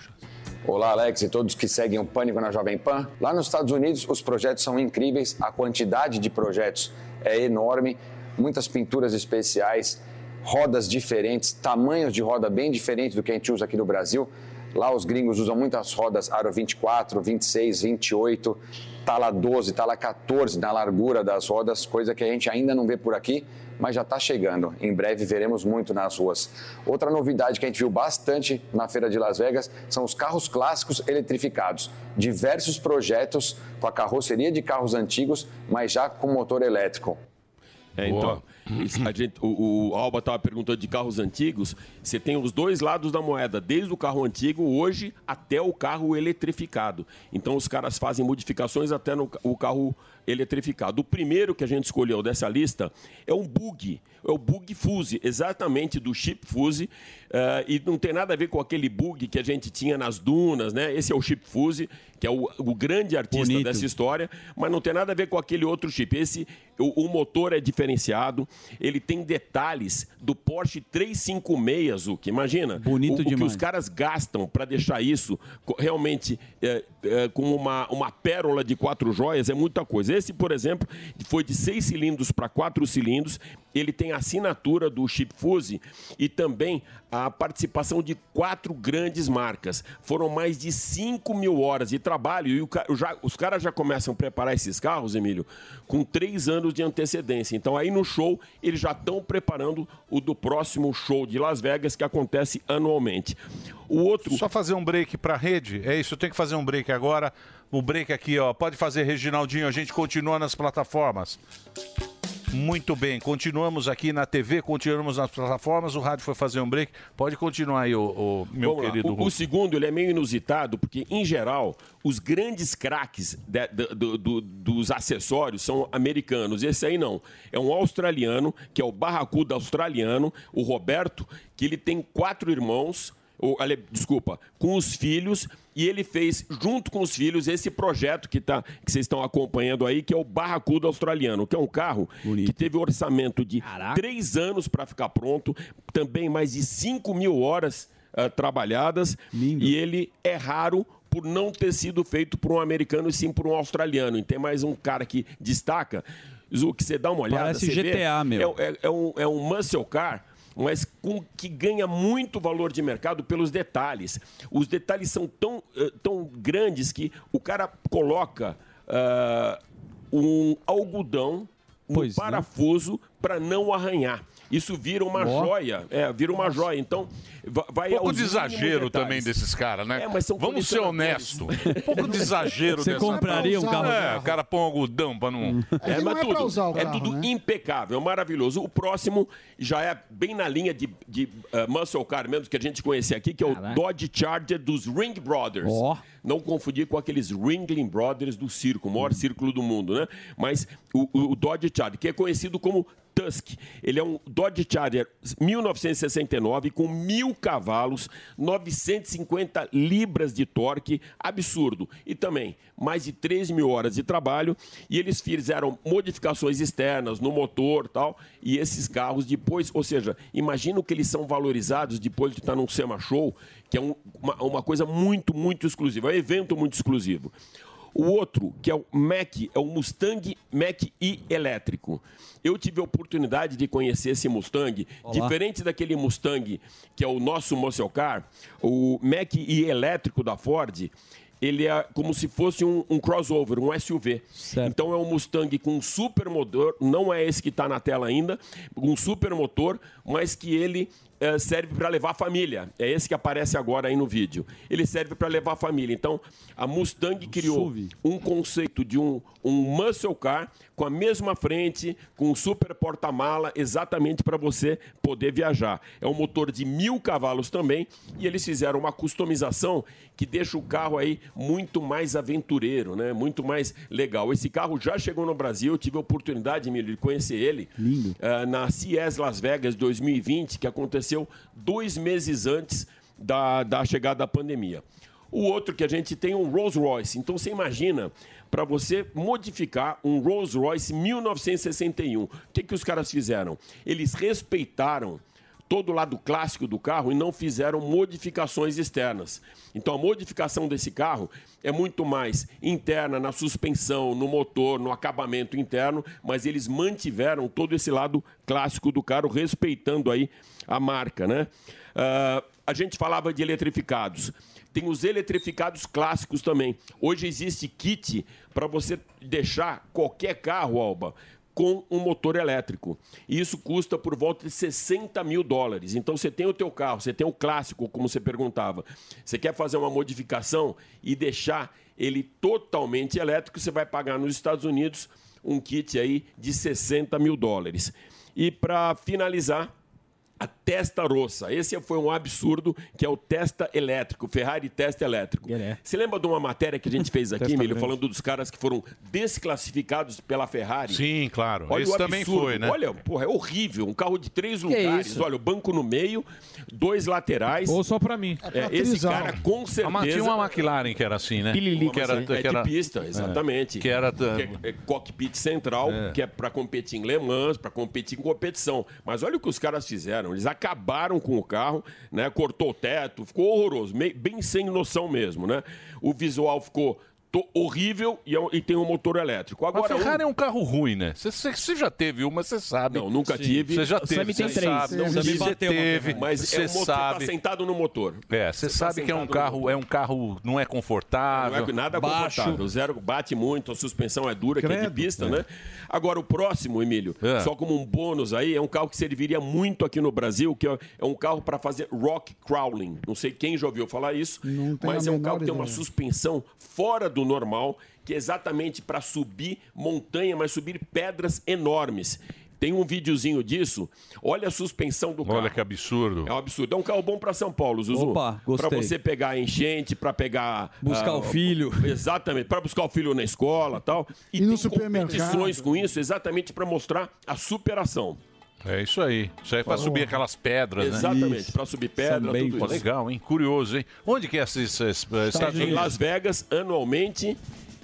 Speaker 23: Olá, Alex e todos que seguem o Pânico na Jovem Pan. Lá nos Estados Unidos, os projetos são incríveis, a quantidade de projetos é enorme, muitas pinturas especiais, rodas diferentes, tamanhos de roda bem diferentes do que a gente usa aqui no Brasil. Lá os gringos usam muitas rodas aro 24, 26, 28, tala 12, tala 14 tá na largura das rodas, coisa que a gente ainda não vê por aqui, mas já está chegando. Em breve veremos muito nas ruas. Outra novidade que a gente viu bastante na feira de Las Vegas são os carros clássicos eletrificados. Diversos projetos com a carroceria de carros antigos, mas já com motor elétrico.
Speaker 22: É, então, isso, a gente- o, o Alba estava perguntando de carros antigos. Você tem os dois lados da moeda, desde o carro antigo hoje até o carro eletrificado. Então, os caras fazem modificações até no ca- o carro eletrificado. O primeiro que a gente escolheu dessa lista é um bug, é o bug fuse, exatamente do chip fuse, eh, e não tem nada a ver com aquele bug que a gente tinha nas dunas, né? Esse é o chip fuse, que é o, o grande artista dessa história, mas não tem nada a ver com aquele outro chip. Esse, o, o motor é diferenciado, Ele tem detalhes do Porsche 356, Zuc. Imagina. Bonito o, o que
Speaker 6: demais.
Speaker 22: os caras gastam para deixar isso co- realmente é, é, como uma, uma pérola de quatro joias é muita coisa. Esse, por exemplo, foi de seis cilindros para quatro cilindros. Ele tem a assinatura do Chip Fuse e também a participação de quatro grandes marcas. Foram mais de 5 mil horas de trabalho e o ca- o já- os caras já começam a preparar esses carros, Emílio, com três anos de antecedência. Então, aí no show, eles já estão preparando o do próximo show de Las Vegas, que acontece anualmente. O outro.
Speaker 5: Só fazer um break pra rede? É isso, eu tenho que fazer um break agora. Um break aqui, ó. Pode fazer, Reginaldinho, a gente continua nas plataformas. Muito bem, continuamos aqui na TV, continuamos nas plataformas. O rádio foi fazer um break. Pode continuar aí, o, meu
Speaker 22: Vamos lá.
Speaker 5: querido
Speaker 22: O- O,
Speaker 5: Hulk.
Speaker 22: segundo ele é meio inusitado, porque, em geral, os grandes craques da- da- do- do- dos acessórios são americanos. Esse aí não. É um australiano, que é o barracuda australiano, o Roberto, que ele tem quatro irmãos. ou, ali- desculpa, com os filhos, e ele fez, junto com os filhos, esse projeto que, tá, que vocês estão acompanhando aí, que é o Barracuda Australiano, que é um carro que teve orçamento de três anos para ficar pronto, também mais de 5 mil horas ah, trabalhadas, e ele é raro por não ter sido feito por um americano e sim por um australiano. E tem mais um cara que destaca, Zu, que você dá uma olhada...
Speaker 6: Parece
Speaker 22: você vê,
Speaker 6: GTA, meu.
Speaker 22: é o- é, é um, é um muscle car, mas com, que ganha muito valor de mercado pelos detalhes. Os detalhes são tão, eh, tão grandes que o cara coloca ah, um algodão no parafuso para não arranhar. Isso vira uma
Speaker 5: Ó.
Speaker 22: joia. É, vira uma joia. Então, va- vai
Speaker 5: Um pouco
Speaker 22: aos
Speaker 5: de exagero
Speaker 22: mínimos detalhes.
Speaker 5: também desses caras, né?
Speaker 22: É, mas são
Speaker 5: Vamos ser
Speaker 22: colecionadores.
Speaker 5: honestos. Um pouco de exagero
Speaker 22: Você
Speaker 5: dessa-
Speaker 22: compraria um carro
Speaker 5: É,
Speaker 22: desse?
Speaker 5: o cara põe um algodão pra não.
Speaker 22: É, mas tudo, é tudo impecável, maravilhoso. O próximo já é bem na linha de, de eh, muscle car mesmo, que a gente conhecia aqui, que é o Dodge Charger dos Ring Brothers.
Speaker 6: Ó.
Speaker 22: Não confundir com aqueles Ringling Brothers do circo, o maior círculo do mundo, né? Mas o, o- o Dodge Charger, que é conhecido como Tusk. Ele é um Dodge Charger 1969 com mil cavalos, 950 libras de torque, absurdo. E também mais de 3 mil horas de trabalho. E eles fizeram modificações externas no motor tal. E esses carros depois, ou seja, imagina que eles são valorizados depois de estar num SEMA Show, que é um- uma, uma coisa muito, muito exclusiva, é um evento muito exclusivo. O outro, que é o Mac, é o Mustang Mac E elétrico. Eu tive a oportunidade de conhecer esse Mustang,
Speaker 3: Olá.
Speaker 22: diferente daquele Mustang que é o nosso muscle car, o Mac E elétrico da Ford, ele é como se fosse um, um crossover, um SUV. Então é um Mustang com um super motor, não é esse que está na tela ainda, um super motor, mas que ele eh, serve para levar a família. É esse que aparece agora aí no vídeo. Ele serve para levar a família. Então, a Mustang criou um conceito de um, um muscle car com a mesma frente, com um super porta-mala, exatamente para você poder viajar. É um motor de mil cavalos também e eles fizeram uma customização que deixa o carro aí muito mais aventureiro, né? Muito mais legal. Esse carro já chegou no Brasil, eu tive a oportunidade, Emílio, de conhecer ele eh, na CES Las Vegas 2020, que aconteceu dois meses antes da, da chegada da pandemia. O outro que a gente tem é um Rolls Royce. Então você imagina para você modificar um Rolls Royce 1961. O que, que os caras fizeram? Eles respeitaram todo o lado clássico do carro e não fizeram modificações externas. Então a modificação desse carro é muito mais interna na suspensão, no motor, no acabamento interno, mas eles mantiveram todo esse lado clássico do carro, respeitando aí a marca, né? Ah, a gente falava de eletrificados. Tem os eletrificados clássicos também. Hoje existe kit para você deixar qualquer carro, Alba, com um motor elétrico. E isso custa por volta de 60 mil dólares. Então você tem o teu carro, você tem o clássico, como você perguntava. Você quer fazer uma modificação e deixar ele totalmente elétrico, você vai pagar nos Estados Unidos um kit aí de 60 mil dólares. E para finalizar, a testa rossa. Esse foi um absurdo, que é o testa elétrico, Ferrari testa elétrico. Você lembra de uma matéria que a gente fez aqui,
Speaker 5: É, né? Testa
Speaker 22: Emílio,
Speaker 5: grande.
Speaker 22: falando dos caras que foram desclassificados pela Ferrari?
Speaker 5: Sim, claro.
Speaker 22: Olha
Speaker 5: Esse
Speaker 22: o
Speaker 5: também
Speaker 22: absurdo.
Speaker 5: foi, né?
Speaker 22: Olha, porra, é horrível. Um carro de três
Speaker 5: Que
Speaker 22: lugares.
Speaker 5: isso?
Speaker 22: Olha, o banco no meio, dois laterais.
Speaker 5: Ou
Speaker 9: só pra mim. Tá
Speaker 22: É, esse cara, com certeza...
Speaker 5: Ah, Mas tinha uma McLaren que era assim, né?
Speaker 22: Pililica,
Speaker 5: que era,
Speaker 22: assim. É de pista, exatamente.
Speaker 5: É, que era...
Speaker 22: Que é, é cockpit central,
Speaker 5: É.
Speaker 22: que é para competir em Le Mans, para competir em competição. Mas olha o que os caras fizeram. Eles acabaram com o carro, né? Cortou o teto, ficou horroroso, meio- bem sem noção mesmo, né? O visual ficou to- horrível e, é um- e tem um motor elétrico. Agora,
Speaker 5: a
Speaker 22: um-
Speaker 5: Ferrari é um carro ruim, né? Você- Você você já teve uma, você sabe. Não,
Speaker 22: nunca tive.
Speaker 5: Você já
Speaker 22: O
Speaker 5: teve.
Speaker 22: Sammy tem
Speaker 5: você
Speaker 22: três.
Speaker 5: Sabe.
Speaker 22: Não,
Speaker 5: Você
Speaker 22: Sammy bateu uma
Speaker 5: teve.
Speaker 22: Ferrari. Mas é
Speaker 5: você
Speaker 22: um motor- tá
Speaker 5: sabe.
Speaker 22: sentado no motor.
Speaker 5: É, você
Speaker 22: Você tá
Speaker 5: sabe que é um
Speaker 22: sentado no
Speaker 5: carro, é um carro não é confortável.
Speaker 22: Não é nada confortável. O zero bate muito, a suspensão é dura, que é de
Speaker 5: Credo.
Speaker 22: pista,
Speaker 5: É.
Speaker 22: né? Agora, o próximo, Emílio,
Speaker 5: É.
Speaker 22: só como um bônus aí, é um carro que serviria muito aqui no Brasil, que é é um carro para fazer rock crawling. Não sei quem já ouviu falar isso,
Speaker 7: tenho
Speaker 22: mas
Speaker 7: a
Speaker 22: é um
Speaker 7: menor
Speaker 22: carro que tem uma
Speaker 7: ideia.
Speaker 22: suspensão fora do normal, que é exatamente para subir montanha, mas subir pedras enormes. Tem um videozinho disso. Olha a suspensão do carro. Olha que
Speaker 5: absurdo.
Speaker 22: É um absurdo. É um carro bom para São Paulo, Zuzu.
Speaker 6: Opa, gostei.
Speaker 22: Para você pegar enchente, para pegar
Speaker 6: Buscar o
Speaker 22: filho. Exatamente, para buscar o filho na escola tal. E, tem competições com isso exatamente para mostrar a superação.
Speaker 5: É isso aí. Isso aí é pra
Speaker 22: Falou.
Speaker 5: subir aquelas pedras, né?
Speaker 22: Tá Exatamente, pra subir
Speaker 6: é
Speaker 22: pedra,
Speaker 5: Também,
Speaker 22: tudo
Speaker 5: pô,
Speaker 22: isso.
Speaker 5: Legal, hein? Curioso, hein? Onde que é esse, esse, esse Estados
Speaker 22: Em
Speaker 5: Unidos?
Speaker 22: Las Vegas, anualmente.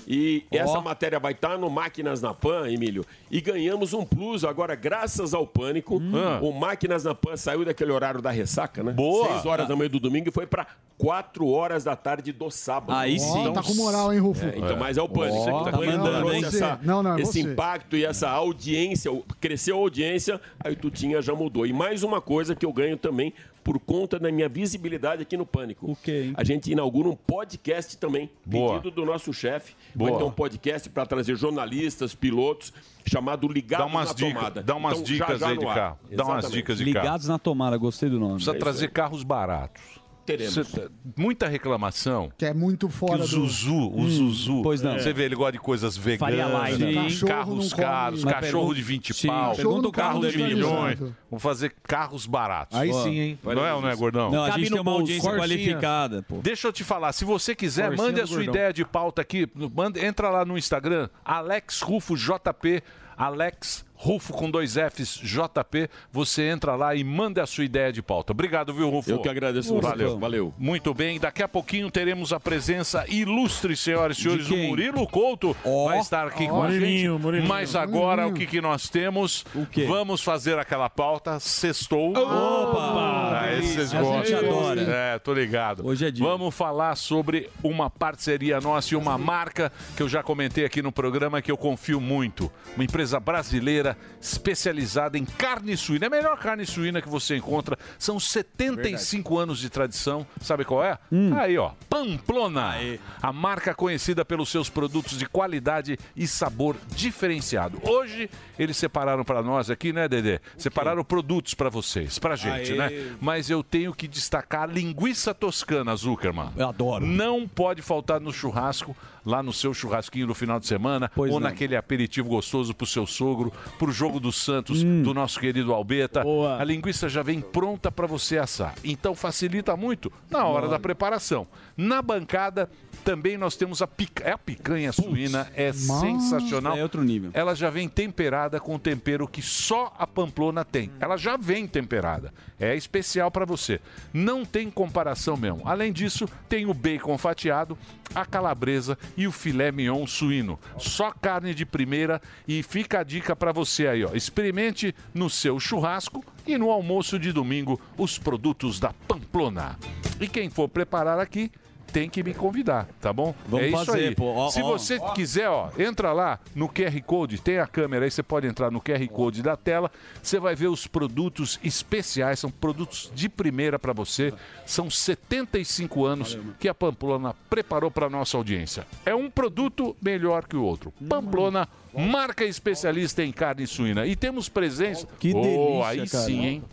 Speaker 22: E
Speaker 5: Ó.
Speaker 22: essa matéria vai estar no Máquinas na Pan, Emílio. E ganhamos um plus agora, graças ao pânico.
Speaker 7: Hum.
Speaker 22: O
Speaker 7: Ah.
Speaker 22: Máquinas na Pan saiu daquele horário da ressaca, né?
Speaker 5: Boa.
Speaker 22: Seis horas da manhã do domingo e foi para quatro horas da tarde do sábado. Então,
Speaker 7: Aí Ó, sim. tá com moral, hein, Rufo?
Speaker 22: É, então, mas é o pânico.
Speaker 7: Ó,
Speaker 22: O
Speaker 7: tá
Speaker 22: pânico
Speaker 7: mandando,
Speaker 22: trouxe
Speaker 7: hein?
Speaker 22: essa-
Speaker 7: Não, não, é
Speaker 22: né, esse
Speaker 7: você.
Speaker 22: impacto e essa audiência, o- cresceu a audiência, aí o Tutinha já mudou. E mais uma coisa que eu ganho também por conta da minha visibilidade aqui no Pânico. A gente inaugura um podcast também,
Speaker 5: Boa.
Speaker 22: pedido do nosso chefe. Vai
Speaker 5: Boa.
Speaker 22: ter um podcast para trazer jornalistas, pilotos, chamado Ligados
Speaker 5: Dá umas
Speaker 22: na
Speaker 5: dicas,
Speaker 22: Tomada. Então,
Speaker 5: dá umas
Speaker 22: já,
Speaker 5: dicas
Speaker 22: já
Speaker 5: aí
Speaker 22: no
Speaker 5: de
Speaker 22: ar.
Speaker 5: carro. Dá umas
Speaker 22: Exatamente.
Speaker 5: dicas de
Speaker 6: Ligados na tomada, gostei do nome. É
Speaker 5: Precisa trazer carros baratos.
Speaker 22: É Teremos.
Speaker 5: Cê- tá, muita reclamação.
Speaker 7: Que é muito
Speaker 5: Que
Speaker 7: fora
Speaker 5: o Zuzu,
Speaker 7: do... Hum.
Speaker 5: o Zuzu.
Speaker 6: Hum, pois não.
Speaker 5: Você vê, ele gosta de coisas
Speaker 6: Faria
Speaker 5: veganas,
Speaker 6: Lima. Sim. Cachorro não
Speaker 5: carros
Speaker 6: come.
Speaker 5: caros,
Speaker 6: Mas
Speaker 5: cachorro
Speaker 6: pergunta-
Speaker 5: de 20
Speaker 6: Sim,
Speaker 5: pau,
Speaker 6: pergunta o carro
Speaker 5: carro de
Speaker 6: industrializado.
Speaker 5: milhões. Vamos fazer carros baratos.
Speaker 6: Aí
Speaker 5: Ó.
Speaker 6: sim, hein?
Speaker 5: Não é, não é, gordão?
Speaker 6: Não, a Cabe gente no tem uma bolso. audiência Corsinha. qualificada, pô.
Speaker 5: Deixa eu te falar, se você quiser,
Speaker 6: Corsinha
Speaker 5: mande a
Speaker 6: do
Speaker 5: sua
Speaker 6: gordão.
Speaker 5: ideia de pauta aqui, manda, entra lá no Instagram, Alex Rufo JP, Alex Rufo com dois Fs, JP, você entra lá e manda a sua ideia de pauta. Obrigado, viu, Rufo?
Speaker 22: Eu que agradeço você,
Speaker 5: Valeu.
Speaker 22: Fran. Valeu.
Speaker 5: Muito bem, daqui a pouquinho teremos a presença ilustre, senhoras e senhores, do Murilo Couto. Vai estar aqui
Speaker 9: Ó.
Speaker 5: com a gente.
Speaker 9: Murilinho, Murilinho.
Speaker 5: Mas agora
Speaker 9: Murilinho.
Speaker 5: o que, que nós temos? Vamos fazer aquela pauta, sextou.
Speaker 6: Opa!
Speaker 5: Ah, esses
Speaker 6: A gente
Speaker 5: gostam.
Speaker 6: adora.
Speaker 5: É, tô ligado. Hoje é dia. Vamos falar sobre uma parceria nossa e uma marca que eu já comentei aqui no programa que eu confio muito. Uma empresa brasileira especializada em carne suína. É a melhor carne suína que você encontra. São 75 anos de tradição. Sabe qual é? Aí, ó. Pamplona. A marca conhecida pelos seus produtos de qualidade e sabor diferenciado. Hoje eles separaram para nós aqui, né, Dedê? Separaram produtos para vocês, pra gente,
Speaker 6: Aê.
Speaker 5: né? mas eu tenho que destacar a linguiça toscana, Zuckerman. Eu adoro. Não pode faltar no churrasco, lá no seu churrasquinho no final de semana, ou naquele aperitivo gostoso pro seu sogro, pro jogo do Santos, do nosso querido Albeta. A linguiça já vem pronta para você assar. Então facilita muito na hora da preparação. Na bancada também nós temos a pica... é a picanha suína, é
Speaker 6: mas-
Speaker 5: sensacional.
Speaker 6: É outro nível.
Speaker 5: Ela já vem temperada com tempero que só a Pamplona tem. Ela já vem temperada. É especial para você. Não tem comparação mesmo. Além disso, tem o bacon fatiado, a calabresa e o filé mignon suíno. Só carne de primeira e fica a dica para você aí, ó. Experimente no seu churrasco e no almoço de domingo os produtos da Pamplona. E quem for preparar aqui, tem que me convidar, tá bom?
Speaker 6: Vamos
Speaker 5: é isso
Speaker 6: fazer,
Speaker 5: aí.
Speaker 6: pô. Ó,
Speaker 5: Se
Speaker 6: ó.
Speaker 5: você
Speaker 6: Ó.
Speaker 5: quiser, ó, entra lá no QR Code, tem a câmera aí, você pode entrar no QR Code da tela, você vai ver os produtos especiais, são produtos de primeira pra você. São 75 anos que a Pamplona preparou pra nossa audiência. É um produto melhor que o outro. Pamplona, marca especialista em carne suína. E temos presença.
Speaker 6: Que
Speaker 5: Oh,
Speaker 6: delícia,
Speaker 5: aí
Speaker 6: cara.
Speaker 5: sim, hein?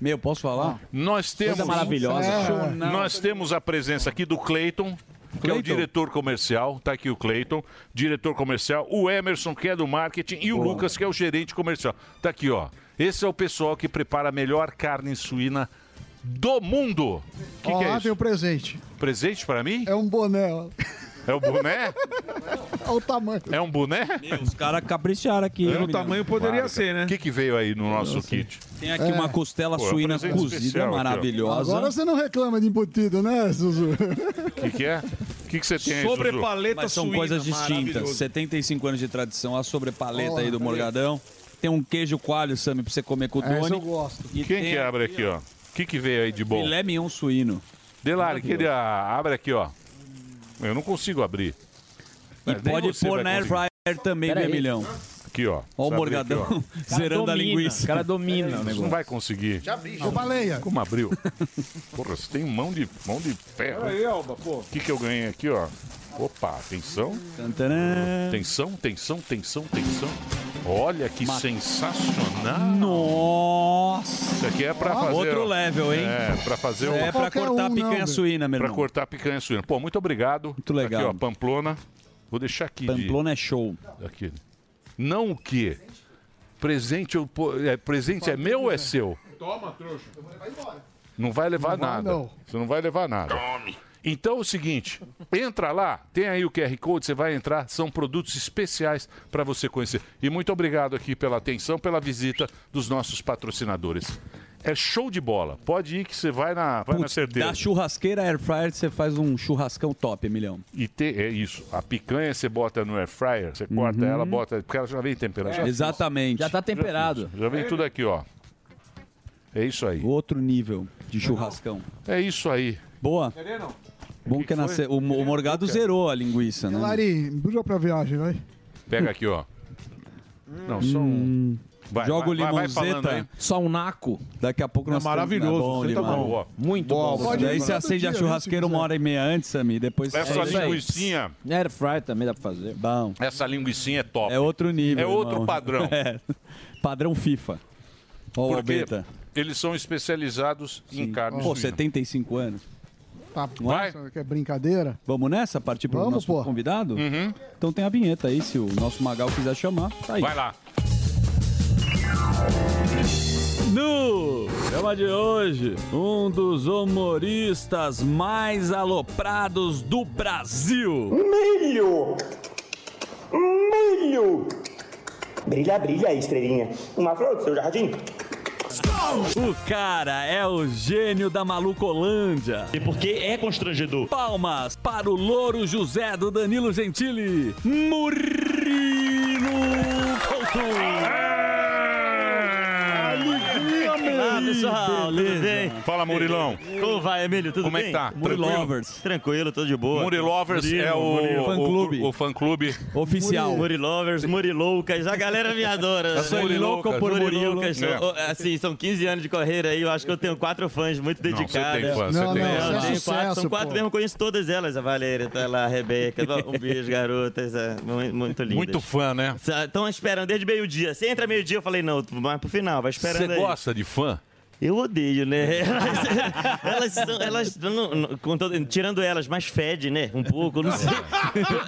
Speaker 6: Meu, posso falar? é
Speaker 5: Nós temos né?
Speaker 6: Coisa maravilhosa, cara.
Speaker 5: Nós temos a presença aqui do Cleiton. que é o diretor comercial, tá aqui o Cleiton, diretor comercial, o Emerson, que é do marketing, e o Lucas, que é o gerente comercial. Tá aqui, ó. Esse é o pessoal que prepara a melhor carne suína do mundo. O que,
Speaker 7: Ó,
Speaker 5: que é
Speaker 7: lá
Speaker 5: isso?
Speaker 7: tem o presente.
Speaker 5: Presente pra mim?
Speaker 7: É um boné, ó.
Speaker 5: É o boné?
Speaker 7: Olha o tamanho.
Speaker 5: É um boné?
Speaker 6: Os caras capricharam aqui.
Speaker 5: É,
Speaker 6: hein,
Speaker 5: o
Speaker 6: menino?
Speaker 5: tamanho poderia ser, né? O que, que veio aí no nosso kit?
Speaker 6: Tem aqui uma costela
Speaker 5: Pô, é um
Speaker 6: suína
Speaker 5: presente
Speaker 6: cozida
Speaker 5: especial aqui, ó.
Speaker 6: maravilhosa.
Speaker 7: Agora você não reclama de embutido, né, Zuzu?
Speaker 5: O que, que é? O que, que você tem aí, Zuzu?
Speaker 6: Mas são coisas distintas. 75 anos de tradição. A sobrepaleta aí do Morgadão. Tem um queijo coalho, Sammy, pra você comer com o Doni.
Speaker 5: Quem
Speaker 6: tem
Speaker 5: que abre aqui, ó? O que, que veio aí de bom?
Speaker 6: Filé mignon suíno.
Speaker 5: Delari, que ele a- abre aqui, ó. Eu não consigo abrir.
Speaker 6: E
Speaker 5: Mas nem
Speaker 6: pode
Speaker 5: você
Speaker 6: pôr
Speaker 5: vai
Speaker 6: na air
Speaker 5: conseguir.
Speaker 6: fryer também,
Speaker 5: Pera aí.
Speaker 6: vermelhão.
Speaker 5: Aqui, ó.
Speaker 6: Ó o
Speaker 5: Sabe
Speaker 6: Morgadão
Speaker 5: aqui, ó.
Speaker 6: zerando a linguiça.
Speaker 5: É, você Não vai conseguir. Já
Speaker 7: abri, já. Ô, baleia.
Speaker 5: Como abriu? Porra, você tem mão de, mão de ferro.
Speaker 9: Pera aí, Alba, pô.
Speaker 5: O que, que eu ganhei aqui, ó? Opa, atenção. Tensão, tensão, tensão, tensão. Olha que sensacional.
Speaker 6: Nossa.
Speaker 5: Isso aqui é pra
Speaker 6: Ó.
Speaker 5: fazer...
Speaker 6: Outro
Speaker 5: ó.
Speaker 6: level, hein?
Speaker 5: É, pra fazer...
Speaker 6: Isso
Speaker 5: um-
Speaker 6: é pra cortar a picanha suína, meu
Speaker 5: Pra
Speaker 6: irmão.
Speaker 5: cortar a picanha suína. Pô, muito obrigado. Muito
Speaker 6: legal.
Speaker 5: Aqui, ó, Pamplona. Vou deixar aqui.
Speaker 6: Pamplona é show.
Speaker 5: Aqui. Não o quê? Presente, eu, po- é, presente é meu ou é seu?
Speaker 9: Toma, trouxa. Vai embora.
Speaker 5: Não vai levar nada. Você não vai levar nada. Então é o seguinte, entra lá, tem aí o QR Code, você vai entrar, são produtos especiais para você conhecer. E muito obrigado aqui pela atenção, pela visita dos nossos patrocinadores. É show de bola. Pode ir que você vai na, vai na
Speaker 6: Putz,
Speaker 5: certeza.
Speaker 6: Da churrasqueira air fryer, você faz um churrascão top, Emilhão.
Speaker 5: E ter, é isso. A picanha você bota no air fryer, você corta ela, bota. Porque ela já vem temperada. já fiz.
Speaker 6: Exatamente. Já tá
Speaker 5: Já, fiz. Já vem tudo aqui, ó. É isso aí.
Speaker 6: Outro nível de churrascão.
Speaker 5: É isso aí.
Speaker 6: Boa.
Speaker 9: não?
Speaker 6: Bom que, nasce... o, o Morgado zerou a linguiça, né?
Speaker 7: Lari, embrulha pra viagem, vai.
Speaker 5: Pega aqui, ó. Não, só um.
Speaker 24: Hum.
Speaker 5: Vai,
Speaker 6: Joga o
Speaker 5: vai, vai, vai falando aí.
Speaker 6: limonzeta. Só um naco. Daqui a pouco
Speaker 5: É
Speaker 6: nós temos-
Speaker 5: maravilhoso, você tá
Speaker 6: limão.
Speaker 5: bom, ó.
Speaker 6: Muito
Speaker 5: Boa,
Speaker 6: bom.
Speaker 5: pode
Speaker 6: Daí
Speaker 5: ir
Speaker 6: você
Speaker 5: todo
Speaker 6: acende
Speaker 5: dia,
Speaker 6: a
Speaker 5: né,
Speaker 6: churrasqueira
Speaker 5: se
Speaker 6: uma hora e meia antes, Samir. Depois
Speaker 5: Essa
Speaker 6: É isso aí.
Speaker 5: linguicinha.
Speaker 11: Air fry também dá pra fazer.
Speaker 6: Bom.
Speaker 5: Essa linguicinha é top.
Speaker 6: É outro nível.
Speaker 5: É outro
Speaker 6: irmão.
Speaker 5: padrão.
Speaker 6: É. Padrão FIFA. Ó, o
Speaker 5: Porque
Speaker 6: Albeta.
Speaker 5: eles são especializados em carne
Speaker 6: Pô,
Speaker 5: suína.
Speaker 6: 75 anos.
Speaker 7: Tá,
Speaker 6: Vai.
Speaker 7: nossa, que é brincadeira.
Speaker 6: Vamos nessa? Partir pro
Speaker 7: Vamos,
Speaker 6: nosso
Speaker 7: pô.
Speaker 6: convidado?
Speaker 5: Uhum.
Speaker 6: Então tem a vinheta aí, se o nosso Magal quiser chamar. Tá aí.
Speaker 5: Vai lá.
Speaker 4: No tema de hoje, um dos humoristas mais aloprados do Brasil.
Speaker 3: Milho! Milho! Brilha, brilha, estrelinha. Uma flor do seu jardim.
Speaker 4: O cara é o gênio da Malucolândia. E porque é constrangedor. Palmas para o louro José do Danilo Gentili. Murilo Couto.
Speaker 5: Ah, Fala, Murilão.
Speaker 24: Como vai, Emílio? Tudo
Speaker 5: Como é
Speaker 24: bem?
Speaker 5: que tá?
Speaker 24: Murilovers. Tranquilo, tudo de boa.
Speaker 5: Murilovers é o- o- Fã-clube. o fã-clube
Speaker 24: oficial.
Speaker 5: Murilo.
Speaker 24: Murilovers, Muriloucas, a galera me adora.
Speaker 5: Eu sou Tá louco por
Speaker 24: Muriloucas.
Speaker 5: Murilo.
Speaker 24: são- Assim, são 15 anos de carreira aí, eu acho que eu tenho quatro fãs muito
Speaker 5: Não, você
Speaker 24: dedicados.
Speaker 5: tem fã, você Não, tem não, fã. você é
Speaker 24: Eu tenho quatro,
Speaker 5: sucesso,
Speaker 24: são quatro
Speaker 5: pô.
Speaker 24: mesmo, eu conheço todas elas. A Valéria tá lá, a Rebeca, um beijo, garotas, é, mu- muito lindas.
Speaker 5: Muito fã, né?
Speaker 24: Estão esperando desde meio-dia. Você entra meio-dia, eu falei, não, mas pro final, vai esperando
Speaker 5: Você
Speaker 24: aí.
Speaker 5: gosta É. de fã?
Speaker 24: Eu odeio, né? Elas são, elas, não- não- com todo- tirando elas, mas fede, né? Um pouco, não sei.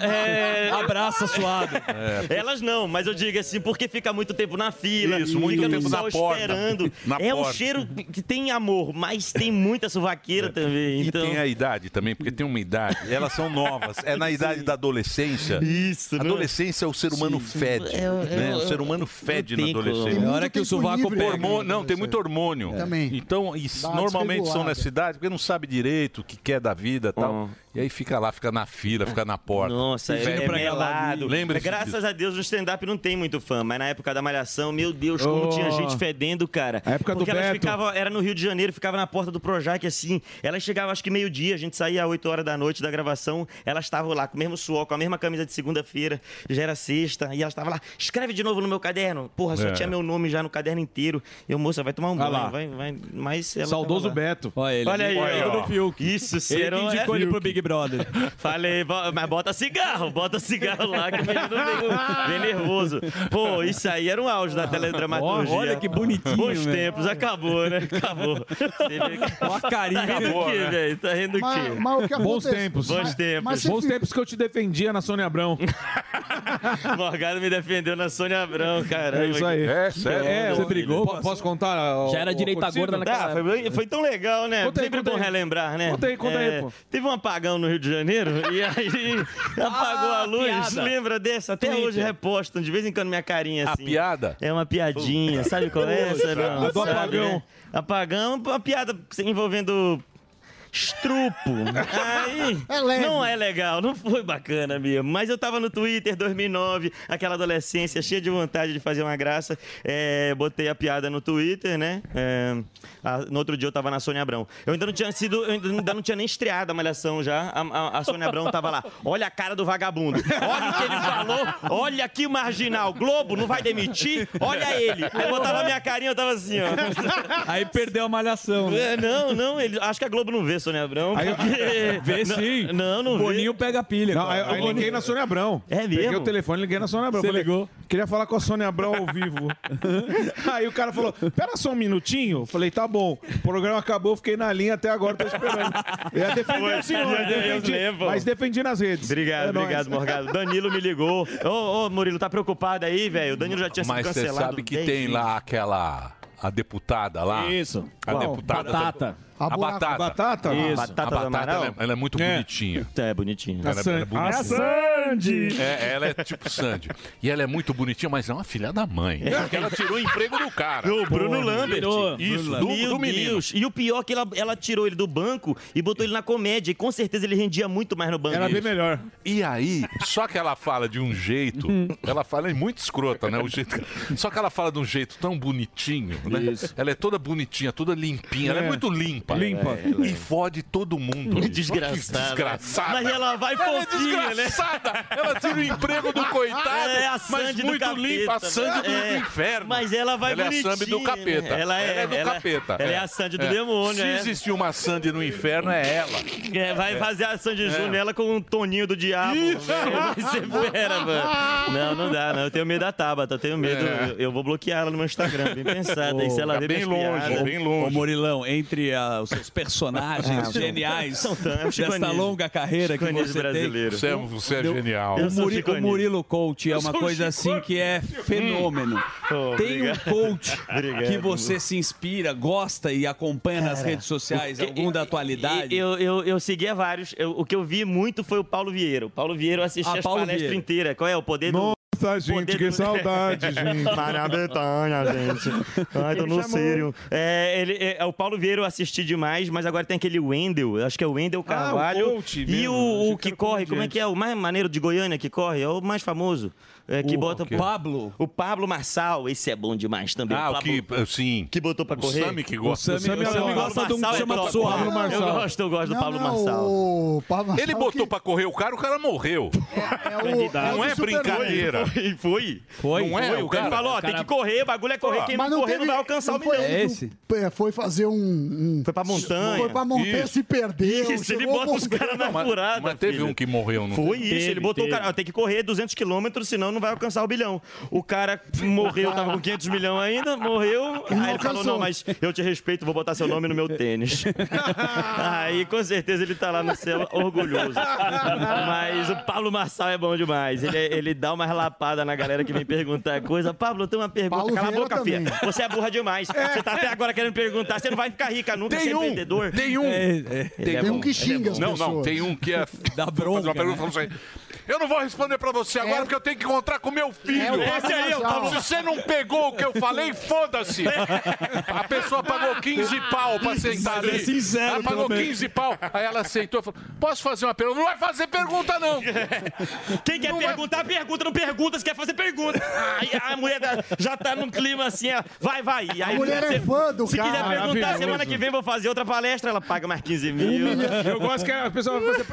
Speaker 24: É,
Speaker 4: Abraça suado.
Speaker 5: É.
Speaker 24: Elas não, mas eu digo assim, porque fica muito tempo na fila,
Speaker 5: Isso, muito
Speaker 24: fica
Speaker 5: tempo
Speaker 24: no
Speaker 5: na
Speaker 24: sol
Speaker 5: porta.
Speaker 24: esperando.
Speaker 5: Na
Speaker 24: é
Speaker 5: porta.
Speaker 24: um cheiro que tem amor, mas tem muita suvaqueira também. Então...
Speaker 5: E tem a idade também, porque tem uma idade. Elas são novas. É na idade da adolescência.
Speaker 24: Isso.
Speaker 5: Adolescência, o ser humano fede.
Speaker 24: É, Eu-
Speaker 5: né?
Speaker 24: eu-
Speaker 5: o ser
Speaker 24: eu-
Speaker 5: humano fede na
Speaker 24: tem como.
Speaker 5: adolescência.
Speaker 24: Tem muito É hora que o tempo sovaco livre, pega.
Speaker 5: Hormônio, não, tem muito hormônio.
Speaker 24: É. Também.
Speaker 5: Então, e s-
Speaker 24: Dá uma
Speaker 5: normalmente são
Speaker 24: desregulada.
Speaker 5: nessa idade, porque não sabe direito o que quer da vida e tal. E aí fica lá, fica na fila, fica na porta.
Speaker 24: Nossa, é,
Speaker 5: Fede.
Speaker 24: é melado. É
Speaker 5: Lembre-se
Speaker 24: Graças
Speaker 5: disso.
Speaker 24: a Deus no stand-up não tem muito fã, mas na época da Malhação, meu Deus, como
Speaker 5: Oh.
Speaker 24: tinha gente fedendo, cara.
Speaker 5: A época do
Speaker 24: Porque elas
Speaker 5: Beto.
Speaker 24: ficavam, era no Rio de Janeiro, ficava na porta do Projac assim. Elas chegavam acho que meio-dia, a gente saía às 8 horas da noite da gravação, elas estavam lá com o mesmo suor, com a mesma camisa de segunda-feira, já era sexta, e elas estavam lá, escreve de novo no meu caderno. Porra, só
Speaker 5: É.
Speaker 24: tinha meu nome já no caderno inteiro. Eu, moça, vai tomar um
Speaker 5: lá.
Speaker 24: banho, vai, vai. Mas ela
Speaker 5: Saudoso
Speaker 24: tava lá.
Speaker 5: Beto. Olha ele.
Speaker 24: é Olha aí,
Speaker 5: Olha aí,
Speaker 24: ó.
Speaker 5: ó.
Speaker 24: Isso, é,
Speaker 5: Ele é
Speaker 24: será-
Speaker 5: que indicou ele pro Big
Speaker 24: Big Brother. Falei, bo- mas bota cigarro, bota cigarro lá que o menino vem, vem nervoso. Pô, isso aí era um auge da teledramaturgia.
Speaker 4: Olha que bonitinho,
Speaker 24: Bons
Speaker 4: velho.
Speaker 24: tempos, acabou, né? Acabou. Ó a
Speaker 4: carinha.
Speaker 24: Tá rindo o
Speaker 4: Acabou,
Speaker 24: quê,
Speaker 4: né?
Speaker 24: velho? Tá rindo o
Speaker 4: Mas-
Speaker 24: quê?
Speaker 4: mas o que Bons aconteceu- tempos.
Speaker 24: Bons
Speaker 4: Mas-
Speaker 24: tempos.
Speaker 4: mas você Bons fica- tempos que eu te defendia na Sônia Abrão.
Speaker 24: Morgado me defendeu na Sônia Abrão, caramba.
Speaker 4: É, sério. você brigou? Po- Posso contar? ó, o acontecido?
Speaker 24: Ah, foi, foi tão legal, né?
Speaker 4: Conta aí,
Speaker 24: Sempre
Speaker 4: conta
Speaker 24: bom
Speaker 4: aí.
Speaker 24: relembrar, né?
Speaker 4: Conta aí, conta aí, pô.
Speaker 24: Teve um apagão no Rio de Janeiro e aí apagou a luz.
Speaker 4: Ah, piada.
Speaker 24: Lembra dessa? Até
Speaker 4: Twitter.
Speaker 24: hoje repostam de vez em quando minha carinha assim.
Speaker 5: A piada?
Speaker 24: É uma piadinha, sabe qual é essa? Não,
Speaker 4: A do
Speaker 24: sabe,
Speaker 4: apagão.
Speaker 24: né? Apagão, uma piada envolvendo estrupo. Aí, não é legal, não foi bacana mesmo. Mas eu tava no Twitter 2009, aquela adolescência cheia de vontade de fazer uma graça. É, botei a piada no Twitter, né? É, a- no outro dia eu tava na Sônia Abrão. Eu ainda não tinha sido, eu ainda não tinha nem estreado a Malhação já. A, a- a Sônia Abrão tava lá. Olha a cara do vagabundo. Olha o que ele falou. Olha que marginal. Globo não vai demitir. Olha ele. Aí botava a minha carinha, eu tava assim, ó.
Speaker 4: Aí perdeu a malhação.
Speaker 24: É, não, não, ele, acho que a Globo não vê Sônia Abrão.
Speaker 4: Aí,
Speaker 24: porque-
Speaker 4: vê
Speaker 24: não,
Speaker 4: sim.
Speaker 24: Não, não
Speaker 4: Boninho
Speaker 24: vê. pega pilha.
Speaker 12: Não, aí, aí liguei na Sônia Abrão.
Speaker 24: É mesmo?
Speaker 12: Peguei o telefone, liguei na Sônia Abrão.
Speaker 4: Você
Speaker 12: Falei,
Speaker 4: ligou?
Speaker 12: Queria falar com a Sônia Abrão ao vivo. aí o cara falou, pera só um minutinho. Falei, tá bom. O programa acabou, fiquei na linha até agora, tô esperando. Eu ia defender
Speaker 24: Foi.
Speaker 12: o senhor.
Speaker 24: Eu
Speaker 12: defendi,
Speaker 24: lembro.
Speaker 12: mas defendi nas redes.
Speaker 24: Obrigado,
Speaker 12: É nóis.
Speaker 24: obrigado, Morgado. Danilo me ligou. Ô, ô, Murilo, tá preocupado aí, velho? O Danilo já tinha
Speaker 5: Mas
Speaker 24: sido
Speaker 5: você
Speaker 24: cancelado.
Speaker 5: sabe que
Speaker 24: dez
Speaker 5: tem
Speaker 24: vezes.
Speaker 5: lá aquela. A deputada lá.
Speaker 24: Isso.
Speaker 5: A
Speaker 24: Qual?
Speaker 5: deputada.
Speaker 24: Batata.
Speaker 5: A,
Speaker 24: A buraco-
Speaker 5: batata.
Speaker 24: Batata?
Speaker 5: Isso.
Speaker 24: Isso. Batata do
Speaker 5: a batata
Speaker 24: Amaral?
Speaker 5: ela, é- ela é muito
Speaker 24: É.
Speaker 5: bonitinha.
Speaker 24: É, bonitinha.
Speaker 5: Ela, ela é
Speaker 24: A
Speaker 5: bonitinha.
Speaker 24: Sandy!
Speaker 5: É, ela é tipo Sandy. E ela é muito bonitinha, mas é uma filha da mãe. Porque ela tirou o emprego do cara.
Speaker 24: O Bruno Lambert.
Speaker 5: Isso, do,
Speaker 24: Meu
Speaker 5: do menino.
Speaker 24: Deus. E o pior é que ela, ela tirou ele do banco e botou ele na comédia. E com certeza ele rendia muito mais no banco.
Speaker 12: melhor.
Speaker 5: E aí, só que ela fala de um jeito, ela fala é muito escrota, né? O jeito, que- só que ela fala de um jeito tão bonitinho, né? Ela é toda bonitinha, toda limpinha, ela é
Speaker 24: É.
Speaker 5: muito limpa.
Speaker 24: Limpa. É, ela
Speaker 5: E fode todo mundo.
Speaker 24: Hum, Desgraçada.
Speaker 5: Que desgraçada.
Speaker 24: Mas ela vai
Speaker 5: ela
Speaker 24: fofinha,
Speaker 5: é
Speaker 24: né?
Speaker 5: desgraçada. Ela tira o emprego do coitado,
Speaker 24: É a
Speaker 5: mas
Speaker 24: Sandy do
Speaker 5: muito
Speaker 24: capeta,
Speaker 5: limpa, a Sandy do,
Speaker 24: é.
Speaker 5: do inferno.
Speaker 24: Mas ela vai
Speaker 5: Ela é a Sandy do
Speaker 24: bonitinha,
Speaker 5: capeta.
Speaker 24: né? Ela é-
Speaker 5: do
Speaker 24: ela-
Speaker 5: capeta.
Speaker 24: ela é a Sandy do demônio,
Speaker 5: Se
Speaker 24: é.
Speaker 5: existir uma Sandy no inferno, é ela.
Speaker 24: É, vai
Speaker 5: É.
Speaker 24: fazer a Sandy
Speaker 5: É.
Speaker 24: Júnior ela com um toninho do diabo.
Speaker 5: Isso!
Speaker 24: velho. Vai ser fera, mano. Não, não dá, não. Eu tenho medo da Tabata, eu tenho medo.
Speaker 5: É.
Speaker 24: Eu, eu vou bloquear ela no meu Instagram, bem pensada. e se ela
Speaker 5: tá
Speaker 24: ver minhas piadas-
Speaker 6: Ô, Murilão, entre ah, os seus personagens
Speaker 24: Ah,
Speaker 6: geniais
Speaker 24: são tantos, Chico
Speaker 6: dessa
Speaker 24: Anísio.
Speaker 6: longa carreira que
Speaker 24: Chico Anísio
Speaker 6: você
Speaker 24: brasileiro.
Speaker 6: tem.
Speaker 5: Você é- você é
Speaker 6: Deu-
Speaker 5: genial.
Speaker 6: O,
Speaker 5: Eu sou
Speaker 6: Muri-
Speaker 5: Chico
Speaker 6: o
Speaker 5: Anísio.
Speaker 6: Murilo Coach é
Speaker 5: Eu
Speaker 6: uma
Speaker 5: sou o
Speaker 6: coisa
Speaker 5: Chico
Speaker 6: assim que é fenômeno.
Speaker 24: Hum. Oh,
Speaker 6: tem um
Speaker 24: obrigado.
Speaker 6: coach
Speaker 24: Obrigado.
Speaker 6: que você se inspira, gosta e acompanha nas
Speaker 24: Cara,
Speaker 6: redes sociais,
Speaker 24: o que-
Speaker 6: algum da atualidade.
Speaker 24: E Eu, eu, eu seguia vários. Eu- o que eu vi muito foi o Paulo Vieira. O Paulo Vieira eu assisti
Speaker 6: Ah,
Speaker 24: as
Speaker 6: Paulo
Speaker 24: palestras
Speaker 6: Vieira.
Speaker 24: inteiras. Qual é o poder do.
Speaker 12: Nossa, gente,
Speaker 24: poder
Speaker 12: que
Speaker 24: do-
Speaker 12: saudade, gente.
Speaker 24: Betânia, Ah, gente. Ai, tô
Speaker 12: Ele um chamou.
Speaker 24: no sério. É, ele, é, o Paulo Vieira eu assisti demais, mas agora tem aquele Wendel, acho que é o Wendel Carvalho.
Speaker 12: Ah, coach
Speaker 24: e
Speaker 12: mesmo.
Speaker 24: o- o,
Speaker 12: Achei que
Speaker 24: que
Speaker 12: era
Speaker 24: corre, como é
Speaker 12: comediante.
Speaker 24: que é? O mais maneiro de Goiânia que corre, é o mais famoso. é, que
Speaker 5: O-
Speaker 24: bota
Speaker 5: ok.
Speaker 24: Pablo. O Pablo Marçal, esse é bom demais também.
Speaker 5: Ah, o que,
Speaker 6: é,
Speaker 24: Pablo-
Speaker 5: sim.
Speaker 24: Que botou pra correr.
Speaker 5: O Sami que gosta.
Speaker 24: O Sami- o Sami gosta de um que chama Zorra. Eu gosto, eu gosto do Pablo Marçal.
Speaker 7: O Pablo
Speaker 5: Ele
Speaker 7: Marçal
Speaker 5: botou pra correr o cara, o cara morreu.
Speaker 24: Candidato.
Speaker 5: não é brincadeira.
Speaker 24: Foi, foi.
Speaker 5: Foi,
Speaker 24: não é?
Speaker 5: foi,
Speaker 24: o
Speaker 5: cara.
Speaker 24: cara falou, ó,
Speaker 5: O cara-
Speaker 24: tem que correr, o bagulho é correr, quem não,
Speaker 7: Mas não
Speaker 24: correr
Speaker 7: teve-
Speaker 24: não vai alcançar
Speaker 7: não
Speaker 24: o
Speaker 7: foi
Speaker 24: milhão.
Speaker 7: ele que É, foi fazer um, um-
Speaker 24: Foi pra montanha.
Speaker 7: Foi pra montanha,
Speaker 24: Isso.
Speaker 7: se perdeu.
Speaker 24: Isso, ele
Speaker 7: chegou
Speaker 24: bota os
Speaker 7: bombeiro.
Speaker 24: caras na
Speaker 5: Mas-
Speaker 24: furada.
Speaker 5: mas teve
Speaker 24: filho.
Speaker 5: um que morreu, não
Speaker 24: Foi
Speaker 5: teve?
Speaker 24: isso,
Speaker 5: Teve,
Speaker 24: ele botou
Speaker 5: teve.
Speaker 24: o cara, ó, tem que correr 200 quilômetros, senão não vai alcançar o bilhão. O cara morreu, tava com 500 milhões ainda, morreu. Aí ele falou,
Speaker 4: alcançou.
Speaker 24: não, mas eu te respeito, vou botar seu nome no meu tênis. aí com certeza ele tá lá no céu orgulhoso. Mas o Paulo Marçal é bom demais. Ele, ele dá uma relapada na galera que vem perguntar coisa. Pablo, eu tenho uma pergunta.
Speaker 7: Paulo
Speaker 24: Cala a
Speaker 7: Vieira
Speaker 24: boca,
Speaker 7: também.
Speaker 24: filha. Você é burra demais. Você tá até agora querendo perguntar. Você não vai ficar rica nunca, você
Speaker 5: Tem
Speaker 24: é
Speaker 5: um,
Speaker 24: vendedor.
Speaker 5: tem um,
Speaker 24: Ele é
Speaker 5: tem
Speaker 24: bom,
Speaker 5: um que
Speaker 24: ele é
Speaker 5: xinga
Speaker 24: bom.
Speaker 5: as Não, não, pessoas. tem um que é-
Speaker 6: Da
Speaker 5: Fazer
Speaker 6: bronca.
Speaker 5: uma pergunta pra você. Eu não vou responder pra você
Speaker 12: É.
Speaker 5: agora, porque eu tenho que encontrar com meu filho.
Speaker 4: É, esse aí é o Paulo.
Speaker 5: Se você não pegou o que eu falei, foda-se. A pessoa pagou 15 pau pra sentar
Speaker 4: Mas é
Speaker 5: ali.
Speaker 4: sincero,
Speaker 5: ela pagou
Speaker 4: pelo menos.
Speaker 5: 15 pau. Aí ela aceitou e falou, posso fazer uma pergunta? Não vai fazer pergunta, não.
Speaker 24: Quem quer perguntar, pergunta, não pergunta, se quer fazer pergunta. Aí a mulher da- já tá num clima assim, ó, vai, vai. E Aí,
Speaker 7: A mulher é fã do
Speaker 24: se
Speaker 7: cara.
Speaker 24: quiser perguntar,
Speaker 7: Maravilhoso. Um
Speaker 24: semana que vem vou fazer outra palestra, ela paga mais 15 mil.
Speaker 7: milhão.
Speaker 12: Eu gosto que a pessoa vai fazer.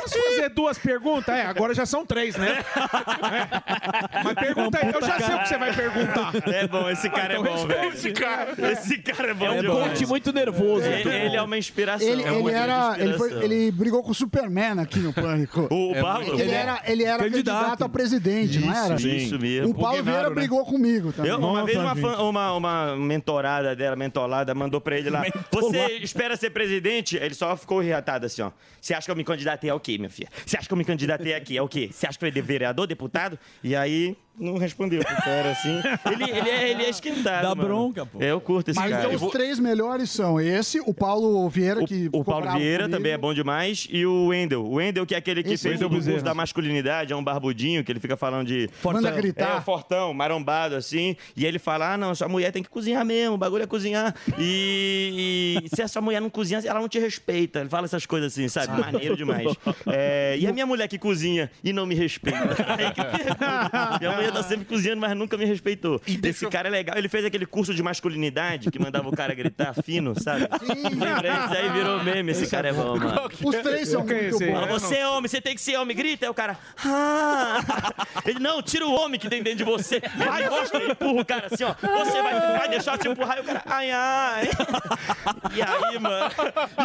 Speaker 12: Posso fazer duas perguntas? É, agora já são três, né? É. Mas pergunta aí, eu já sei o que você vai perguntar.
Speaker 24: É bom, esse cara
Speaker 12: Então
Speaker 24: é bom,
Speaker 12: responde,
Speaker 24: velho.
Speaker 12: cara.
Speaker 24: Esse cara é bom
Speaker 12: É
Speaker 24: demais.
Speaker 12: um coach muito nervoso.
Speaker 24: Ele,
Speaker 12: Muito
Speaker 24: ele
Speaker 12: bom.
Speaker 24: é uma inspiração.
Speaker 7: Ele,
Speaker 24: é
Speaker 7: ele
Speaker 24: uma grande
Speaker 7: era, ele, foi-
Speaker 24: inspiração.
Speaker 7: ele brigou com o Superman aqui no Pânico.
Speaker 24: O Paulo?
Speaker 7: Ele era, ele era candidato. a presidente, não
Speaker 24: Isso,
Speaker 7: era?
Speaker 24: sim. Isso mesmo.
Speaker 7: O Paulo
Speaker 24: Porque
Speaker 7: Vieira
Speaker 24: Genaro, né?
Speaker 7: brigou comigo também.
Speaker 24: Eu, uma vez uma, fã-
Speaker 7: fã.
Speaker 24: uma, uma mentorada dela, mentolada, mandou pra ele lá. Você espera ser presidente? Ele só ficou irritado assim, ó. Você acha que eu me candidatei ao quê, minha filha? Você acha que eu me candidatei aqui? É o quê? Você acha que eu ia vereador, deputado? E aí, não respondeu pro cara assim. Ele, ele, é, ele é esquentado.
Speaker 7: Dá
Speaker 24: mano.
Speaker 7: bronca, pô.
Speaker 24: É, Eu curto esse
Speaker 7: Mas
Speaker 24: cara.
Speaker 7: então os três melhores são esse, o Paulo Vieira, que.
Speaker 24: O Paulo Vieira também é bom demais. E o Wendel. O Wendel, que é aquele que
Speaker 7: Esse
Speaker 24: fez
Speaker 7: Wendel
Speaker 24: o curso
Speaker 7: Bezerra.
Speaker 24: da masculinidade, é um barbudinho, que ele fica falando de.
Speaker 7: Fortão. Manda gritar.
Speaker 24: É, o fortão, marombado, assim. E ele fala: ah, não, sua mulher tem que cozinhar mesmo, o bagulho é cozinhar. E, e se a sua mulher não cozinha, ela não te respeita. Ele fala essas coisas assim, sabe? Maneiro demais. É, e a minha mulher que cozinha e não me respeita. Aí que pergunta. minha mulher tá sempre cozinhando, mas nunca me respeitou. Esse cara é legal. Ele fez aquele curso de masculinidade que mandava o cara gritar fino, sabe? Lembra? Esse aí virou meme, esse cara é bom, mano.
Speaker 1: Os três são muito bons.
Speaker 24: Fala, você é homem, você tem que ser homem. Grita, aí o cara. "Ah." Ele, não, tira o homem que tem dentro de você. Ele gosta e empurra o cara assim, ó. Você vai, vai deixar eu te empurrar, e o cara, ai, ai. E aí, mano?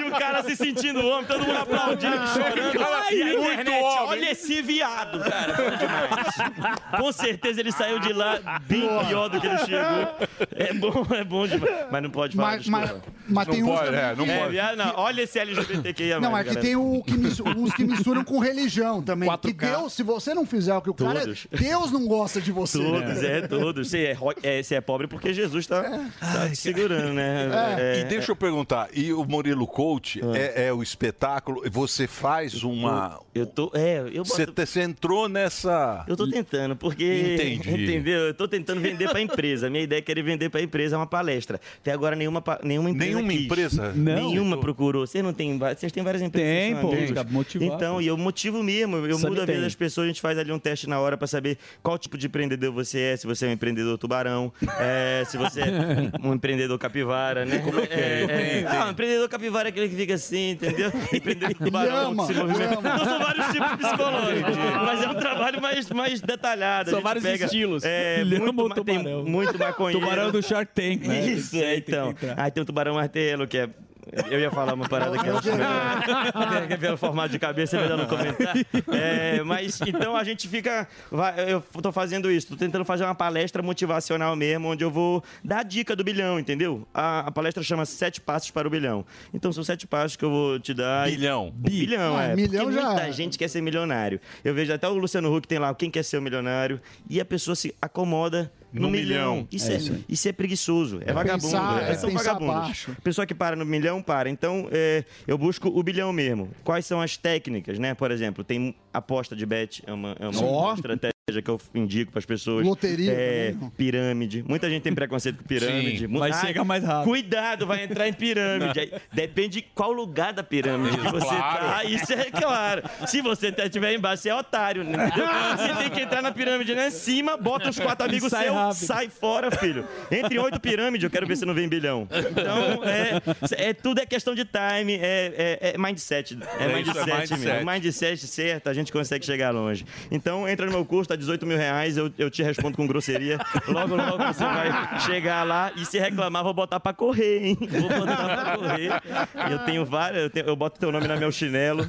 Speaker 24: E o cara se sentindo homem, todo mundo
Speaker 7: Ah.
Speaker 24: aplaudindo, chorando. E a
Speaker 1: Muito
Speaker 24: internet,
Speaker 1: homem.
Speaker 24: olha esse viado, cara. Bom demais. Com certeza ele saiu de lá bem pior do que ele chegou. É bom, é bom demais. Mas não pode falar,
Speaker 7: Mas-
Speaker 24: desculpa.
Speaker 7: mas- mas Não tem uns pode, também é, não que- pode.
Speaker 24: viado, não. Olha esse LGBTQIA+.
Speaker 7: Não, é que
Speaker 24: galera.
Speaker 7: tem o que mis- os que misturam com religião também. Que Deus, se você não fizer o que o cara. é,
Speaker 24: Todos.
Speaker 7: Deus não gosta de você.
Speaker 6: né?
Speaker 7: né?
Speaker 24: Todos, é, todos. Você é, ro- é, você é pobre porque Jesus tá, tá te segurando, né? É.
Speaker 5: E deixa eu perguntar, e o Murilo Coach é, é o espetáculo? Você faz uma.
Speaker 24: Eu tô. É, eu
Speaker 5: Você te- você entrou nessa.
Speaker 24: Eu tô tentando, porque.
Speaker 5: Entendi.
Speaker 24: Entendeu? Eu tô tentando vender pra empresa. Minha ideia é querer vender pra empresa uma palestra. Até agora nenhuma, pa- nenhuma empresa.
Speaker 5: Nenhuma
Speaker 24: quis.
Speaker 5: empresa?
Speaker 24: Não.
Speaker 5: Não.
Speaker 24: Nenhuma procurou. Você não tem. va- Vocês têm várias empresas.
Speaker 6: Tem,
Speaker 24: vocês
Speaker 6: pô,
Speaker 24: são amigos.
Speaker 6: tem que motivar,
Speaker 24: Então,
Speaker 6: pô.
Speaker 24: e eu motivo mesmo. Eu
Speaker 6: Sani
Speaker 24: mudo a
Speaker 6: tem.
Speaker 24: vida das pessoas, a gente faz ali um teste na hora pra saber qual tipo de empreendedor você é, se você é um empreendedor tubarão, é, se você é um empreendedor capivara, né? É, é, ah, um empreendedor capivara é aquele que fica assim, entendeu? Empreendedor tubarão
Speaker 1: Lhama,
Speaker 24: que se movimenta.
Speaker 1: lhama.
Speaker 24: Então, são vários tipos psicológicos. mas é um trabalho mais, mais detalhado. A
Speaker 4: São
Speaker 24: gente
Speaker 4: vários
Speaker 24: pega,
Speaker 4: estilos.
Speaker 24: É,
Speaker 4: Lhama
Speaker 24: muito,
Speaker 4: ou
Speaker 24: ma- tem
Speaker 4: tubarão?
Speaker 24: muito maconheiro.
Speaker 4: Tubarão do Shark Tank, né?
Speaker 24: Isso,
Speaker 4: Tem que-
Speaker 24: é,
Speaker 4: tem que
Speaker 24: então.
Speaker 4: entrar.
Speaker 24: Aí tem o tubarão martelo, que é... Eu ia falar uma parada que era... Que é pelo formato de cabeça, é melhor não comentar. É, mas, então, a gente fica... vai- eu tô fazendo isso, tô tentando fazer uma palestra motivacional mesmo, onde eu vou dar a dica do bilhão, entendeu? A, a palestra chama Sete Passos para o Bilhão. Então, são sete passos que eu vou te dar.
Speaker 5: Bilhão.
Speaker 24: Bilhão,
Speaker 7: Ah,
Speaker 24: é.
Speaker 7: milhão
Speaker 24: porque
Speaker 7: já-
Speaker 24: muita gente quer ser milionário. Eu vejo até o Luciano Huck tem lá, quem quer ser o milionário? E a pessoa se acomoda no,
Speaker 5: No
Speaker 24: milhão.
Speaker 5: milhão.
Speaker 24: Isso
Speaker 5: É
Speaker 24: é,
Speaker 5: isso aí.
Speaker 24: isso é preguiçoso, é,
Speaker 5: É
Speaker 24: vagabundo.
Speaker 5: pensar-
Speaker 24: é,
Speaker 5: é
Speaker 24: são
Speaker 5: pensar
Speaker 24: vagabundos.
Speaker 5: baixo.
Speaker 24: Pessoa que para no milhão, para. Então, é, eu busco o bilhão mesmo. Quais são as técnicas, né? Por exemplo, tem aposta de bet, é uma, é uma
Speaker 7: Ó.
Speaker 24: estratégia que eu indico para as pessoas.
Speaker 7: Loteria
Speaker 24: É,
Speaker 7: também,
Speaker 24: pirâmide. Muita gente tem preconceito com pirâmide.
Speaker 4: Sim,
Speaker 24: Mu-
Speaker 4: mas
Speaker 24: Ah,
Speaker 4: chega mais rápido.
Speaker 24: Cuidado, vai entrar em pirâmide.
Speaker 4: Não.
Speaker 24: Aí, depende qual lugar da pirâmide que você
Speaker 4: Claro.
Speaker 24: tá. Isso é claro. Se você estiver embaixo, você é otário, né? Você tem que entrar na pirâmide lá em cima, bota os quatro
Speaker 4: E
Speaker 24: amigos
Speaker 4: sai
Speaker 24: seus,
Speaker 4: rápido.
Speaker 24: sai fora, filho. Entre oito pirâmides, eu quero ver se não vem bilhão. Então, é, é- tudo é questão de time, é, é- é mindset. É,
Speaker 4: É isso, é
Speaker 24: mindset,
Speaker 4: mindset.
Speaker 24: meu. Mindset certo, a gente consegue chegar longe. Então, entra no meu curso, tá 18 mil reais, eu, eu te respondo com grosseria. Logo, logo você vai chegar lá e se reclamar, vou botar pra correr, hein? Vou botar pra correr. Eu tenho várias, eu, tenho- eu boto teu nome na meu chinelo.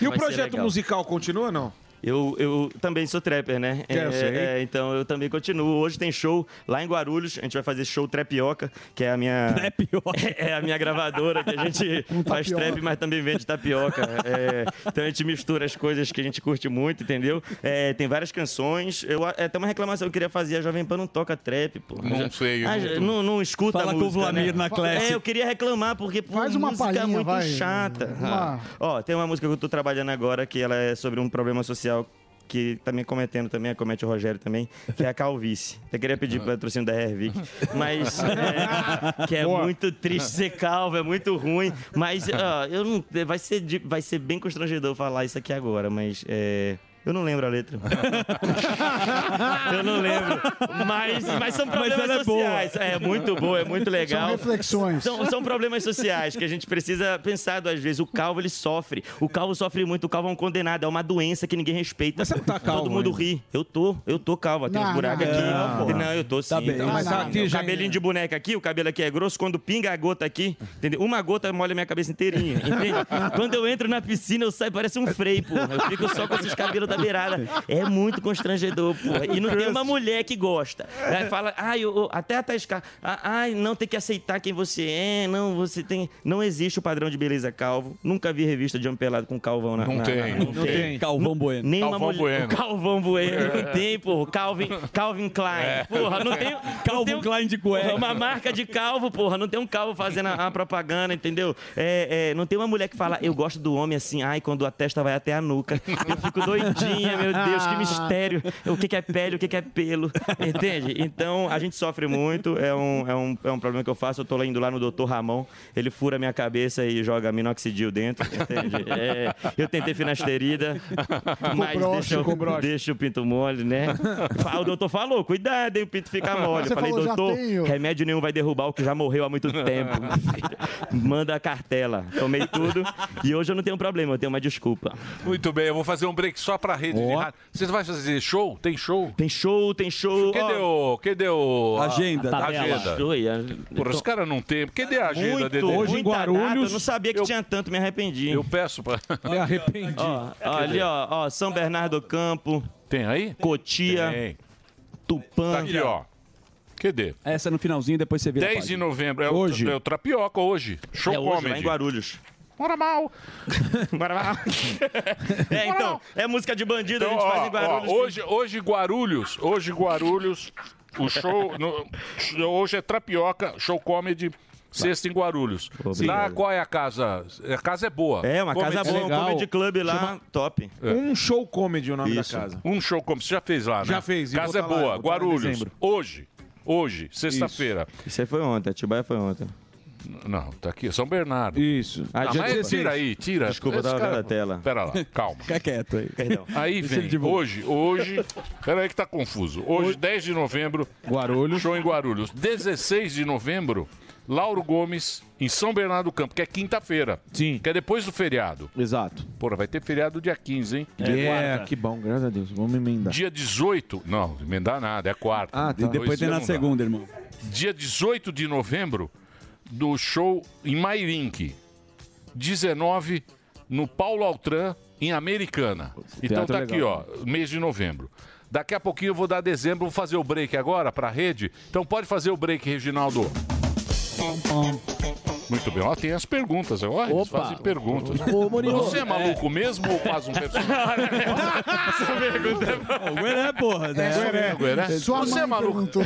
Speaker 12: E o projeto musical continua ou não?
Speaker 24: Eu, eu também sou trapper, né?
Speaker 12: É, eu sei.
Speaker 24: é, então eu também continuo. Hoje tem show lá em Guarulhos. A gente vai fazer show Trapioca, que é a minha. Trapioca? É, a minha gravadora, que a gente faz trap, mas também vende tapioca. É, então a gente mistura as coisas que a gente curte muito, entendeu? É, tem várias canções. Eu, é, até uma reclamação que eu queria fazer: a Jovem Pan não toca trap, pô.
Speaker 5: Não
Speaker 24: Já-
Speaker 5: sei, eu
Speaker 24: Ah,
Speaker 5: não
Speaker 24: já-
Speaker 5: tô-
Speaker 24: não, não escuta
Speaker 5: Fala
Speaker 24: a
Speaker 5: com o
Speaker 24: música,
Speaker 5: Vlamir
Speaker 24: né?
Speaker 5: na classe.
Speaker 24: É, eu queria reclamar, porque pô,
Speaker 7: Faz uma
Speaker 24: música é
Speaker 7: palhinha,
Speaker 24: muito
Speaker 2: né?
Speaker 7: vai.
Speaker 24: chata.
Speaker 7: Uma-
Speaker 24: Ó, tem uma música que eu tô trabalhando agora que ela é sobre um problema social que tá me cometendo também, comete o Rogério também, que é a calvície. Eu queria pedir patrocínio da Hervic, mas é, que é
Speaker 4: Boa.
Speaker 24: muito triste ser calvo, é muito ruim, mas ó, eu não vai ser de- vai ser bem constrangedor falar isso aqui agora, mas é, Eu não lembro a letra. eu não lembro. Mas, mas são
Speaker 1: Mas
Speaker 24: problemas
Speaker 1: ela é boa.
Speaker 24: sociais. É, muito boa, é muito legal.
Speaker 1: São reflexões.
Speaker 24: São, são problemas sociais que a gente precisa pensar duas vezes. O calvo, ele sofre. O calvo sofre muito. O calvo é um condenado. É uma doença que ninguém respeita. você não tá
Speaker 12: calvo
Speaker 24: Todo mundo
Speaker 12: ainda.
Speaker 24: ri. Eu tô. Eu tô calvo. Tem
Speaker 12: Não,
Speaker 24: um buraco
Speaker 12: não,
Speaker 24: aqui.
Speaker 12: não,
Speaker 24: Não,
Speaker 12: pô.
Speaker 24: eu tô sim.
Speaker 12: Tá bem, mas tá aqui
Speaker 24: o
Speaker 12: já-
Speaker 24: cabelinho de boneca aqui, o cabelo aqui é grosso. Quando pinga a gota aqui, entendeu? Uma gota molha minha cabeça inteirinha, entende? Quando eu entro na piscina, eu saio, parece um freio, pô. Eu fico só com esses cabelos da beirada. É muito constrangedor, pô. E não tem uma mulher que gosta.
Speaker 5: É.
Speaker 24: Aí fala, ai, eu, eu- até a Thaís Car- ah, Ai, não, tem que aceitar quem você é. Não, você tem... Não existe o padrão de beleza calvo. Nunca vi revista de homem pelado com calvão na...
Speaker 5: Não
Speaker 24: na-
Speaker 5: tem,
Speaker 24: na-
Speaker 5: não tem.
Speaker 24: Calvão Bueno. Nem uma
Speaker 5: Calvão
Speaker 24: mulher...
Speaker 5: Bueno.
Speaker 24: Calvão Bueno.
Speaker 5: É.
Speaker 24: Não tem, pô. Calvin, Calvin Klein.
Speaker 5: É.
Speaker 24: Porra, não tem... Calvin Klein de cueca. Uma marca de calvo, porra. Não tem um calvo fazendo a, a propaganda, entendeu? É, é, não tem uma mulher que fala, eu gosto do homem assim, ai, quando a testa vai até a nuca. Eu fico doidinha, meu Deus, que mistério. O que, que é pele, o que, que é pelo. Entende? Então, a gente sofre muito. É um, é, um, é um problema que eu faço. Eu tô indo lá no doutor Ramon. Ele fura minha cabeça e joga minoxidil dentro. Entende? É, eu tentei finasterida, mas
Speaker 1: broxa,
Speaker 24: deixa
Speaker 1: ficou
Speaker 24: eu,
Speaker 1: broxa.
Speaker 24: deixa o pinto mole, né? O doutor falou, cuidado, hein, o pinto fica mole.
Speaker 1: Você
Speaker 24: eu falei,
Speaker 1: falou, já
Speaker 24: doutor,
Speaker 1: tenho.
Speaker 24: remédio nenhum vai derrubar o que já morreu há muito tempo. Manda a cartela. Tomei tudo e hoje eu não tenho problema, eu tenho uma desculpa.
Speaker 5: Muito bem, eu vou fazer um break só pra rede de rádio. Vocês vão fazer show? Tem show?
Speaker 24: Tem show, tem show. tá
Speaker 5: Cadê o. Cadê o. a- a agenda. Porra,
Speaker 24: Tô-
Speaker 5: os caras não têm. Cadê a agenda
Speaker 24: Então- Muito,
Speaker 5: Dedê?
Speaker 24: Hoje em Guarulhos. eu não sabia que tinha tanto, me arrependi. Eu
Speaker 5: peço pra.
Speaker 24: Me arrependi. Ó, ó, ali, ó, ó, São Bernardo do Campo.
Speaker 5: Tem aí?
Speaker 24: Cotia.
Speaker 5: Tem.
Speaker 24: Tupã.
Speaker 5: Tá aqui, ó. Cadê?
Speaker 6: Essa é no finalzinho, depois você vê.
Speaker 5: 10 de novembro. É o,
Speaker 6: Hoje.
Speaker 5: é o Trapioca hoje. Show
Speaker 6: É hoje, lá
Speaker 5: comedy.
Speaker 6: em
Speaker 24: Guarulhos.
Speaker 5: Mora mal.
Speaker 24: Mora mal. É, então, é música de bandido, a gente
Speaker 5: Então, ó,
Speaker 24: faz em Guarulhos.
Speaker 5: ó, hoje, hoje Guarulhos, hoje Guarulhos, o show, no- hoje é Trapioca, show comedy, sexta em Guarulhos. Lá, qual é a casa? A casa é boa.
Speaker 24: É, uma casa boa, um comedy club lá, top.
Speaker 5: Um
Speaker 12: É. show comedy o nome
Speaker 5: Isso.
Speaker 12: da casa.
Speaker 5: Um show comedy, você já fez lá, né?
Speaker 12: Já fez, e
Speaker 5: Casa é
Speaker 12: vou tá lá,
Speaker 5: boa,
Speaker 12: vou tá lá em
Speaker 5: Guarulhos,
Speaker 12: dezembro.
Speaker 5: hoje, hoje, sexta-feira.
Speaker 24: Isso aí foi ontem, Atibaia foi ontem.
Speaker 5: Não, tá aqui, São Bernardo.
Speaker 12: Isso.
Speaker 24: Ah,
Speaker 5: Ah,
Speaker 24: dia
Speaker 5: mas
Speaker 24: 16.
Speaker 5: tira aí, tira.
Speaker 24: Desculpa, eu
Speaker 5: Esse
Speaker 24: tava
Speaker 5: cara-
Speaker 24: vendo a tela.
Speaker 5: Pera lá, calma.
Speaker 6: Fica quieto aí.
Speaker 24: Perdão.
Speaker 5: Aí
Speaker 24: Deixa ele
Speaker 5: vem,
Speaker 24: de boa.
Speaker 5: hoje, hoje. Peraí que tá confuso. Hoje, 10 de novembro. Guarulhos. Show em Guarulhos. 16 de novembro, Lauro Gomes, em São Bernardo do Campo, que é quinta-feira. Sim. Que é depois do feriado.
Speaker 12: Exato.
Speaker 5: Porra, vai ter feriado dia 15, hein?
Speaker 12: É, que bom, graças a Deus. Vamos emendar.
Speaker 5: Dia 18. Não, emendar nada, é quarta.
Speaker 12: Ah, tá.
Speaker 5: Dois
Speaker 12: Depois tem
Speaker 5: dias
Speaker 12: na
Speaker 5: não dá.
Speaker 6: Segunda, irmão.
Speaker 5: Dia 18 de novembro, do show em Mairink. 19, no Paulo Altran, em Americana. Então tá aqui, ó,
Speaker 13: legal.
Speaker 5: mês de novembro. Daqui a pouquinho eu vou dar dezembro, vou fazer o break agora pra rede. Então pode fazer o break, Reginaldo. Muito bem, ó, tem as perguntas. Ó, eles
Speaker 1: Opa.
Speaker 5: fazem perguntas.
Speaker 1: Ô, Murilo.
Speaker 5: Você é maluco mesmo ou faz um personagem? Essa pergunta é...
Speaker 6: Gueré, porra,
Speaker 1: né?
Speaker 2: é,
Speaker 5: Gueré, Gueré.
Speaker 1: Sua
Speaker 5: Você
Speaker 1: mãe
Speaker 5: é maluco?
Speaker 1: perguntou.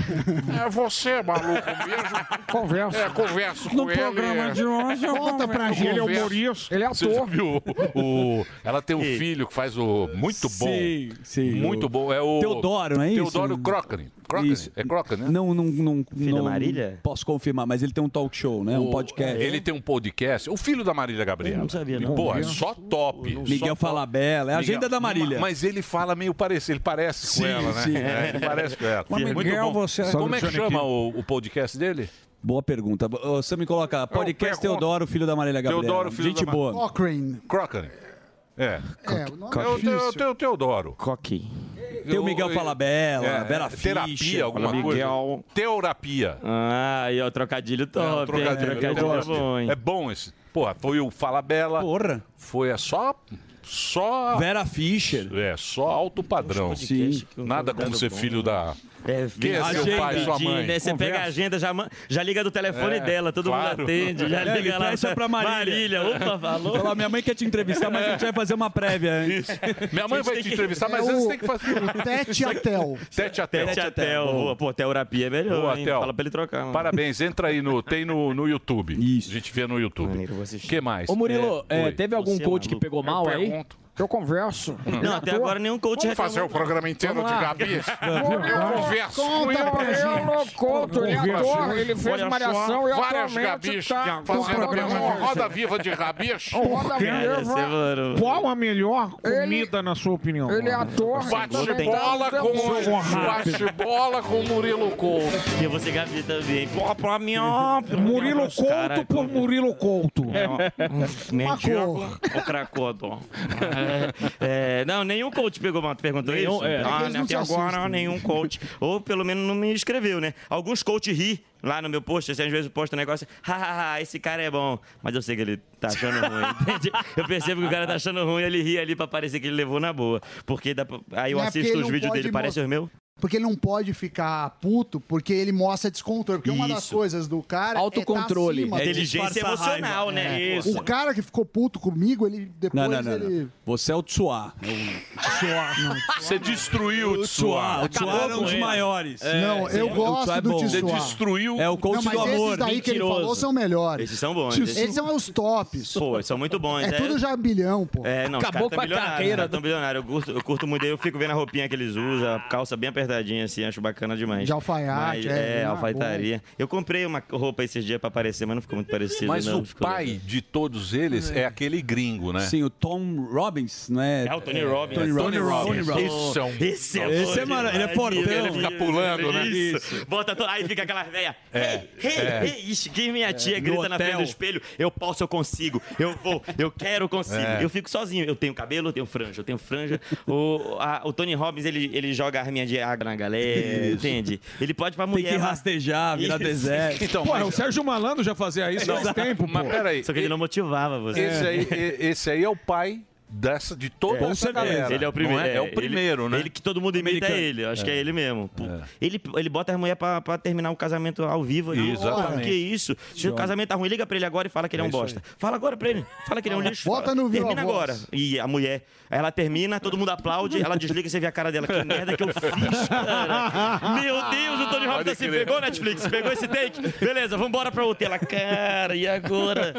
Speaker 5: É você, maluco mesmo.
Speaker 12: Conversa.
Speaker 5: É, converso com
Speaker 1: No
Speaker 5: ele.
Speaker 6: é.
Speaker 5: é.
Speaker 1: programa de hoje eu Conta converso. pra gente. Ele é humorista, ele é
Speaker 5: Você
Speaker 1: ator.
Speaker 5: viu o, o- ela tem um filho que faz o... Muito bom.
Speaker 6: Sim, sim.
Speaker 5: Muito
Speaker 6: O
Speaker 5: bom. É o...
Speaker 6: Teodoro, não é isso?
Speaker 5: Teodoro Crockery. Crockery. É Crockery, né?
Speaker 6: Não, não, não,
Speaker 5: Filho da
Speaker 6: não
Speaker 5: Marília?
Speaker 6: posso confirmar, mas ele tem um talk show, né? Um
Speaker 5: O-
Speaker 6: podcast.
Speaker 5: Ele tem um podcast. O filho da Marília Gabriela. Não sabia,
Speaker 6: não.
Speaker 5: Pô, é
Speaker 6: Não.
Speaker 5: só top.
Speaker 6: Miguel Falabella, é a agenda da Marília.
Speaker 5: Mas ele fala meio parecido. Ele parece
Speaker 6: Sim,
Speaker 5: com ela, né?
Speaker 6: sim.
Speaker 5: É, ele parece com ela.
Speaker 6: Mas,
Speaker 5: Muito
Speaker 6: Miguel,
Speaker 5: bom.
Speaker 6: você-
Speaker 5: Como é que
Speaker 6: Johnny
Speaker 5: chama
Speaker 6: Kim.
Speaker 5: o, o podcast dele?
Speaker 6: Boa pergunta. Ô, Você me coloca podcast Teodoro, filho da Marília Gabriela.
Speaker 5: Teodoro, filho
Speaker 6: Gente
Speaker 5: da Mar-
Speaker 6: boa.
Speaker 7: Cochrane.
Speaker 5: Crockery. É.
Speaker 7: É, o nome
Speaker 5: É o,
Speaker 7: é
Speaker 5: Teo-
Speaker 7: difícil.
Speaker 5: Teo- Teodoro.
Speaker 24: Coque.
Speaker 6: Tem o Miguel Falabella,
Speaker 5: é,
Speaker 6: Vera Fischer,
Speaker 5: Terapia, alguma coisa.
Speaker 6: Miguel.
Speaker 5: Terapia.
Speaker 24: Ah, e ó, trocadilho
Speaker 6: Tá,
Speaker 5: É
Speaker 24: top. hein?
Speaker 5: um trocadilho.
Speaker 24: trocadilho,
Speaker 5: Eu gosto.
Speaker 24: é bom, hein?
Speaker 5: É bom esse. Porra, foi o Falabella. Porra. Foi a só. Só.
Speaker 6: Vera Fischer.
Speaker 5: É, só alto padrão. Sim. Nada como ser filho da.
Speaker 24: um É,
Speaker 5: Quem é seu pai, sua mãe?
Speaker 24: Né? Você pega a agenda, já, man- já liga do telefone
Speaker 5: É,
Speaker 24: dela, todo
Speaker 5: claro.
Speaker 24: mundo atende. Já
Speaker 5: É,
Speaker 24: liga
Speaker 5: ele
Speaker 6: então
Speaker 24: lá.
Speaker 5: fecha pra
Speaker 6: Marília.
Speaker 24: opa, falou.
Speaker 6: Fala, minha mãe quer te entrevistar, mas a gente vai fazer uma prévia antes.
Speaker 5: Minha mãe vai te entrevistar, mas
Speaker 6: É
Speaker 5: antes
Speaker 6: o-
Speaker 5: tem que fazer.
Speaker 6: o
Speaker 7: um
Speaker 6: tete a tel.
Speaker 5: Tete a tel.
Speaker 24: Tete a tel. Boa. Pô, terapia é melhor.
Speaker 5: Boa,
Speaker 24: hein?
Speaker 5: Tel.
Speaker 24: Fala pra ele trocar. mano.
Speaker 5: Parabéns, entra aí no. Tem no, no YouTube. Isso. A gente vê no YouTube. O que mais?
Speaker 11: Ô Murilo, é,
Speaker 5: oi.
Speaker 11: teve algum coach que pegou mal aí?
Speaker 2: que eu converso.
Speaker 24: Não, até agora nenhum coach
Speaker 5: Vamos fazer o programa inteiro
Speaker 2: Vamos
Speaker 5: de
Speaker 2: lá.
Speaker 5: Gabi?
Speaker 2: Murilo
Speaker 5: Eu converso.
Speaker 2: Conta pra
Speaker 5: Murilo
Speaker 2: gente. Couto, ele é
Speaker 5: Converso.
Speaker 2: ator, ele fez
Speaker 5: Olha
Speaker 2: Malhação
Speaker 5: só,
Speaker 2: e
Speaker 5: Várias
Speaker 2: atualmente
Speaker 5: Gabis
Speaker 2: tá
Speaker 5: tá
Speaker 2: com
Speaker 5: fazendo
Speaker 2: programa
Speaker 5: pergunta.
Speaker 2: hoje.
Speaker 5: Roda viva de Gabis.
Speaker 12: é
Speaker 2: Roda Cara, viva.
Speaker 24: é
Speaker 12: Mano. Qual a melhor comida, na sua opinião?
Speaker 2: ele é ator,
Speaker 5: Bate bola com o bate bola com o Murilo Couto.
Speaker 24: E você, Gabi, também. Porra, pra
Speaker 5: é
Speaker 24: mim, é ó.
Speaker 12: Murilo Couto por Murilo
Speaker 24: Tipo, é um,
Speaker 12: Couto.
Speaker 24: Mendigo
Speaker 7: Tipo, um
Speaker 24: ou cracodó? um É, é, não, nenhum coach pegou uma pergunta
Speaker 7: Nenhum,
Speaker 24: isso?
Speaker 7: é. É que
Speaker 24: Ah,
Speaker 7: eles
Speaker 24: né,
Speaker 7: não se
Speaker 24: até agora
Speaker 7: assustam.
Speaker 24: nenhum coach. Ou pelo menos não me inscreveu, né? Alguns coach ri lá no meu post, assim, às vezes eu posto um negócio, hahaha, esse cara é bom. Mas eu sei que ele tá achando ruim, entende? Eu percebo que o cara tá achando ruim, ele ri ali pra parecer que ele levou na boa. Porque dá pra- aí eu
Speaker 7: Não é porque
Speaker 24: assisto
Speaker 7: ele
Speaker 24: os
Speaker 7: não
Speaker 24: vídeos
Speaker 7: pode
Speaker 24: dele, parece
Speaker 7: mo-
Speaker 24: os meus.
Speaker 7: Porque ele não pode ficar puto, porque ele mostra descontrole. Porque uma das
Speaker 24: Isso.
Speaker 7: coisas do cara
Speaker 24: Autocontrole.
Speaker 7: é tá acima
Speaker 24: É
Speaker 7: do-
Speaker 24: inteligência
Speaker 7: disfarçar a
Speaker 24: emocional,
Speaker 7: raiva.
Speaker 24: né?
Speaker 7: É.
Speaker 24: Isso.
Speaker 7: O cara que ficou puto comigo, ele depois
Speaker 6: Não, não, não,
Speaker 7: ele...
Speaker 6: não. Você é o Tsuá. É o-
Speaker 5: Você destruiu o Tsuá.
Speaker 6: O Tsuá é um dos maiores.
Speaker 7: não, eu gosto
Speaker 24: é
Speaker 7: do Tsuá.
Speaker 5: Você destruiu...
Speaker 6: É o coach
Speaker 7: Não, mas
Speaker 6: do
Speaker 7: esses
Speaker 6: amor.
Speaker 7: daí que ele falou são melhores.
Speaker 24: Esses são bons.
Speaker 7: Eles são os tops.
Speaker 24: Pô, eles são muito bons. né?
Speaker 7: É tudo já bilhão, pô.
Speaker 24: É, não,
Speaker 7: Acabou
Speaker 24: os caras tão
Speaker 7: com a
Speaker 24: bilionários,
Speaker 7: carreira
Speaker 24: os caras tão bilionários. Eu curto, eu curto muito, eu fico vendo a roupinha que eles usam, a calça bem apertadinha assim, acho bacana demais.
Speaker 7: De alfaiate,
Speaker 24: Mas,
Speaker 7: é,
Speaker 24: é.
Speaker 7: ah,
Speaker 24: alfaiataria. Eu comprei uma roupa esses dias pra parecer, mas não ficou muito parecido.
Speaker 5: Mas
Speaker 24: não,
Speaker 5: o
Speaker 24: ficou
Speaker 5: pai de todos eles é aquele gringo, né?
Speaker 6: Sim, o Tom Robbins, né?
Speaker 24: É o Tony Robbins.
Speaker 6: Tony
Speaker 24: É, Tony
Speaker 6: Robbins.
Speaker 24: Robbins. Esse é um- Esse é bom demais.
Speaker 6: mara- Ele é fortão.
Speaker 24: Ele fica
Speaker 5: pulando,
Speaker 24: legal.
Speaker 5: né?
Speaker 24: Isso. Bota to... Aí fica aquela velha. Ei, ei,
Speaker 5: é.
Speaker 24: ei, isso. Que minha tia
Speaker 5: É, no
Speaker 24: grita na frente
Speaker 5: hotel.
Speaker 24: do espelho. Eu posso, eu consigo. Eu vou, eu quero, eu consigo.
Speaker 5: É.
Speaker 24: Eu fico sozinho. Eu tenho cabelo, eu tenho franja, eu tenho franja. O, a- o Tony Robbins, ele, ele joga a arminha de água na galera,
Speaker 6: Isso.
Speaker 24: entende? Ele pode ir pra mulher.
Speaker 6: que
Speaker 24: lá.
Speaker 6: rastejar, virar
Speaker 24: Isso.
Speaker 6: deserto.
Speaker 5: Então,
Speaker 12: Pô, o Sérgio Malandro já fazia isso há
Speaker 5: Exato.
Speaker 12: faz tempo,
Speaker 5: Mas
Speaker 12: pô.
Speaker 5: peraí.
Speaker 24: Só que ele não motivava você.
Speaker 5: Esse aí, e- esse aí é o pai dessa, de toda
Speaker 24: É,
Speaker 5: essa
Speaker 24: é,
Speaker 5: galera.
Speaker 24: ele é o
Speaker 5: não
Speaker 24: primeiro.
Speaker 5: É, É o
Speaker 24: ele-
Speaker 5: primeiro, né?
Speaker 24: Ele que todo mundo imita é
Speaker 5: Americano.
Speaker 24: ele. eu Acho que é
Speaker 5: É.
Speaker 24: ele mesmo. Pô, Ele, ele bota as mulheres pra, pra terminar o casamento ao vivo. ali.
Speaker 5: Exatamente.
Speaker 24: Pô, Que isso? Se o
Speaker 5: Joga.
Speaker 24: casamento tá ruim, liga pra ele agora e fala que ele é um
Speaker 5: É isso
Speaker 24: bosta. Fala agora pra ele. Fala que ele é um lixo.
Speaker 7: Bota
Speaker 24: fala.
Speaker 7: no Viva
Speaker 24: Termina
Speaker 7: Voz.
Speaker 24: agora. E a mulher, ela termina, todo mundo aplaude, ela desliga e você vê a cara dela. Que merda que eu fiz, cara. Meu Deus, o Tony Robbins tá assim. Pegou Netflix, pegou esse take. Beleza, vambora pra outra. Ela, cara, e agora?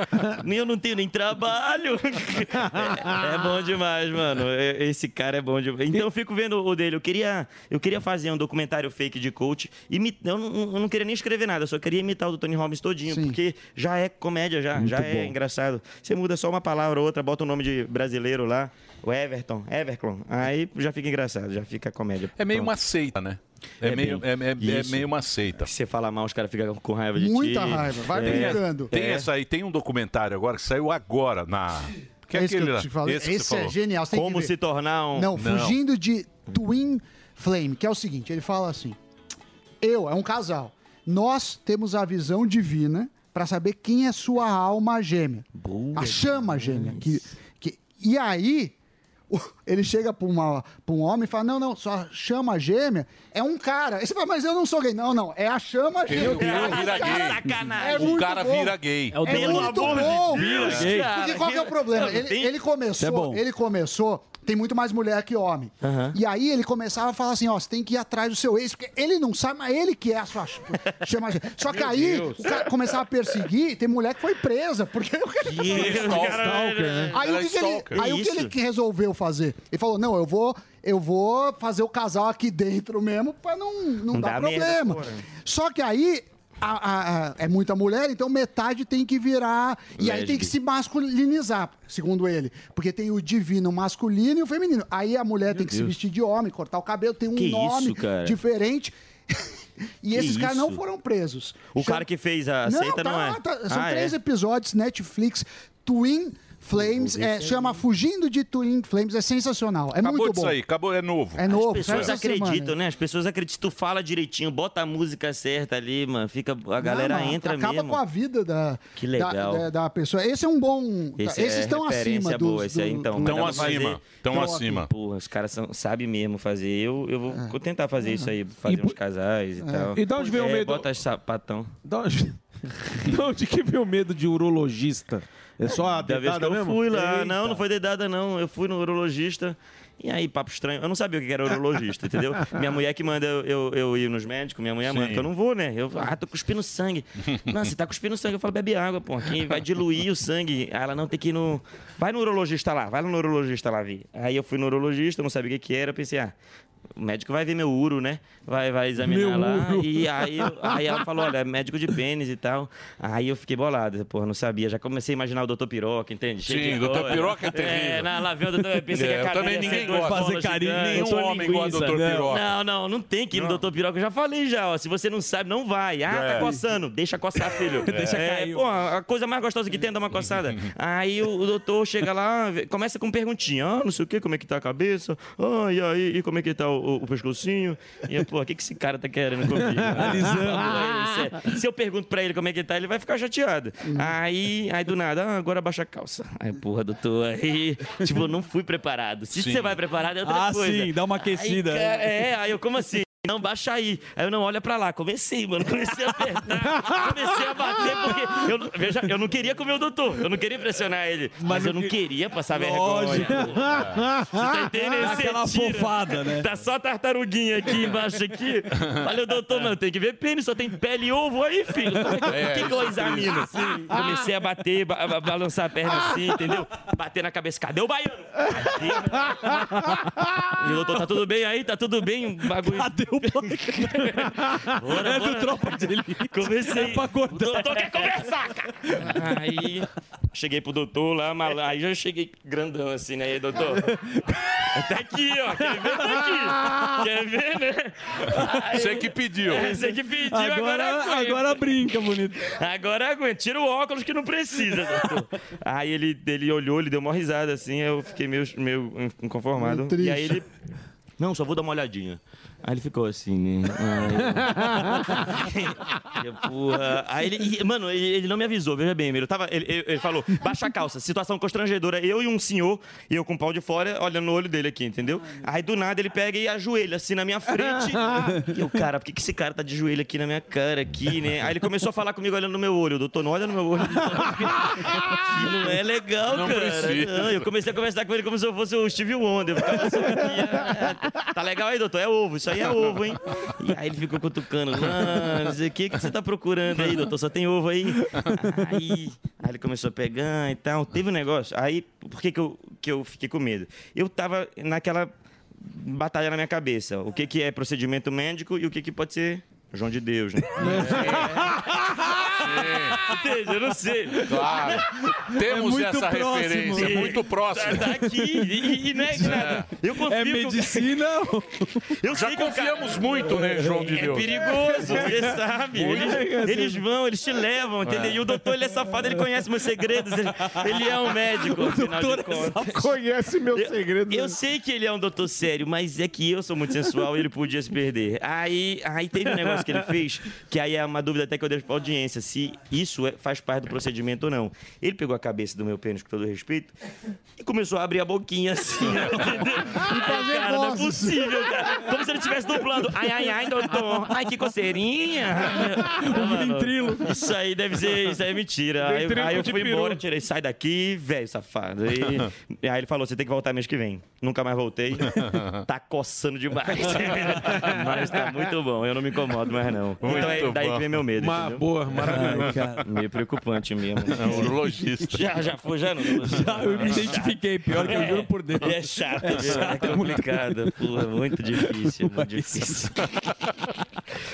Speaker 24: Eu não tenho nem trabalho. É, é bom demais, mano. É- Esse cara é bom demais. Então eu fico vendo o dele. Eu queria, eu queria fazer um documentário fake de coach. Imi... Eu, não, eu não queria nem escrever nada, eu só queria imitar o do Tony Robbins todinho, porque já é comédia, já, já é
Speaker 25: bom.
Speaker 24: engraçado. Você muda só uma palavra ou outra, bota o nome de brasileiro lá, o Everton, Everton. Aí já fica engraçado, já fica comédia.
Speaker 5: É meio
Speaker 24: Pronto.
Speaker 5: uma seita, né? É, meio, é, é- é
Speaker 24: Isso.
Speaker 5: meio uma seita.
Speaker 24: Se você falar mal, os caras ficam com raiva de
Speaker 7: Muita
Speaker 24: ti.
Speaker 7: raiva, vai brincando.
Speaker 5: Tem
Speaker 7: É.
Speaker 5: essa aí, tem um documentário agora que saiu agora na. Que é
Speaker 7: Esse que
Speaker 5: aquele
Speaker 7: eu
Speaker 5: lá?
Speaker 7: te falei.
Speaker 5: que
Speaker 7: Esse
Speaker 5: você
Speaker 7: é
Speaker 5: falou.
Speaker 7: genial, você tem que Como ver. se
Speaker 24: tornar um
Speaker 7: Não, fugindo de Twin Flame, que é o seguinte, ele fala assim: Eu, é um casal. Nós temos a visão divina pra saber quem é sua alma gêmea. a chama gêmea. Que, que, e aí, o- ele chega pra, uma, pra um homem e fala: Não, não, só chama gêmea é um cara. Aí você fala, mas eu não sou gay. Não, não, é a chama gêmea.
Speaker 5: O cara vira gay.
Speaker 7: É
Speaker 5: o
Speaker 7: muito
Speaker 5: cara
Speaker 7: bom.
Speaker 5: vira gay.
Speaker 7: É, muito bom.
Speaker 5: Vira gay.
Speaker 7: Porque qual que é o problema? Ele, ele
Speaker 5: Isso é
Speaker 7: começou,
Speaker 5: bom.
Speaker 7: ele começou, tem muito mais mulher que homem.
Speaker 24: É.
Speaker 7: E aí ele começava a falar assim, ó, você tem que ir atrás do seu ex, porque ele não sabe, mas ele que é a sua ch- chama. Só que
Speaker 5: Meu
Speaker 7: aí
Speaker 5: Deus.
Speaker 7: o cara começava a perseguir, tem mulher que foi presa, porque o cara
Speaker 5: Que stalker, né?
Speaker 7: Aí o
Speaker 5: Era
Speaker 7: que, que ele,
Speaker 5: stalker.
Speaker 7: aí o que
Speaker 5: Isso.
Speaker 7: ele que resolveu fazer? Ele falou: "Não, eu vou, eu vou fazer o casal aqui dentro mesmo pra não não,
Speaker 24: Não
Speaker 7: dar
Speaker 24: dá merda,
Speaker 7: problema".
Speaker 24: porra.
Speaker 7: Só que aí a- a- a- é muita mulher, então metade tem que virar. E aí tem que
Speaker 24: Lésbica.
Speaker 7: se masculinizar, segundo ele. Porque tem o divino masculino e o feminino. Aí a mulher tem que se
Speaker 24: Deus.
Speaker 7: vestir de homem, cortar o cabelo, tem um
Speaker 24: Que
Speaker 7: nome
Speaker 24: isso, cara?
Speaker 7: diferente. E
Speaker 24: Que
Speaker 7: esses caras não
Speaker 24: isso?
Speaker 7: foram presos.
Speaker 24: O cara que fez a
Speaker 7: Não,
Speaker 24: seita
Speaker 7: tá
Speaker 24: não é.
Speaker 7: lá, tá- são
Speaker 24: Ah,
Speaker 7: três
Speaker 24: é?
Speaker 7: episódios, Netflix, Twin Flames, é, chama Fugindo de Twin Flames, é sensacional, é
Speaker 5: Acabou
Speaker 7: muito
Speaker 5: de
Speaker 7: bom.
Speaker 5: sair, acabou, é novo.
Speaker 7: É novo,
Speaker 24: As pessoas
Speaker 7: só essa semana.
Speaker 24: acreditam, né? As pessoas acreditam. Tu fala direitinho, bota a música certa ali, mano. Fica, a galera
Speaker 7: Não, mano,
Speaker 24: entra
Speaker 7: acaba
Speaker 24: mesmo.
Speaker 7: com a vida da,
Speaker 24: Que legal.
Speaker 7: da, da- da pessoa. Esse é um bom.
Speaker 24: Esse
Speaker 7: Esses
Speaker 24: é
Speaker 7: estão
Speaker 24: referência
Speaker 7: acima
Speaker 24: boa,
Speaker 7: dos,
Speaker 24: esse aí, então.
Speaker 7: do-
Speaker 24: Mas dá pra
Speaker 5: acima,
Speaker 24: fazer-
Speaker 5: tão acima.
Speaker 24: Porra, os caras são- sabem mesmo fazer. Eu, eu vou
Speaker 7: É.
Speaker 24: vou tentar fazer isso aí, fazer uns casais e tal.
Speaker 12: E de onde vem o
Speaker 24: É,
Speaker 12: medo?
Speaker 24: Bota sapatão.
Speaker 12: Da onde... da onde que veio o medo de urologista? É só a
Speaker 24: Da vez que
Speaker 12: dedada
Speaker 24: eu
Speaker 12: mesmo?
Speaker 24: fui lá. né?
Speaker 12: Eita.
Speaker 24: Não, não foi dedada, não. Eu fui no urologista. E aí, papo estranho. Eu não sabia o que era urologista, entendeu? Minha mulher que manda eu, eu, eu ir nos médicos, minha mulher manda,
Speaker 15: Sim.
Speaker 24: que eu não vou, né? Eu ah, tô cuspindo sangue. não, você tá cuspindo sangue. Eu falo, bebe água, pô. Quem vai diluir o sangue? Aí ela, não, tem que ir no. Vai no urologista lá, vai no urologista lá, Vi. Aí eu fui no urologista, não sabia o que que era, eu pensei, ah. O médico vai ver meu uro, né? Vai, vai examinar
Speaker 15: Meu
Speaker 24: lá.
Speaker 15: uro.
Speaker 24: E aí, eu- aí ela falou: olha, é médico de pênis e tal. Aí eu fiquei bolado, porra, não sabia. Já comecei a imaginar o doutor Piroca, entende?
Speaker 5: Sim,
Speaker 24: Cheio de
Speaker 5: Dr.
Speaker 24: coisa.
Speaker 5: Piroca é terrível.
Speaker 24: É, na, lá vem o doutor, eu pensei
Speaker 5: É,
Speaker 24: que a
Speaker 5: eu
Speaker 24: cadeira
Speaker 5: também
Speaker 24: ia ser
Speaker 5: ninguém
Speaker 24: duas
Speaker 5: gosta.
Speaker 24: bolas
Speaker 5: Fazer carinho,
Speaker 24: gigantes.
Speaker 5: nenhum homem igual ao
Speaker 24: Linguiça,
Speaker 5: Dr.
Speaker 24: não.
Speaker 5: Piroca.
Speaker 24: Não, não, não tem que ir no doutor Piroca. Eu já falei já, ó. Se você não sabe, não vai. Ah,
Speaker 15: É.
Speaker 24: tá coçando. Deixa
Speaker 22: Tá,
Speaker 24: coçar, filho.
Speaker 15: Deixa
Speaker 24: é,
Speaker 15: cair.
Speaker 24: pô, a coisa mais gostosa que tem é dar uma coçada. Aí o, o doutor chega lá, vê- começa com perguntinha. Ah, não sei o que, como é que tá a cabeça? Ah, e aí, e como é que tá o, o- o pescocinho? E, pô, o que, que esse cara tá querendo comigo?
Speaker 15: Alisando.
Speaker 24: Ah, isso é- Se eu pergunto pra ele como é que tá, ele vai ficar chateado. Aí, aí do nada, ah, agora abaixa a calça. Aí, porra, doutor, aí, tipo, eu não fui preparado. Se
Speaker 15: Sim.
Speaker 24: você vai preparado, é outra
Speaker 15: Ah,
Speaker 24: coisa.
Speaker 15: sim, dá uma aquecida.
Speaker 24: Aí, cara, é, aí eu, como assim? Não, baixa aí. Aí eu não olha pra lá. Comecei, mano. Comecei a apertar. comecei a bater, porque. Eu, não- veja, eu não queria comer o doutor. Eu não queria impressionar ele. Mas, eu não queria passar
Speaker 15: Lógico.
Speaker 24: vergonha. Você tá entendendo?
Speaker 15: Dá
Speaker 24: Você
Speaker 15: aquela
Speaker 24: tira.
Speaker 15: fofada, né?
Speaker 24: Tá só a tartaruguinha aqui embaixo aqui. Falei, doutor, mano, tem que ver pênis, só tem pele e ovo aí, filho. Como é que-
Speaker 15: É,
Speaker 24: o que, que eu
Speaker 15: isso é triste.
Speaker 24: examino? Comecei a bater, ba- ba- balançar a perna assim, entendeu? Bater na cabeça. Cadê o baiano? Cadê? E o doutor, tá tudo bem aí? Tá tudo bem? Um bagulho. Cadê o baiano? é do tropa de elite. Comecei. É pra acordar. O doutor quer conversar, cara. Aí cheguei pro doutor lá, mal- aí já cheguei grandão assim, né? E aí, doutor? Tá aqui, ó. Quer ver? Tá aqui. Quer ver, né?
Speaker 5: Você que pediu.
Speaker 24: É, Você que pediu, agora
Speaker 15: Agora-
Speaker 24: é aguenta.
Speaker 15: agora
Speaker 24: brinca, bonito. Agora aguenta. Tira o óculos que não precisa, né? doutor. Aí ele, ele olhou, ele deu uma risada assim, eu fiquei meio, meio inconformado.
Speaker 15: Meio triste.
Speaker 24: E aí ele. Não, só vou dar uma olhadinha. Aí ele ficou assim, né? Aí eu- Porra. Aí ele, e, mano, ele, ele não me avisou, veja bem, ele, tava, ele, ele- ele falou, baixa a calça, situação constrangedora. Eu e um senhor, e eu com o pau de fora, olhando no olho dele aqui, entendeu? Aí do nada ele pega e ajoelha assim na minha frente. E eu, cara, por que, que esse cara tá de joelho aqui na minha cara, aqui, né? Aí ele começou a falar comigo olhando no meu olho, doutor, não olha no meu olho. Que não é legal,
Speaker 15: Não
Speaker 24: cara.
Speaker 15: precisa.
Speaker 24: Não, eu comecei a conversar com ele como se eu fosse o Steve Wonder. Eu ficava assim, "Ah, tá legal aí, doutor? É ovo, isso aí é ovo, hein? E aí ele ficou cutucando. Mano, o que, que você tá procurando aí, doutor? Só tem ovo aí. Aí, aí ele começou a pegar e tal. Teve um negócio. Aí, por que, que, eu, que eu fiquei com medo? Eu tava naquela batalha na minha cabeça. O que, que é procedimento médico e o que, que pode ser João de Deus, né? Entende? Eu não sei. É
Speaker 5: Claro.
Speaker 2: É
Speaker 5: Temos essa referência, é muito próximo.
Speaker 24: Tá, tá aqui, e, e não é de nada. Eu confio
Speaker 5: É medicina
Speaker 24: Eu
Speaker 5: Já
Speaker 24: sei que o cara-
Speaker 5: confiamos muito, né, João de
Speaker 24: É
Speaker 5: Deus?
Speaker 24: perigoso, você sabe.
Speaker 5: Muito
Speaker 24: Eles,
Speaker 5: engraçado.
Speaker 24: eles vão, eles te levam, entendeu?
Speaker 5: É.
Speaker 24: E o doutor, ele é safado, ele conhece meus segredos. Ele, ele é um médico,
Speaker 12: O
Speaker 24: afinal
Speaker 12: doutor
Speaker 24: de
Speaker 12: é
Speaker 24: contas.
Speaker 12: Conhece meu segredo.
Speaker 24: Eu sei que ele é um doutor sério, mas é que eu sou muito sensual e ele podia se perder. Aí, aí teve um negócio que ele fez, que aí é uma dúvida até que eu deixo pra audiência, se isso é- faz parte do procedimento ou não. Ele pegou a cabeça do meu pênis, com todo respeito, e começou a abrir a boquinha assim, né? entendeu? Ai, cara, não é
Speaker 15: vozes.
Speaker 24: possível, cara. Como se ele estivesse dublando. Ai, ai, ai, doutor. Ai, que coceirinha. Um ventrilo. Isso aí deve ser, isso aí é mentira. Aí,
Speaker 15: Ventrilo
Speaker 24: aí eu
Speaker 15: de
Speaker 24: fui
Speaker 15: peru.
Speaker 24: embora, eu tirei, sai daqui, velho safado. E, aí ele falou, você tem que voltar mês que vem. Nunca mais voltei. Tá coçando demais. Mas tá muito bom, eu não me incomodo mais não. então é
Speaker 15: Muito
Speaker 24: daí que
Speaker 15: bom.
Speaker 24: vem meu medo,
Speaker 15: Uma
Speaker 24: entendeu?
Speaker 15: boa, maravilhoso.
Speaker 24: Ai, cara, Meio preocupante mesmo.
Speaker 15: É um urologista.
Speaker 24: Já, já foi, já não. Já,
Speaker 15: eu me identifiquei, pior que eu juro por Deus.
Speaker 24: É chato,
Speaker 15: É
Speaker 24: é,
Speaker 15: chato,
Speaker 24: é complicado. Pô, é muito difícil, muito difícil.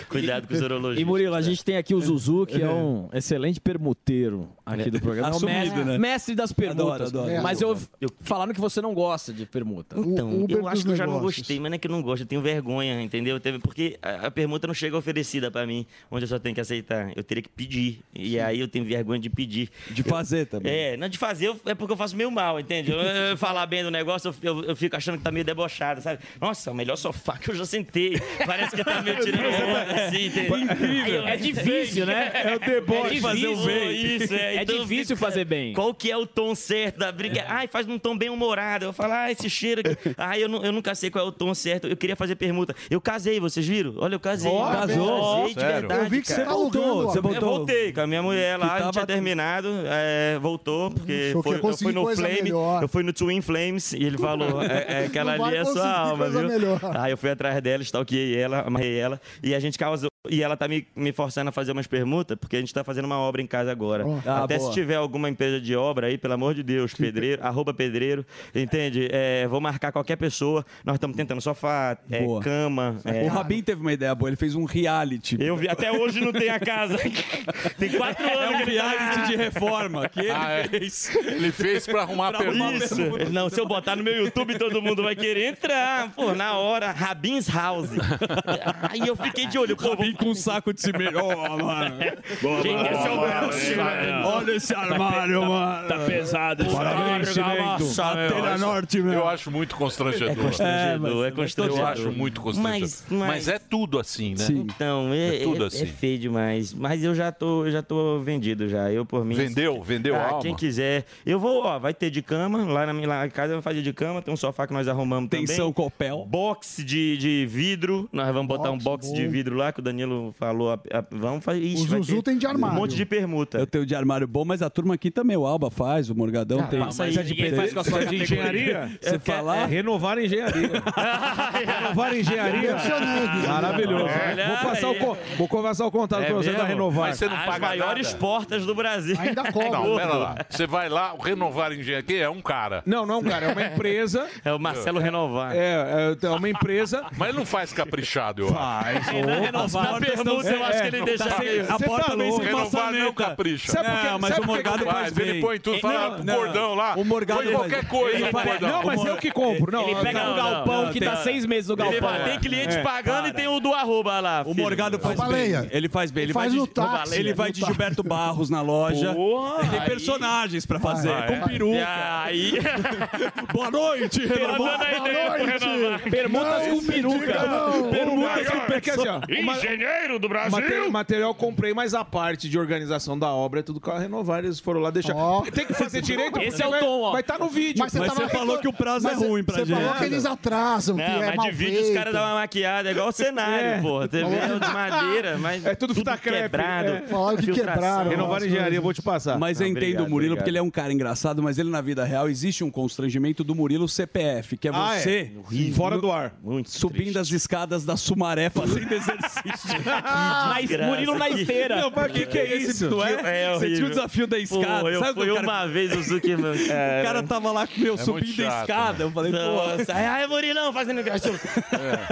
Speaker 24: Cuidado com os urologistas.
Speaker 11: E Murilo, a gente tem aqui o Zuzu, que é um excelente permuteiro aqui do programa. É o
Speaker 24: Assumido,
Speaker 11: mestre,
Speaker 24: né?
Speaker 11: mestre das permutas.
Speaker 24: Adoro, adoro.
Speaker 11: Mas eu, falaram que você não gosta de permuta.
Speaker 24: Então, eu acho que eu já não gostei, mas não é que eu não gosto, eu tenho vergonha, entendeu? Teve- Porque a, a permuta não chega oferecida pra mim, onde eu só tenho que aceitar. Eu teria que pedir. E aí eu tenho vergonha de pedir.
Speaker 6: De fazer também.
Speaker 24: É, não de fazer eu- é porque eu faço meio mal, entende? Eu, eu falar bem do negócio, eu, eu- eu fico achando que tá meio debochado, sabe? Nossa, o melhor sofá que eu já sentei. Parece que tá meio tirando
Speaker 6: é
Speaker 24: onda, assim, entendeu? Aí eu-
Speaker 11: É difícil, né?
Speaker 24: É o deboche.
Speaker 11: É fazer o bem.
Speaker 24: Isso, é.
Speaker 11: É
Speaker 24: Então eu
Speaker 11: difícil fazer bem.
Speaker 24: qual que é o tom certo da briga? Ai, faz um tom bem humorado. Eu falo, ah, esse cheiro aqui. Ai, eu, nu- eu nunca sei qual é o tom certo. Eu queria fazer permuta. Eu casei, vocês viram? Olha, eu casei.
Speaker 15: Ó,
Speaker 24: Eu
Speaker 15: casou.
Speaker 24: Casei, de
Speaker 15: Sério?
Speaker 24: verdade,
Speaker 15: Eu vi que você
Speaker 24: cara.
Speaker 15: voltou, você
Speaker 24: Eu
Speaker 15: voltou.
Speaker 24: voltei com a minha Então é lá, a gente tinha terminado, é, voltou, porque
Speaker 13: Achou que
Speaker 24: foi,
Speaker 13: ia
Speaker 24: eu fui
Speaker 13: conseguir
Speaker 24: no
Speaker 13: coisa
Speaker 24: Flame,
Speaker 13: melhor.
Speaker 24: eu fui no Twin Flames e ele falou, é, é, aquela
Speaker 13: Não
Speaker 24: ali
Speaker 13: vai
Speaker 24: é sua
Speaker 13: conseguir
Speaker 24: alma,
Speaker 13: coisa
Speaker 24: viu?
Speaker 13: melhor.
Speaker 24: Aí eu fui atrás dela, stalkeei ela, amarrei ela, e a gente causou. E ela tá me, me forçando a fazer umas permutas, porque a gente tá fazendo uma obra em casa agora.
Speaker 6: Oh.
Speaker 11: Ó. Ah,
Speaker 24: Até
Speaker 11: boa.
Speaker 24: se tiver alguma empresa de obra aí, pelo amor de Deus, pedreiro, arroba pedreiro, entende? É, vou marcar qualquer pessoa. Nós estamos tentando sofá, é,
Speaker 6: Boa.
Speaker 24: cama. é.
Speaker 6: O Rabin teve uma ideia boa, ele fez um reality.
Speaker 24: Eu vi, até hoje não tem a casa. Tem quatro anos.
Speaker 6: É um
Speaker 24: que ele tá-
Speaker 6: reality de reforma que ele
Speaker 24: Ah, é.
Speaker 6: fez.
Speaker 5: Ele fez pra arrumar
Speaker 24: Isso. Não, se eu botar no meu YouTube, todo mundo vai querer entrar. Pô, na hora, Rabin's House. Aí eu fiquei de olho. Pô, vim
Speaker 6: com um saco de cimento. Ó, mano.
Speaker 24: Gente, esse é o meu cimento.
Speaker 6: Olha esse armário, mano.
Speaker 24: Tá pesado
Speaker 5: esse
Speaker 6: Parabéns,
Speaker 5: armário.
Speaker 6: cimento.
Speaker 5: Só
Speaker 6: Só
Speaker 5: telha
Speaker 6: telha norte, meu.
Speaker 5: Eu acho muito constrangedor.
Speaker 24: É constrangedor, é, constrangedor.
Speaker 5: Eu acho muito constrangedor. Mas, é tudo assim, né?
Speaker 24: Então, é,
Speaker 5: É tudo
Speaker 24: é-
Speaker 5: assim.
Speaker 24: é feio demais. Mas eu já tô, eu já tô vendido já. Eu por mim.
Speaker 5: Vendeu? Vendeu
Speaker 24: ah,
Speaker 5: a alma?
Speaker 24: Quem quiser. Eu vou, ó, vai ter de cama. Lá na minha lá em casa eu vou fazer de cama. Tem um sofá que nós arrumamos também.
Speaker 6: Tensão
Speaker 12: É um
Speaker 6: Copel.
Speaker 24: Box de, de vidro. Nós vamos botar um box de vidro lá que o Danilo falou. a- a- vamos fazer. Ixi, vai ter Um monte de permuta.
Speaker 6: Eu tenho de armário bom, mas a turma aqui também, o Alba faz, o Morgadão
Speaker 24: Ah,
Speaker 6: tem.
Speaker 24: mas
Speaker 6: Você
Speaker 24: aí ninguém faz com a sua de engenharia?
Speaker 6: Você
Speaker 12: Eu quero-
Speaker 6: falar?
Speaker 12: é, renovar a engenharia. renovar a engenharia.
Speaker 6: Decepcionante.
Speaker 12: Maravilhoso.
Speaker 24: Olha
Speaker 12: vou, passar o
Speaker 24: aí.
Speaker 12: co- vou conversar o
Speaker 5: É
Speaker 12: contato pra
Speaker 6: tá
Speaker 12: você da renovar.
Speaker 24: As maiores portas do Brasil.
Speaker 5: Não, pera lá. Você vai lá, o renovar engenharia que é um cara.
Speaker 12: Não, não, cara, é uma empresa.
Speaker 24: É o Marcelo Renovar.
Speaker 12: É, é uma empresa.
Speaker 5: Mas ele não faz caprichado, eu acho.
Speaker 12: Faz, ô.
Speaker 5: Renovar
Speaker 12: As portas não- é, não tá-
Speaker 5: meio-
Speaker 12: a
Speaker 5: Você
Speaker 12: porta
Speaker 5: tá
Speaker 12: não
Speaker 5: louco.
Speaker 12: se
Speaker 5: Renovar não
Speaker 12: maçaneta.
Speaker 5: capricha.
Speaker 12: Sabe por quê?
Speaker 5: Não, mas
Speaker 12: Sabe
Speaker 5: o
Speaker 12: por quê que
Speaker 5: Morgado
Speaker 12: faz
Speaker 5: faz.
Speaker 12: bem?
Speaker 5: Ele põe tudo,
Speaker 12: Ele-
Speaker 5: fala
Speaker 12: não,
Speaker 5: um bordão lá.
Speaker 12: o Morgado
Speaker 5: põe
Speaker 12: ele-
Speaker 5: qualquer coisa
Speaker 12: ele
Speaker 5: no
Speaker 12: faz-
Speaker 5: bordão.
Speaker 12: Não, mas eu que compro. Não,
Speaker 24: Ele
Speaker 12: eu-
Speaker 24: pega
Speaker 12: não,
Speaker 24: um galpão
Speaker 12: não,
Speaker 24: que
Speaker 12: tem-
Speaker 2: tá
Speaker 24: dá seis meses no galpão.
Speaker 12: Ele-
Speaker 24: tem cliente
Speaker 12: É.
Speaker 24: pagando e tem o do arroba lá.
Speaker 6: O Morgado faz bem. Ele faz bem. Ele
Speaker 24: Faz
Speaker 6: vai,
Speaker 24: no
Speaker 6: de,
Speaker 24: táxi. né?
Speaker 6: ele vai de
Speaker 24: No táxi.
Speaker 6: Gilberto Barros na loja.
Speaker 24: Porra,
Speaker 6: tem
Speaker 24: aí-
Speaker 6: personagens pra fazer,
Speaker 24: Ah, é?
Speaker 6: com peruca.
Speaker 24: Aí-
Speaker 6: Boa noite,
Speaker 24: Tá
Speaker 6: Renovar.
Speaker 24: dando a ideia pro Renovar.
Speaker 12: Permutas
Speaker 6: Não,
Speaker 12: com peruca.
Speaker 6: não.
Speaker 12: Permutas com peruca. Quer dizer, ó, o ma-
Speaker 6: Engenheiro do
Speaker 12: Mate- Material, eu comprei, mas a parte de organização da obra é tudo com a Renovar. Eles foram lá deixar. Tem que fazer direito.
Speaker 13: Esse
Speaker 12: porque
Speaker 13: é o
Speaker 12: vai-
Speaker 13: tom, ó.
Speaker 12: Vai estar no vídeo.
Speaker 13: Mas você Mas tava você falou reclam- que o prazo é mas ruim pra você gente. falou que eles atrasam, que
Speaker 24: Não,
Speaker 13: é
Speaker 24: mas
Speaker 13: mal
Speaker 24: de vídeo os
Speaker 13: feito.
Speaker 24: caras dão uma maquiada, é igual o cenário,
Speaker 12: É.
Speaker 24: porra. TV é de madeira, mas.
Speaker 12: É tudo fita crepe,
Speaker 24: quebrado.
Speaker 12: é. Falaram que
Speaker 24: Filtração.
Speaker 12: quebraram. Renovar engenharia, eu vou te passar.
Speaker 6: Mas eu
Speaker 12: Tá. Não,
Speaker 6: entendo
Speaker 12: obrigado,
Speaker 6: o Murilo,
Speaker 12: obrigado.
Speaker 6: porque ele é um cara engraçado, mas ele na vida real existe um constrangimento do Murilo CPF, que é
Speaker 12: Ah, é.
Speaker 6: você.
Speaker 12: Horrível. Fora do ar.
Speaker 6: subindo as escadas da Sumaré fazendo exercício.
Speaker 24: Ah, Mas desgraça, Murilo na que- esteira.
Speaker 6: é Não, mas o que, que é
Speaker 24: Esse
Speaker 6: isso?
Speaker 24: tio-
Speaker 6: Não é?
Speaker 24: é
Speaker 6: você tinha
Speaker 24: horrível.
Speaker 6: o desafio da escada.
Speaker 24: Pô, eu
Speaker 6: Sabe
Speaker 24: fui
Speaker 6: o cara-
Speaker 24: uma vez o Zuckerman.
Speaker 6: O cara tava lá, meu, subindo a escada. Eu falei,
Speaker 24: Nossa,
Speaker 6: pô.
Speaker 24: ai, ai, Murilão, fazendo negócio.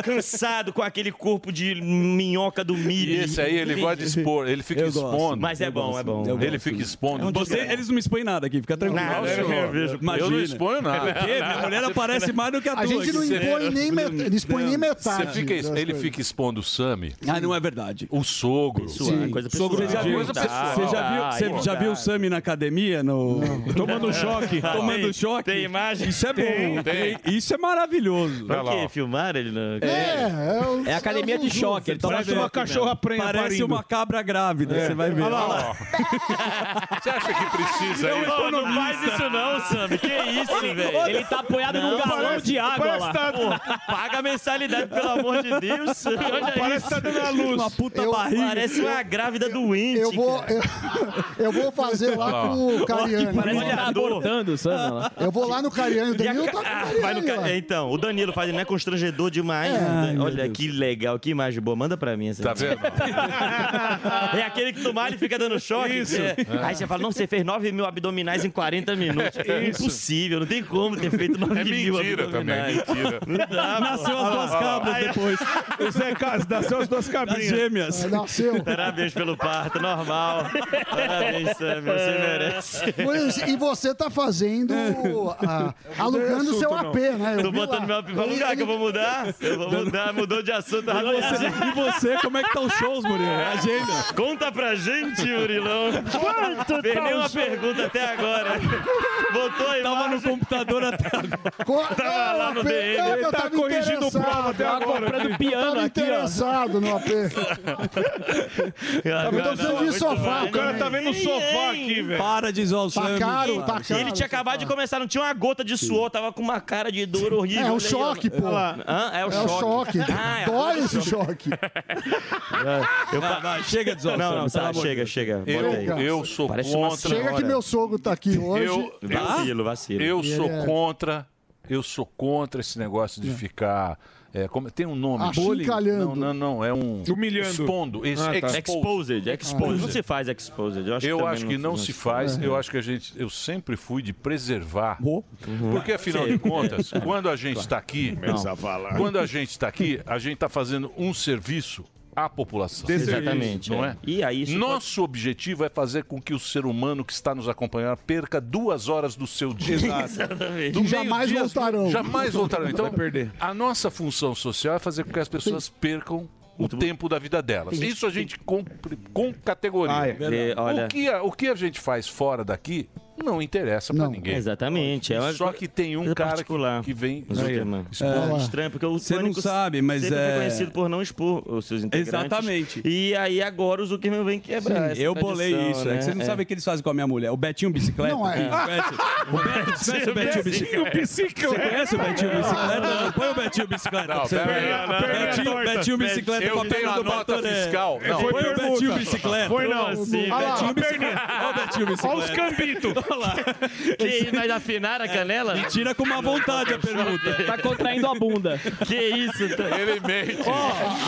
Speaker 24: Cansado com aquele corpo de minhoca do milho.
Speaker 5: E esse aí, ele gosta de expor, ele fica
Speaker 24: Eu gosto.
Speaker 5: expondo.
Speaker 24: Mas é bom, é bom. É um
Speaker 5: Ele fica expondo.
Speaker 6: Você- eles não me expõem nada aqui, fica tranquilo.
Speaker 5: Não, eu não vejo.
Speaker 6: Imagina.
Speaker 5: Eu não exponho nada.
Speaker 6: O quê? É Minha mulher aparece mais do que a tua.
Speaker 13: A gente não
Speaker 6: aqui.
Speaker 13: impõe nem, met... não expõe nem
Speaker 5: Você
Speaker 13: metade.
Speaker 5: fica,
Speaker 13: das
Speaker 5: ele
Speaker 13: coisas.
Speaker 5: fica expondo o Sami.
Speaker 6: Ah, não é verdade.
Speaker 5: O sogro. É
Speaker 6: Sim.
Speaker 24: é
Speaker 6: Sogro de Deus. Você já viu, você já viu o Sami na academia? No...
Speaker 12: Tomando choque.
Speaker 6: Tomando
Speaker 24: Tem-
Speaker 6: choque.
Speaker 24: tem imagem?
Speaker 6: Isso é bom.
Speaker 24: Tem, tem.
Speaker 6: Isso é maravilhoso.
Speaker 24: Por quê? Filmaram ele na.
Speaker 13: É, é,
Speaker 11: É academia de choque. Ele toma
Speaker 6: Parece
Speaker 11: choque,
Speaker 6: uma cachorra
Speaker 11: velho.
Speaker 6: prenha Parece parindo. uma cabra grávida, você vai ver.
Speaker 11: Olha lá, olha lá.
Speaker 5: Você acha que precisa
Speaker 24: Não,
Speaker 5: isso?
Speaker 24: não faz isso não, Sam. Que isso,
Speaker 5: Ele-
Speaker 24: velho?
Speaker 5: ele tá apoiado
Speaker 24: Não,
Speaker 5: num galão
Speaker 24: parece-
Speaker 5: de água
Speaker 24: parece
Speaker 5: lá.
Speaker 24: tá- Pô, paga a mensalidade, pelo amor de Deus, Sam. Olha
Speaker 13: Parece
Speaker 24: isso.
Speaker 13: tá dando à luz.
Speaker 24: Uma puta
Speaker 13: Eu-
Speaker 24: barriga. Parece uma
Speaker 13: eu-
Speaker 24: grávida doente.
Speaker 13: Eu vou, eu, eu vou fazer lá
Speaker 24: Olha
Speaker 13: com
Speaker 24: lá.
Speaker 13: o Cariano.
Speaker 24: Parece que tá abortando, Sam. lá.
Speaker 13: Eu vou lá no Cariano. O Danilo tá com o
Speaker 24: Ah,
Speaker 13: Cariano.
Speaker 24: vai no ca- é, Então, o Danilo faz, não é constrangedor demais.
Speaker 13: É.
Speaker 24: né? Olha que legal, que imagem boa. Manda pra mim essa. Tá
Speaker 5: vendo?
Speaker 24: é aquele que tu malha e fica dando choque.
Speaker 12: Isso.
Speaker 24: É. Aí você fala, não, você fez 9 mil abdominais em 40 minutos. É
Speaker 12: Isso.
Speaker 24: impossível, não tem como ter feito 9
Speaker 5: É
Speaker 24: mil
Speaker 5: mentira também, é
Speaker 24: abdominais.
Speaker 5: mentira.
Speaker 24: Não dá,
Speaker 6: Nasceu as duas cabras depois.
Speaker 12: O Zé Carlos nasceu as duas cabrinhas.
Speaker 6: gêmeas.
Speaker 13: Nasceu.
Speaker 24: Parabéns pelo parto, normal. Parabéns, Sam, você merece.
Speaker 13: Pois, e você tá fazendo. ah, alugando seu AP, né? Eu
Speaker 24: Tô
Speaker 13: vi
Speaker 24: botando
Speaker 13: lá.
Speaker 24: meu AP pra
Speaker 13: Ele-
Speaker 24: alugar, que eu vou mudar. Eu vou mudar, mudou de assunto. rapidinho.
Speaker 6: E você, como é que tá os shows, Murilo? Agenda.
Speaker 24: Conta pra gente, Murilão.
Speaker 6: Quanto
Speaker 24: Fez
Speaker 6: tá
Speaker 24: nenhuma
Speaker 6: o jogo?
Speaker 24: pergunta até agora. Botou a
Speaker 6: Tava no computador até agora.
Speaker 12: Ah,
Speaker 6: tá
Speaker 24: Tava lá no
Speaker 13: Não,
Speaker 24: DM.
Speaker 7: é
Speaker 13: eu tava interessado. Eu tava interessado no AP.
Speaker 12: Tá vendo? Eu tô precisando de sofá. O cara tá vendo o sofá aqui, velho.
Speaker 2: Para de zoar o
Speaker 12: Tá
Speaker 2: Sam,
Speaker 12: caro,
Speaker 2: cara.
Speaker 12: tá caro.
Speaker 24: Ele tinha acabado de começar, não tinha uma gota de suor, tava com uma cara de dor horrível.
Speaker 7: É o
Speaker 24: Olha aí,
Speaker 7: choque,
Speaker 24: olha
Speaker 7: pô.
Speaker 24: lá. Hã? É o choque. Ah, é a
Speaker 7: Dói
Speaker 24: gota de
Speaker 7: esse
Speaker 24: suor.
Speaker 7: choque.
Speaker 5: É.
Speaker 24: Eu
Speaker 7: Vai,
Speaker 24: pa-
Speaker 7: vai, chega de zoar,
Speaker 24: Não,
Speaker 7: Sam,
Speaker 24: não,
Speaker 7: pelo
Speaker 24: tá,
Speaker 7: amor de
Speaker 24: chega,
Speaker 7: Deus.
Speaker 24: chega.
Speaker 7: Eu-
Speaker 24: Bota aí.
Speaker 5: eu sou
Speaker 24: Parece uma
Speaker 5: contra.
Speaker 7: Chega que
Speaker 24: senhora.
Speaker 7: meu sogro tá aqui hoje.
Speaker 24: Vacilo, vacilo.
Speaker 5: Eu
Speaker 7: Ele
Speaker 5: sou
Speaker 7: é-
Speaker 5: contra. Eu sou contra esse negócio de ficar. é, como- tem um nome.
Speaker 7: Achincalhando.
Speaker 5: Não, não, não. É um. Expondo. Ex,
Speaker 12: Ah,
Speaker 24: Ah,
Speaker 12: tá.
Speaker 24: tá. Exposed, exposed. Não se faz exposed. Eu acho
Speaker 5: eu
Speaker 24: que, também
Speaker 5: acho que não se faz.
Speaker 24: É.
Speaker 5: Eu acho que a gente, eu sempre fui de preservar, porque afinal de
Speaker 24: Sim.
Speaker 5: contas, quando a gente está aqui,
Speaker 24: Começa a falar.
Speaker 5: quando a gente está aqui, a gente está fazendo um serviço à população.
Speaker 24: Desserviço. Exatamente,
Speaker 5: não
Speaker 24: é.
Speaker 5: é? Nosso objetivo é fazer com que o ser humano que está nos acompanhando perca duas horas do seu dia.
Speaker 12: Exato.
Speaker 5: Exatamente.
Speaker 7: Que jamais voltarão.
Speaker 5: Jamais voltarão. Então,
Speaker 12: Vai perder.
Speaker 5: a nossa função social é fazer com que as pessoas percam o tempo da vida delas.
Speaker 12: Tem gente-
Speaker 5: Isso a gente com, com categoria.
Speaker 24: Ah, é. Verdade. É, olha-
Speaker 5: O que a, o que a gente faz fora daqui não interessa pra ninguém.
Speaker 24: Exatamente. É uma-
Speaker 5: Só que tem um
Speaker 24: coisa
Speaker 5: cara que, que vem.
Speaker 24: Zuckerman.
Speaker 5: Explode.
Speaker 24: É estranho, porque o
Speaker 5: Você não
Speaker 24: Pânico
Speaker 5: sabe, mas
Speaker 24: sempre
Speaker 5: é-
Speaker 24: foi conhecido por não expor os seus integrantes.
Speaker 2: Exatamente.
Speaker 24: E aí agora o Zuckerman vem quebrar essa
Speaker 2: eu bolei isso.
Speaker 24: tradição,
Speaker 2: É que
Speaker 24: né?
Speaker 2: vocês não
Speaker 24: É.
Speaker 2: sabem o que eles fazem com a minha mulher. O Betinho Bicicleta.
Speaker 24: Não é.
Speaker 2: Conhece? O Betinho, você conhece o Betinho Bicicleta? Você conhece o Betinho Bicicleta? Não, põe o Betinho Bicicleta. pra você
Speaker 5: pera aí,
Speaker 2: ver.
Speaker 5: não, não, não.
Speaker 2: Betinho,
Speaker 5: Perna torta.
Speaker 2: Betinho Bicicleta
Speaker 5: Eu
Speaker 2: com a
Speaker 5: tenho
Speaker 2: perna
Speaker 5: a nota
Speaker 2: torta, né?
Speaker 5: fiscal. Não.
Speaker 2: Põe o
Speaker 5: Foi
Speaker 2: Betinho
Speaker 5: permuta.
Speaker 2: Bicicleta.
Speaker 5: Foi não.
Speaker 2: Como
Speaker 5: Olha
Speaker 2: assim?
Speaker 5: lá,
Speaker 2: Betinho Bicicleta.
Speaker 5: perninha.
Speaker 2: Olha o Betinho Bicicleta.
Speaker 5: Olha os cambitos.
Speaker 2: Olha lá.
Speaker 24: Que vai afinar a canela?
Speaker 2: E tira com uma vontade a permuta.
Speaker 6: Tá contraindo a bunda.
Speaker 24: Que isso?
Speaker 12: tá-
Speaker 5: Ele mente.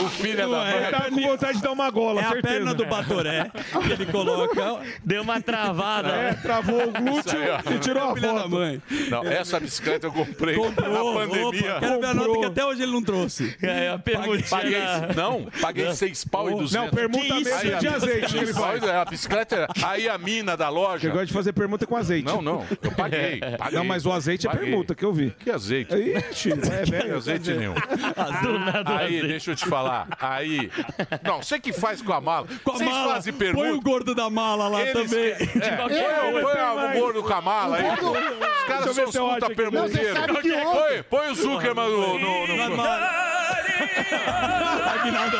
Speaker 5: o filho
Speaker 2: não
Speaker 5: da
Speaker 2: é.
Speaker 5: mãe.
Speaker 2: Tá
Speaker 12: com vontade de dar uma gola,
Speaker 2: É a
Speaker 12: certeza.
Speaker 2: perna do Batoré que ele coloca.
Speaker 24: Deu uma travada.
Speaker 12: É, travou o glúteo e tirou a foto.
Speaker 2: mãe.
Speaker 5: Não, essa bicicleta eu comprei
Speaker 2: Comprou,
Speaker 5: na pandemia.
Speaker 2: opa, quero ver a nota que até hoje ele não trouxe.
Speaker 24: É,
Speaker 5: Paguei, não, paguei seis pau e
Speaker 2: Não,
Speaker 5: 200.
Speaker 2: permuta mesmo
Speaker 5: Aí a-
Speaker 2: de azeite
Speaker 12: que ele
Speaker 5: Seis pau e-
Speaker 12: faz.
Speaker 5: A bicicleta, era- aí a mina da
Speaker 12: Que
Speaker 5: loja...
Speaker 12: gosta de fazer permuta com azeite.
Speaker 5: Não, não, eu paguei, paguei.
Speaker 12: Não, mas o azeite
Speaker 5: Paguei.
Speaker 12: é permuta, que eu vi.
Speaker 5: Que azeite?
Speaker 12: Ixi, é
Speaker 5: Que
Speaker 12: velho.
Speaker 5: azeite nenhum.
Speaker 2: Ah,
Speaker 5: aí, deixa eu te falar. Aí. Não, você que faz com a mala.
Speaker 2: Com a
Speaker 5: Vocês
Speaker 2: mala,
Speaker 5: fazem permuta.
Speaker 2: põe o gordo da mala lá
Speaker 5: Eles
Speaker 2: também.
Speaker 5: que- É, põe
Speaker 2: Eu-
Speaker 5: põe o gordo com a mala aí.
Speaker 2: O gordo-
Speaker 5: Os
Speaker 2: Deixa eu
Speaker 5: caras
Speaker 2: ver
Speaker 5: são
Speaker 2: se
Speaker 12: é
Speaker 5: os
Speaker 2: eu acho
Speaker 5: puta
Speaker 2: aqui.
Speaker 5: permuteiros.
Speaker 2: Não, você sabe que
Speaker 5: Põe,
Speaker 2: ontem-
Speaker 5: põe o Zuckerman no. no, no,
Speaker 2: Aguinaldo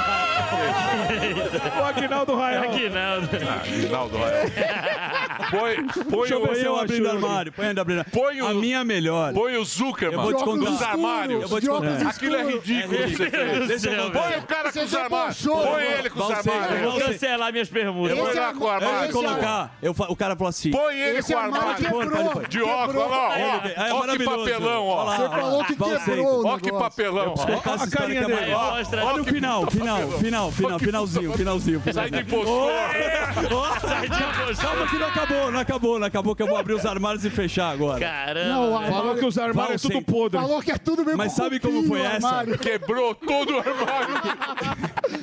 Speaker 12: O Aguinaldo Rael.
Speaker 24: Aguinaldo.
Speaker 5: Aguinaldo Rael. Ah, Põe, põe
Speaker 2: Deixa eu ver
Speaker 5: o.
Speaker 2: se eu abrindo armário. Põe abrindo armário. a minha melhor.
Speaker 5: Põe o Zuckerman.
Speaker 2: Eu vou te contar.
Speaker 5: Os armários.
Speaker 2: Eu vou te contar.
Speaker 5: Aquilo é ridículo. que você fez. Põe o cara com os armários. Põe ele com os armários.
Speaker 24: Eu vou
Speaker 2: é
Speaker 24: cancelar minhas perguntas.
Speaker 5: Eu vou lá com o armário.
Speaker 2: Eu colocar, eu fa- o cara falou assim.
Speaker 5: Põe ele com o armário. De óculos, olha lá.
Speaker 2: Ele-
Speaker 5: ó.
Speaker 2: é
Speaker 5: Olha que
Speaker 2: maravilhoso.
Speaker 5: papelão, ó.
Speaker 2: Olha lá, Você olha lá. falou que Valsei. quebrou o
Speaker 5: Olha que
Speaker 2: negócio.
Speaker 5: papelão.
Speaker 2: Eu preciso contar essa história que é maravilhosa.
Speaker 5: Ó,
Speaker 2: Mostra.
Speaker 5: ó
Speaker 2: Olha o
Speaker 5: que
Speaker 2: final,
Speaker 5: puta
Speaker 2: final,
Speaker 5: papelão.
Speaker 2: final, final, finalzinho, finalzinho.
Speaker 5: Sai de
Speaker 2: impostor.
Speaker 24: Sai de impostor.
Speaker 2: Calma que não acabou, não acabou, não acabou que eu vou abrir os armários e fechar agora.
Speaker 24: Caramba.
Speaker 7: Não, o armário- Falou que os armários é tudo podre. Falou que é tudo meio
Speaker 2: Mas sabe como
Speaker 7: cupim
Speaker 2: foi
Speaker 7: o
Speaker 2: essa?
Speaker 7: armário.
Speaker 5: Quebrou todo o armário.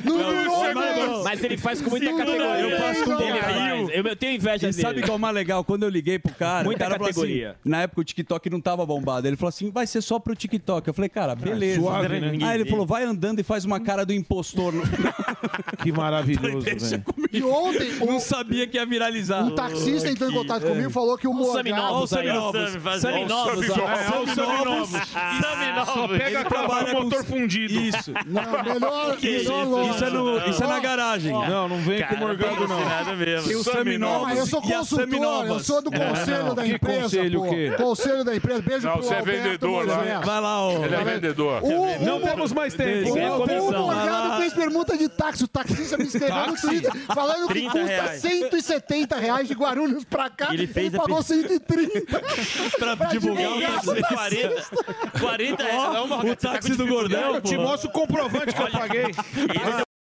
Speaker 7: Não,
Speaker 2: Não,
Speaker 7: durou,
Speaker 2: isso é
Speaker 7: né?
Speaker 2: maravilhoso.
Speaker 6: Mas ele faz com muita
Speaker 2: Sim,
Speaker 6: categoria.
Speaker 2: Eu faço com
Speaker 6: Ele faz. Eu, eu tenho inveja
Speaker 2: E
Speaker 6: dele.
Speaker 2: sabe qual é o mais legal? Quando eu liguei pro cara,
Speaker 6: Muita
Speaker 2: o cara falou
Speaker 6: categoria.
Speaker 2: assim, na época o TikTok não tava bombado. Ele falou assim, vai ser só pro TikTok. Eu falei, cara, beleza.
Speaker 12: suave, né?
Speaker 2: Aí ele falou, vai andando e faz uma cara do impostor.
Speaker 12: Que maravilhoso, velho.
Speaker 2: E
Speaker 7: ontem...
Speaker 2: Não sabia que ia viralizar.
Speaker 7: Um taxista entrou em
Speaker 2: Oh,
Speaker 7: contato
Speaker 2: é.
Speaker 7: comigo e falou que o Morgado...
Speaker 2: Saminovos aí, ó. Saminovos.
Speaker 7: Saminovos.
Speaker 2: Saminovos.
Speaker 24: Saminovos.
Speaker 12: Só pega
Speaker 2: Ele
Speaker 12: trabalho
Speaker 2: trabalha
Speaker 12: com motor
Speaker 2: é com-
Speaker 12: fundido.
Speaker 2: Isso.
Speaker 7: Não, melhor-
Speaker 2: Que isso? melhor Isso é no- loja. isso é na garagem.
Speaker 12: Não, não vem com
Speaker 2: Cara,
Speaker 12: morgado, não.
Speaker 24: patrocinado mesmo.
Speaker 12: Tem o
Speaker 7: Não, mas eu sou
Speaker 2: E as
Speaker 7: consultor, eu
Speaker 2: Saminovas?
Speaker 7: sou do
Speaker 2: É,
Speaker 7: conselho
Speaker 2: não.
Speaker 7: da
Speaker 2: Que
Speaker 7: empresa.
Speaker 2: conselho,
Speaker 7: pô.
Speaker 2: o quê?
Speaker 7: Conselho da empresa. Beijo
Speaker 5: Não,
Speaker 7: pro
Speaker 5: você é
Speaker 7: Alberto né?
Speaker 5: vendedor lá.
Speaker 7: Moisés.
Speaker 2: Vai lá, ó.
Speaker 5: Ele é vendedor.
Speaker 7: O-
Speaker 12: Não
Speaker 7: o-
Speaker 12: temos mais tempo.
Speaker 7: O, o, o
Speaker 2: Vai lá.
Speaker 7: Morgado fez permuta de táxi. O taxista me escreveu no
Speaker 2: Táxi?
Speaker 7: Twitter falando que
Speaker 2: 30
Speaker 7: custa
Speaker 2: reais.
Speaker 7: 170 reais de Guarulhos pra cá.
Speaker 24: Ele fez a
Speaker 7: pagou
Speaker 24: pe-
Speaker 7: 130.
Speaker 2: pra,
Speaker 24: divulgar o
Speaker 7: divulgar.
Speaker 24: taxista. 40 é uma
Speaker 2: O táxi do gordão.
Speaker 12: Eu te mostro o comprovante que eu paguei.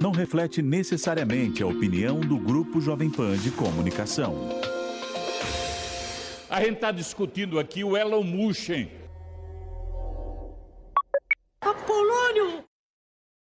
Speaker 5: não reflete necessariamente a opinião do Grupo Jovem Pan de Comunicação.
Speaker 26: tá A gente está discutindo aqui o Elon Musk,